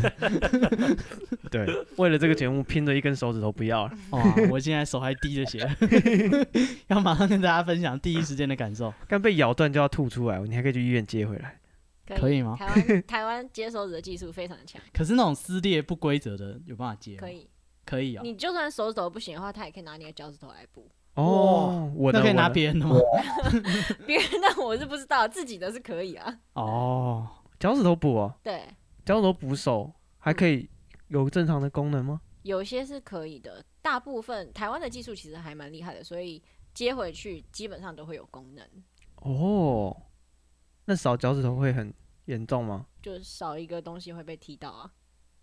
[SPEAKER 1] 对，为了这个节目拼着一根手指头不要了。
[SPEAKER 2] 哇，我现在手还滴着血， 要马上跟大家分享第一时间的感受，
[SPEAKER 1] 但被咬断就要吐出来，你还可以去医院接回来。
[SPEAKER 2] 可
[SPEAKER 1] 啊
[SPEAKER 2] 以吗
[SPEAKER 4] 台 湾台湾接手指的技术非常强，
[SPEAKER 2] 可是那种撕裂不规则的有办法接吗？
[SPEAKER 4] 可以。
[SPEAKER 2] 可以啊，
[SPEAKER 4] 你就算手指头不行的话，他也可以拿你的脚趾头来补。
[SPEAKER 1] 哦，我的
[SPEAKER 2] 那可以
[SPEAKER 1] 我的
[SPEAKER 2] 拿别人的吗？
[SPEAKER 4] 别人的我是不知道，自己的是可以啊。
[SPEAKER 2] 哦，
[SPEAKER 1] 脚趾头补哦，
[SPEAKER 4] 对，
[SPEAKER 1] 脚趾头补手还可以有正常的功能吗？
[SPEAKER 4] 有些是可以的，大部分台湾的技术其实还蛮厉害的，所以接回去基本上都会有功能，
[SPEAKER 1] 哦，那少脚趾头会很严重吗？
[SPEAKER 4] 就少一个东西会被踢到啊。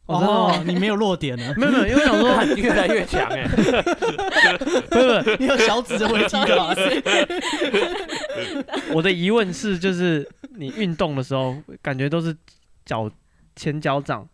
[SPEAKER 1] 哦真的吗，
[SPEAKER 2] 哦，你没有弱点了
[SPEAKER 1] 没有没有，因为我想说
[SPEAKER 3] 看越来越强哎，
[SPEAKER 1] 不是不
[SPEAKER 2] 你有小指的危哦机
[SPEAKER 4] 什么
[SPEAKER 2] 了
[SPEAKER 4] 意。思
[SPEAKER 1] 是，我的疑问是就是你运动的时候感觉都是脚前脚掌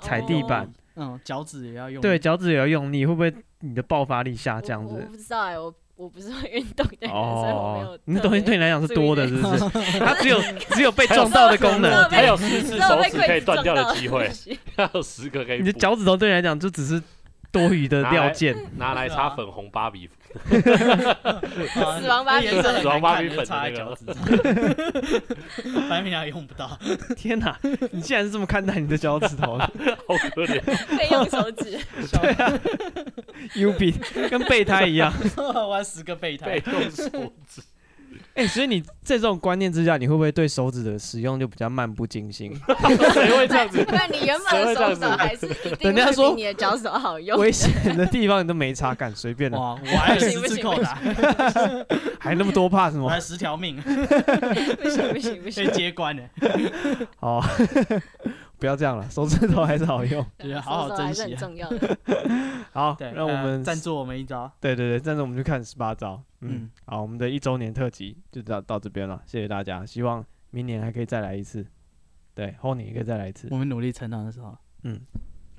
[SPEAKER 1] 踩地板，
[SPEAKER 2] 嗯，脚趾也要用。
[SPEAKER 1] 对，，脚趾也要用力，会不会你的爆发力下
[SPEAKER 4] 哦我
[SPEAKER 1] 降之
[SPEAKER 4] 我
[SPEAKER 1] 类的
[SPEAKER 4] 不知道哎、我我不是会运动的人，所以我没有
[SPEAKER 1] 哦
[SPEAKER 4] 特，
[SPEAKER 1] 你
[SPEAKER 4] 别。
[SPEAKER 1] 那东西对你来讲是多的，
[SPEAKER 4] 注
[SPEAKER 1] 是不是？它只 有只有被撞到的功
[SPEAKER 4] 还有
[SPEAKER 1] 能，
[SPEAKER 4] 被
[SPEAKER 3] 还有十只
[SPEAKER 4] 知道
[SPEAKER 3] 手
[SPEAKER 4] 被
[SPEAKER 3] 指
[SPEAKER 4] 柜
[SPEAKER 3] 可以
[SPEAKER 4] 子
[SPEAKER 3] 断
[SPEAKER 4] 撞
[SPEAKER 3] 掉
[SPEAKER 4] 到
[SPEAKER 3] 的机会
[SPEAKER 4] 东，西
[SPEAKER 3] 还有十个可以补。
[SPEAKER 1] 你的脚趾头对你来讲就只是多余的
[SPEAKER 4] 哎
[SPEAKER 1] 料件。
[SPEAKER 3] 拿来擦粉红芭比粉，
[SPEAKER 4] 死亡芭比
[SPEAKER 2] 啊颜色很
[SPEAKER 3] 死
[SPEAKER 2] 难
[SPEAKER 3] 亡芭
[SPEAKER 2] 看
[SPEAKER 3] 比
[SPEAKER 2] 的，
[SPEAKER 3] 粉
[SPEAKER 2] 插在
[SPEAKER 3] 的那
[SPEAKER 2] 脚
[SPEAKER 3] 个
[SPEAKER 2] 趾上。白平常用不到，
[SPEAKER 1] 天哪，你竟然是这么看待你的脚趾头
[SPEAKER 3] 好 可怜。
[SPEAKER 4] 备用手指，
[SPEAKER 1] ，U B 跟备胎一 样。
[SPEAKER 2] 我要十个备胎
[SPEAKER 3] 被。动 手指，
[SPEAKER 1] 哎、所以你在这种观念之下，你会不会对手指的使用就比较漫不经心？
[SPEAKER 3] 谁会这样子？
[SPEAKER 4] 不然你原本的手指头还是一定
[SPEAKER 1] 人家
[SPEAKER 4] 会
[SPEAKER 1] 说
[SPEAKER 4] 比你的脚趾头好用。
[SPEAKER 1] 危险的地方你都没擦，干随便了，
[SPEAKER 2] 哇，我还有 十
[SPEAKER 4] 不行
[SPEAKER 2] 字扣打，
[SPEAKER 1] 还那么多怕什
[SPEAKER 2] 我还
[SPEAKER 1] 么？
[SPEAKER 2] 有十条命
[SPEAKER 4] 不行不行 不
[SPEAKER 2] 被
[SPEAKER 4] 行，
[SPEAKER 2] 接关呢，
[SPEAKER 1] 好，哦 不要这样了，手指头还是好 用。
[SPEAKER 2] 觉得好好
[SPEAKER 4] 手指头还
[SPEAKER 2] 珍
[SPEAKER 4] 是
[SPEAKER 2] 惜
[SPEAKER 4] 很
[SPEAKER 2] 啊。
[SPEAKER 4] 重要的。
[SPEAKER 1] 好
[SPEAKER 2] 对，，
[SPEAKER 1] 让我
[SPEAKER 2] 呃
[SPEAKER 1] 们
[SPEAKER 2] 赞助我们一招。
[SPEAKER 1] 对对对，但是我们去看十八招。嗯，
[SPEAKER 2] 嗯
[SPEAKER 1] 好，我们的一周年特辑就到到这边了，谢谢大家，希望明年还可以再来一次，对，后年也可以再来一次
[SPEAKER 2] 我。们努力成长的时候，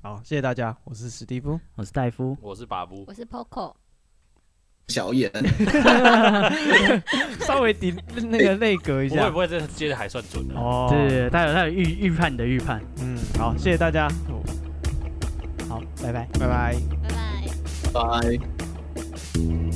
[SPEAKER 1] 好，谢谢大家，我是史蒂夫，
[SPEAKER 2] 我是戴夫，
[SPEAKER 3] 我是把布，
[SPEAKER 4] 我是 Poco，
[SPEAKER 5] 小眼，
[SPEAKER 1] 稍微抵那个内格一
[SPEAKER 3] 不会
[SPEAKER 1] 下
[SPEAKER 3] 不。会，这接的还算准 的。
[SPEAKER 1] 哦，
[SPEAKER 2] 对对，对他有他有预预判你的预判。
[SPEAKER 1] 嗯，好，谢谢大家，
[SPEAKER 2] 好，拜拜。
[SPEAKER 1] 拜拜。
[SPEAKER 4] 拜拜。
[SPEAKER 5] 拜。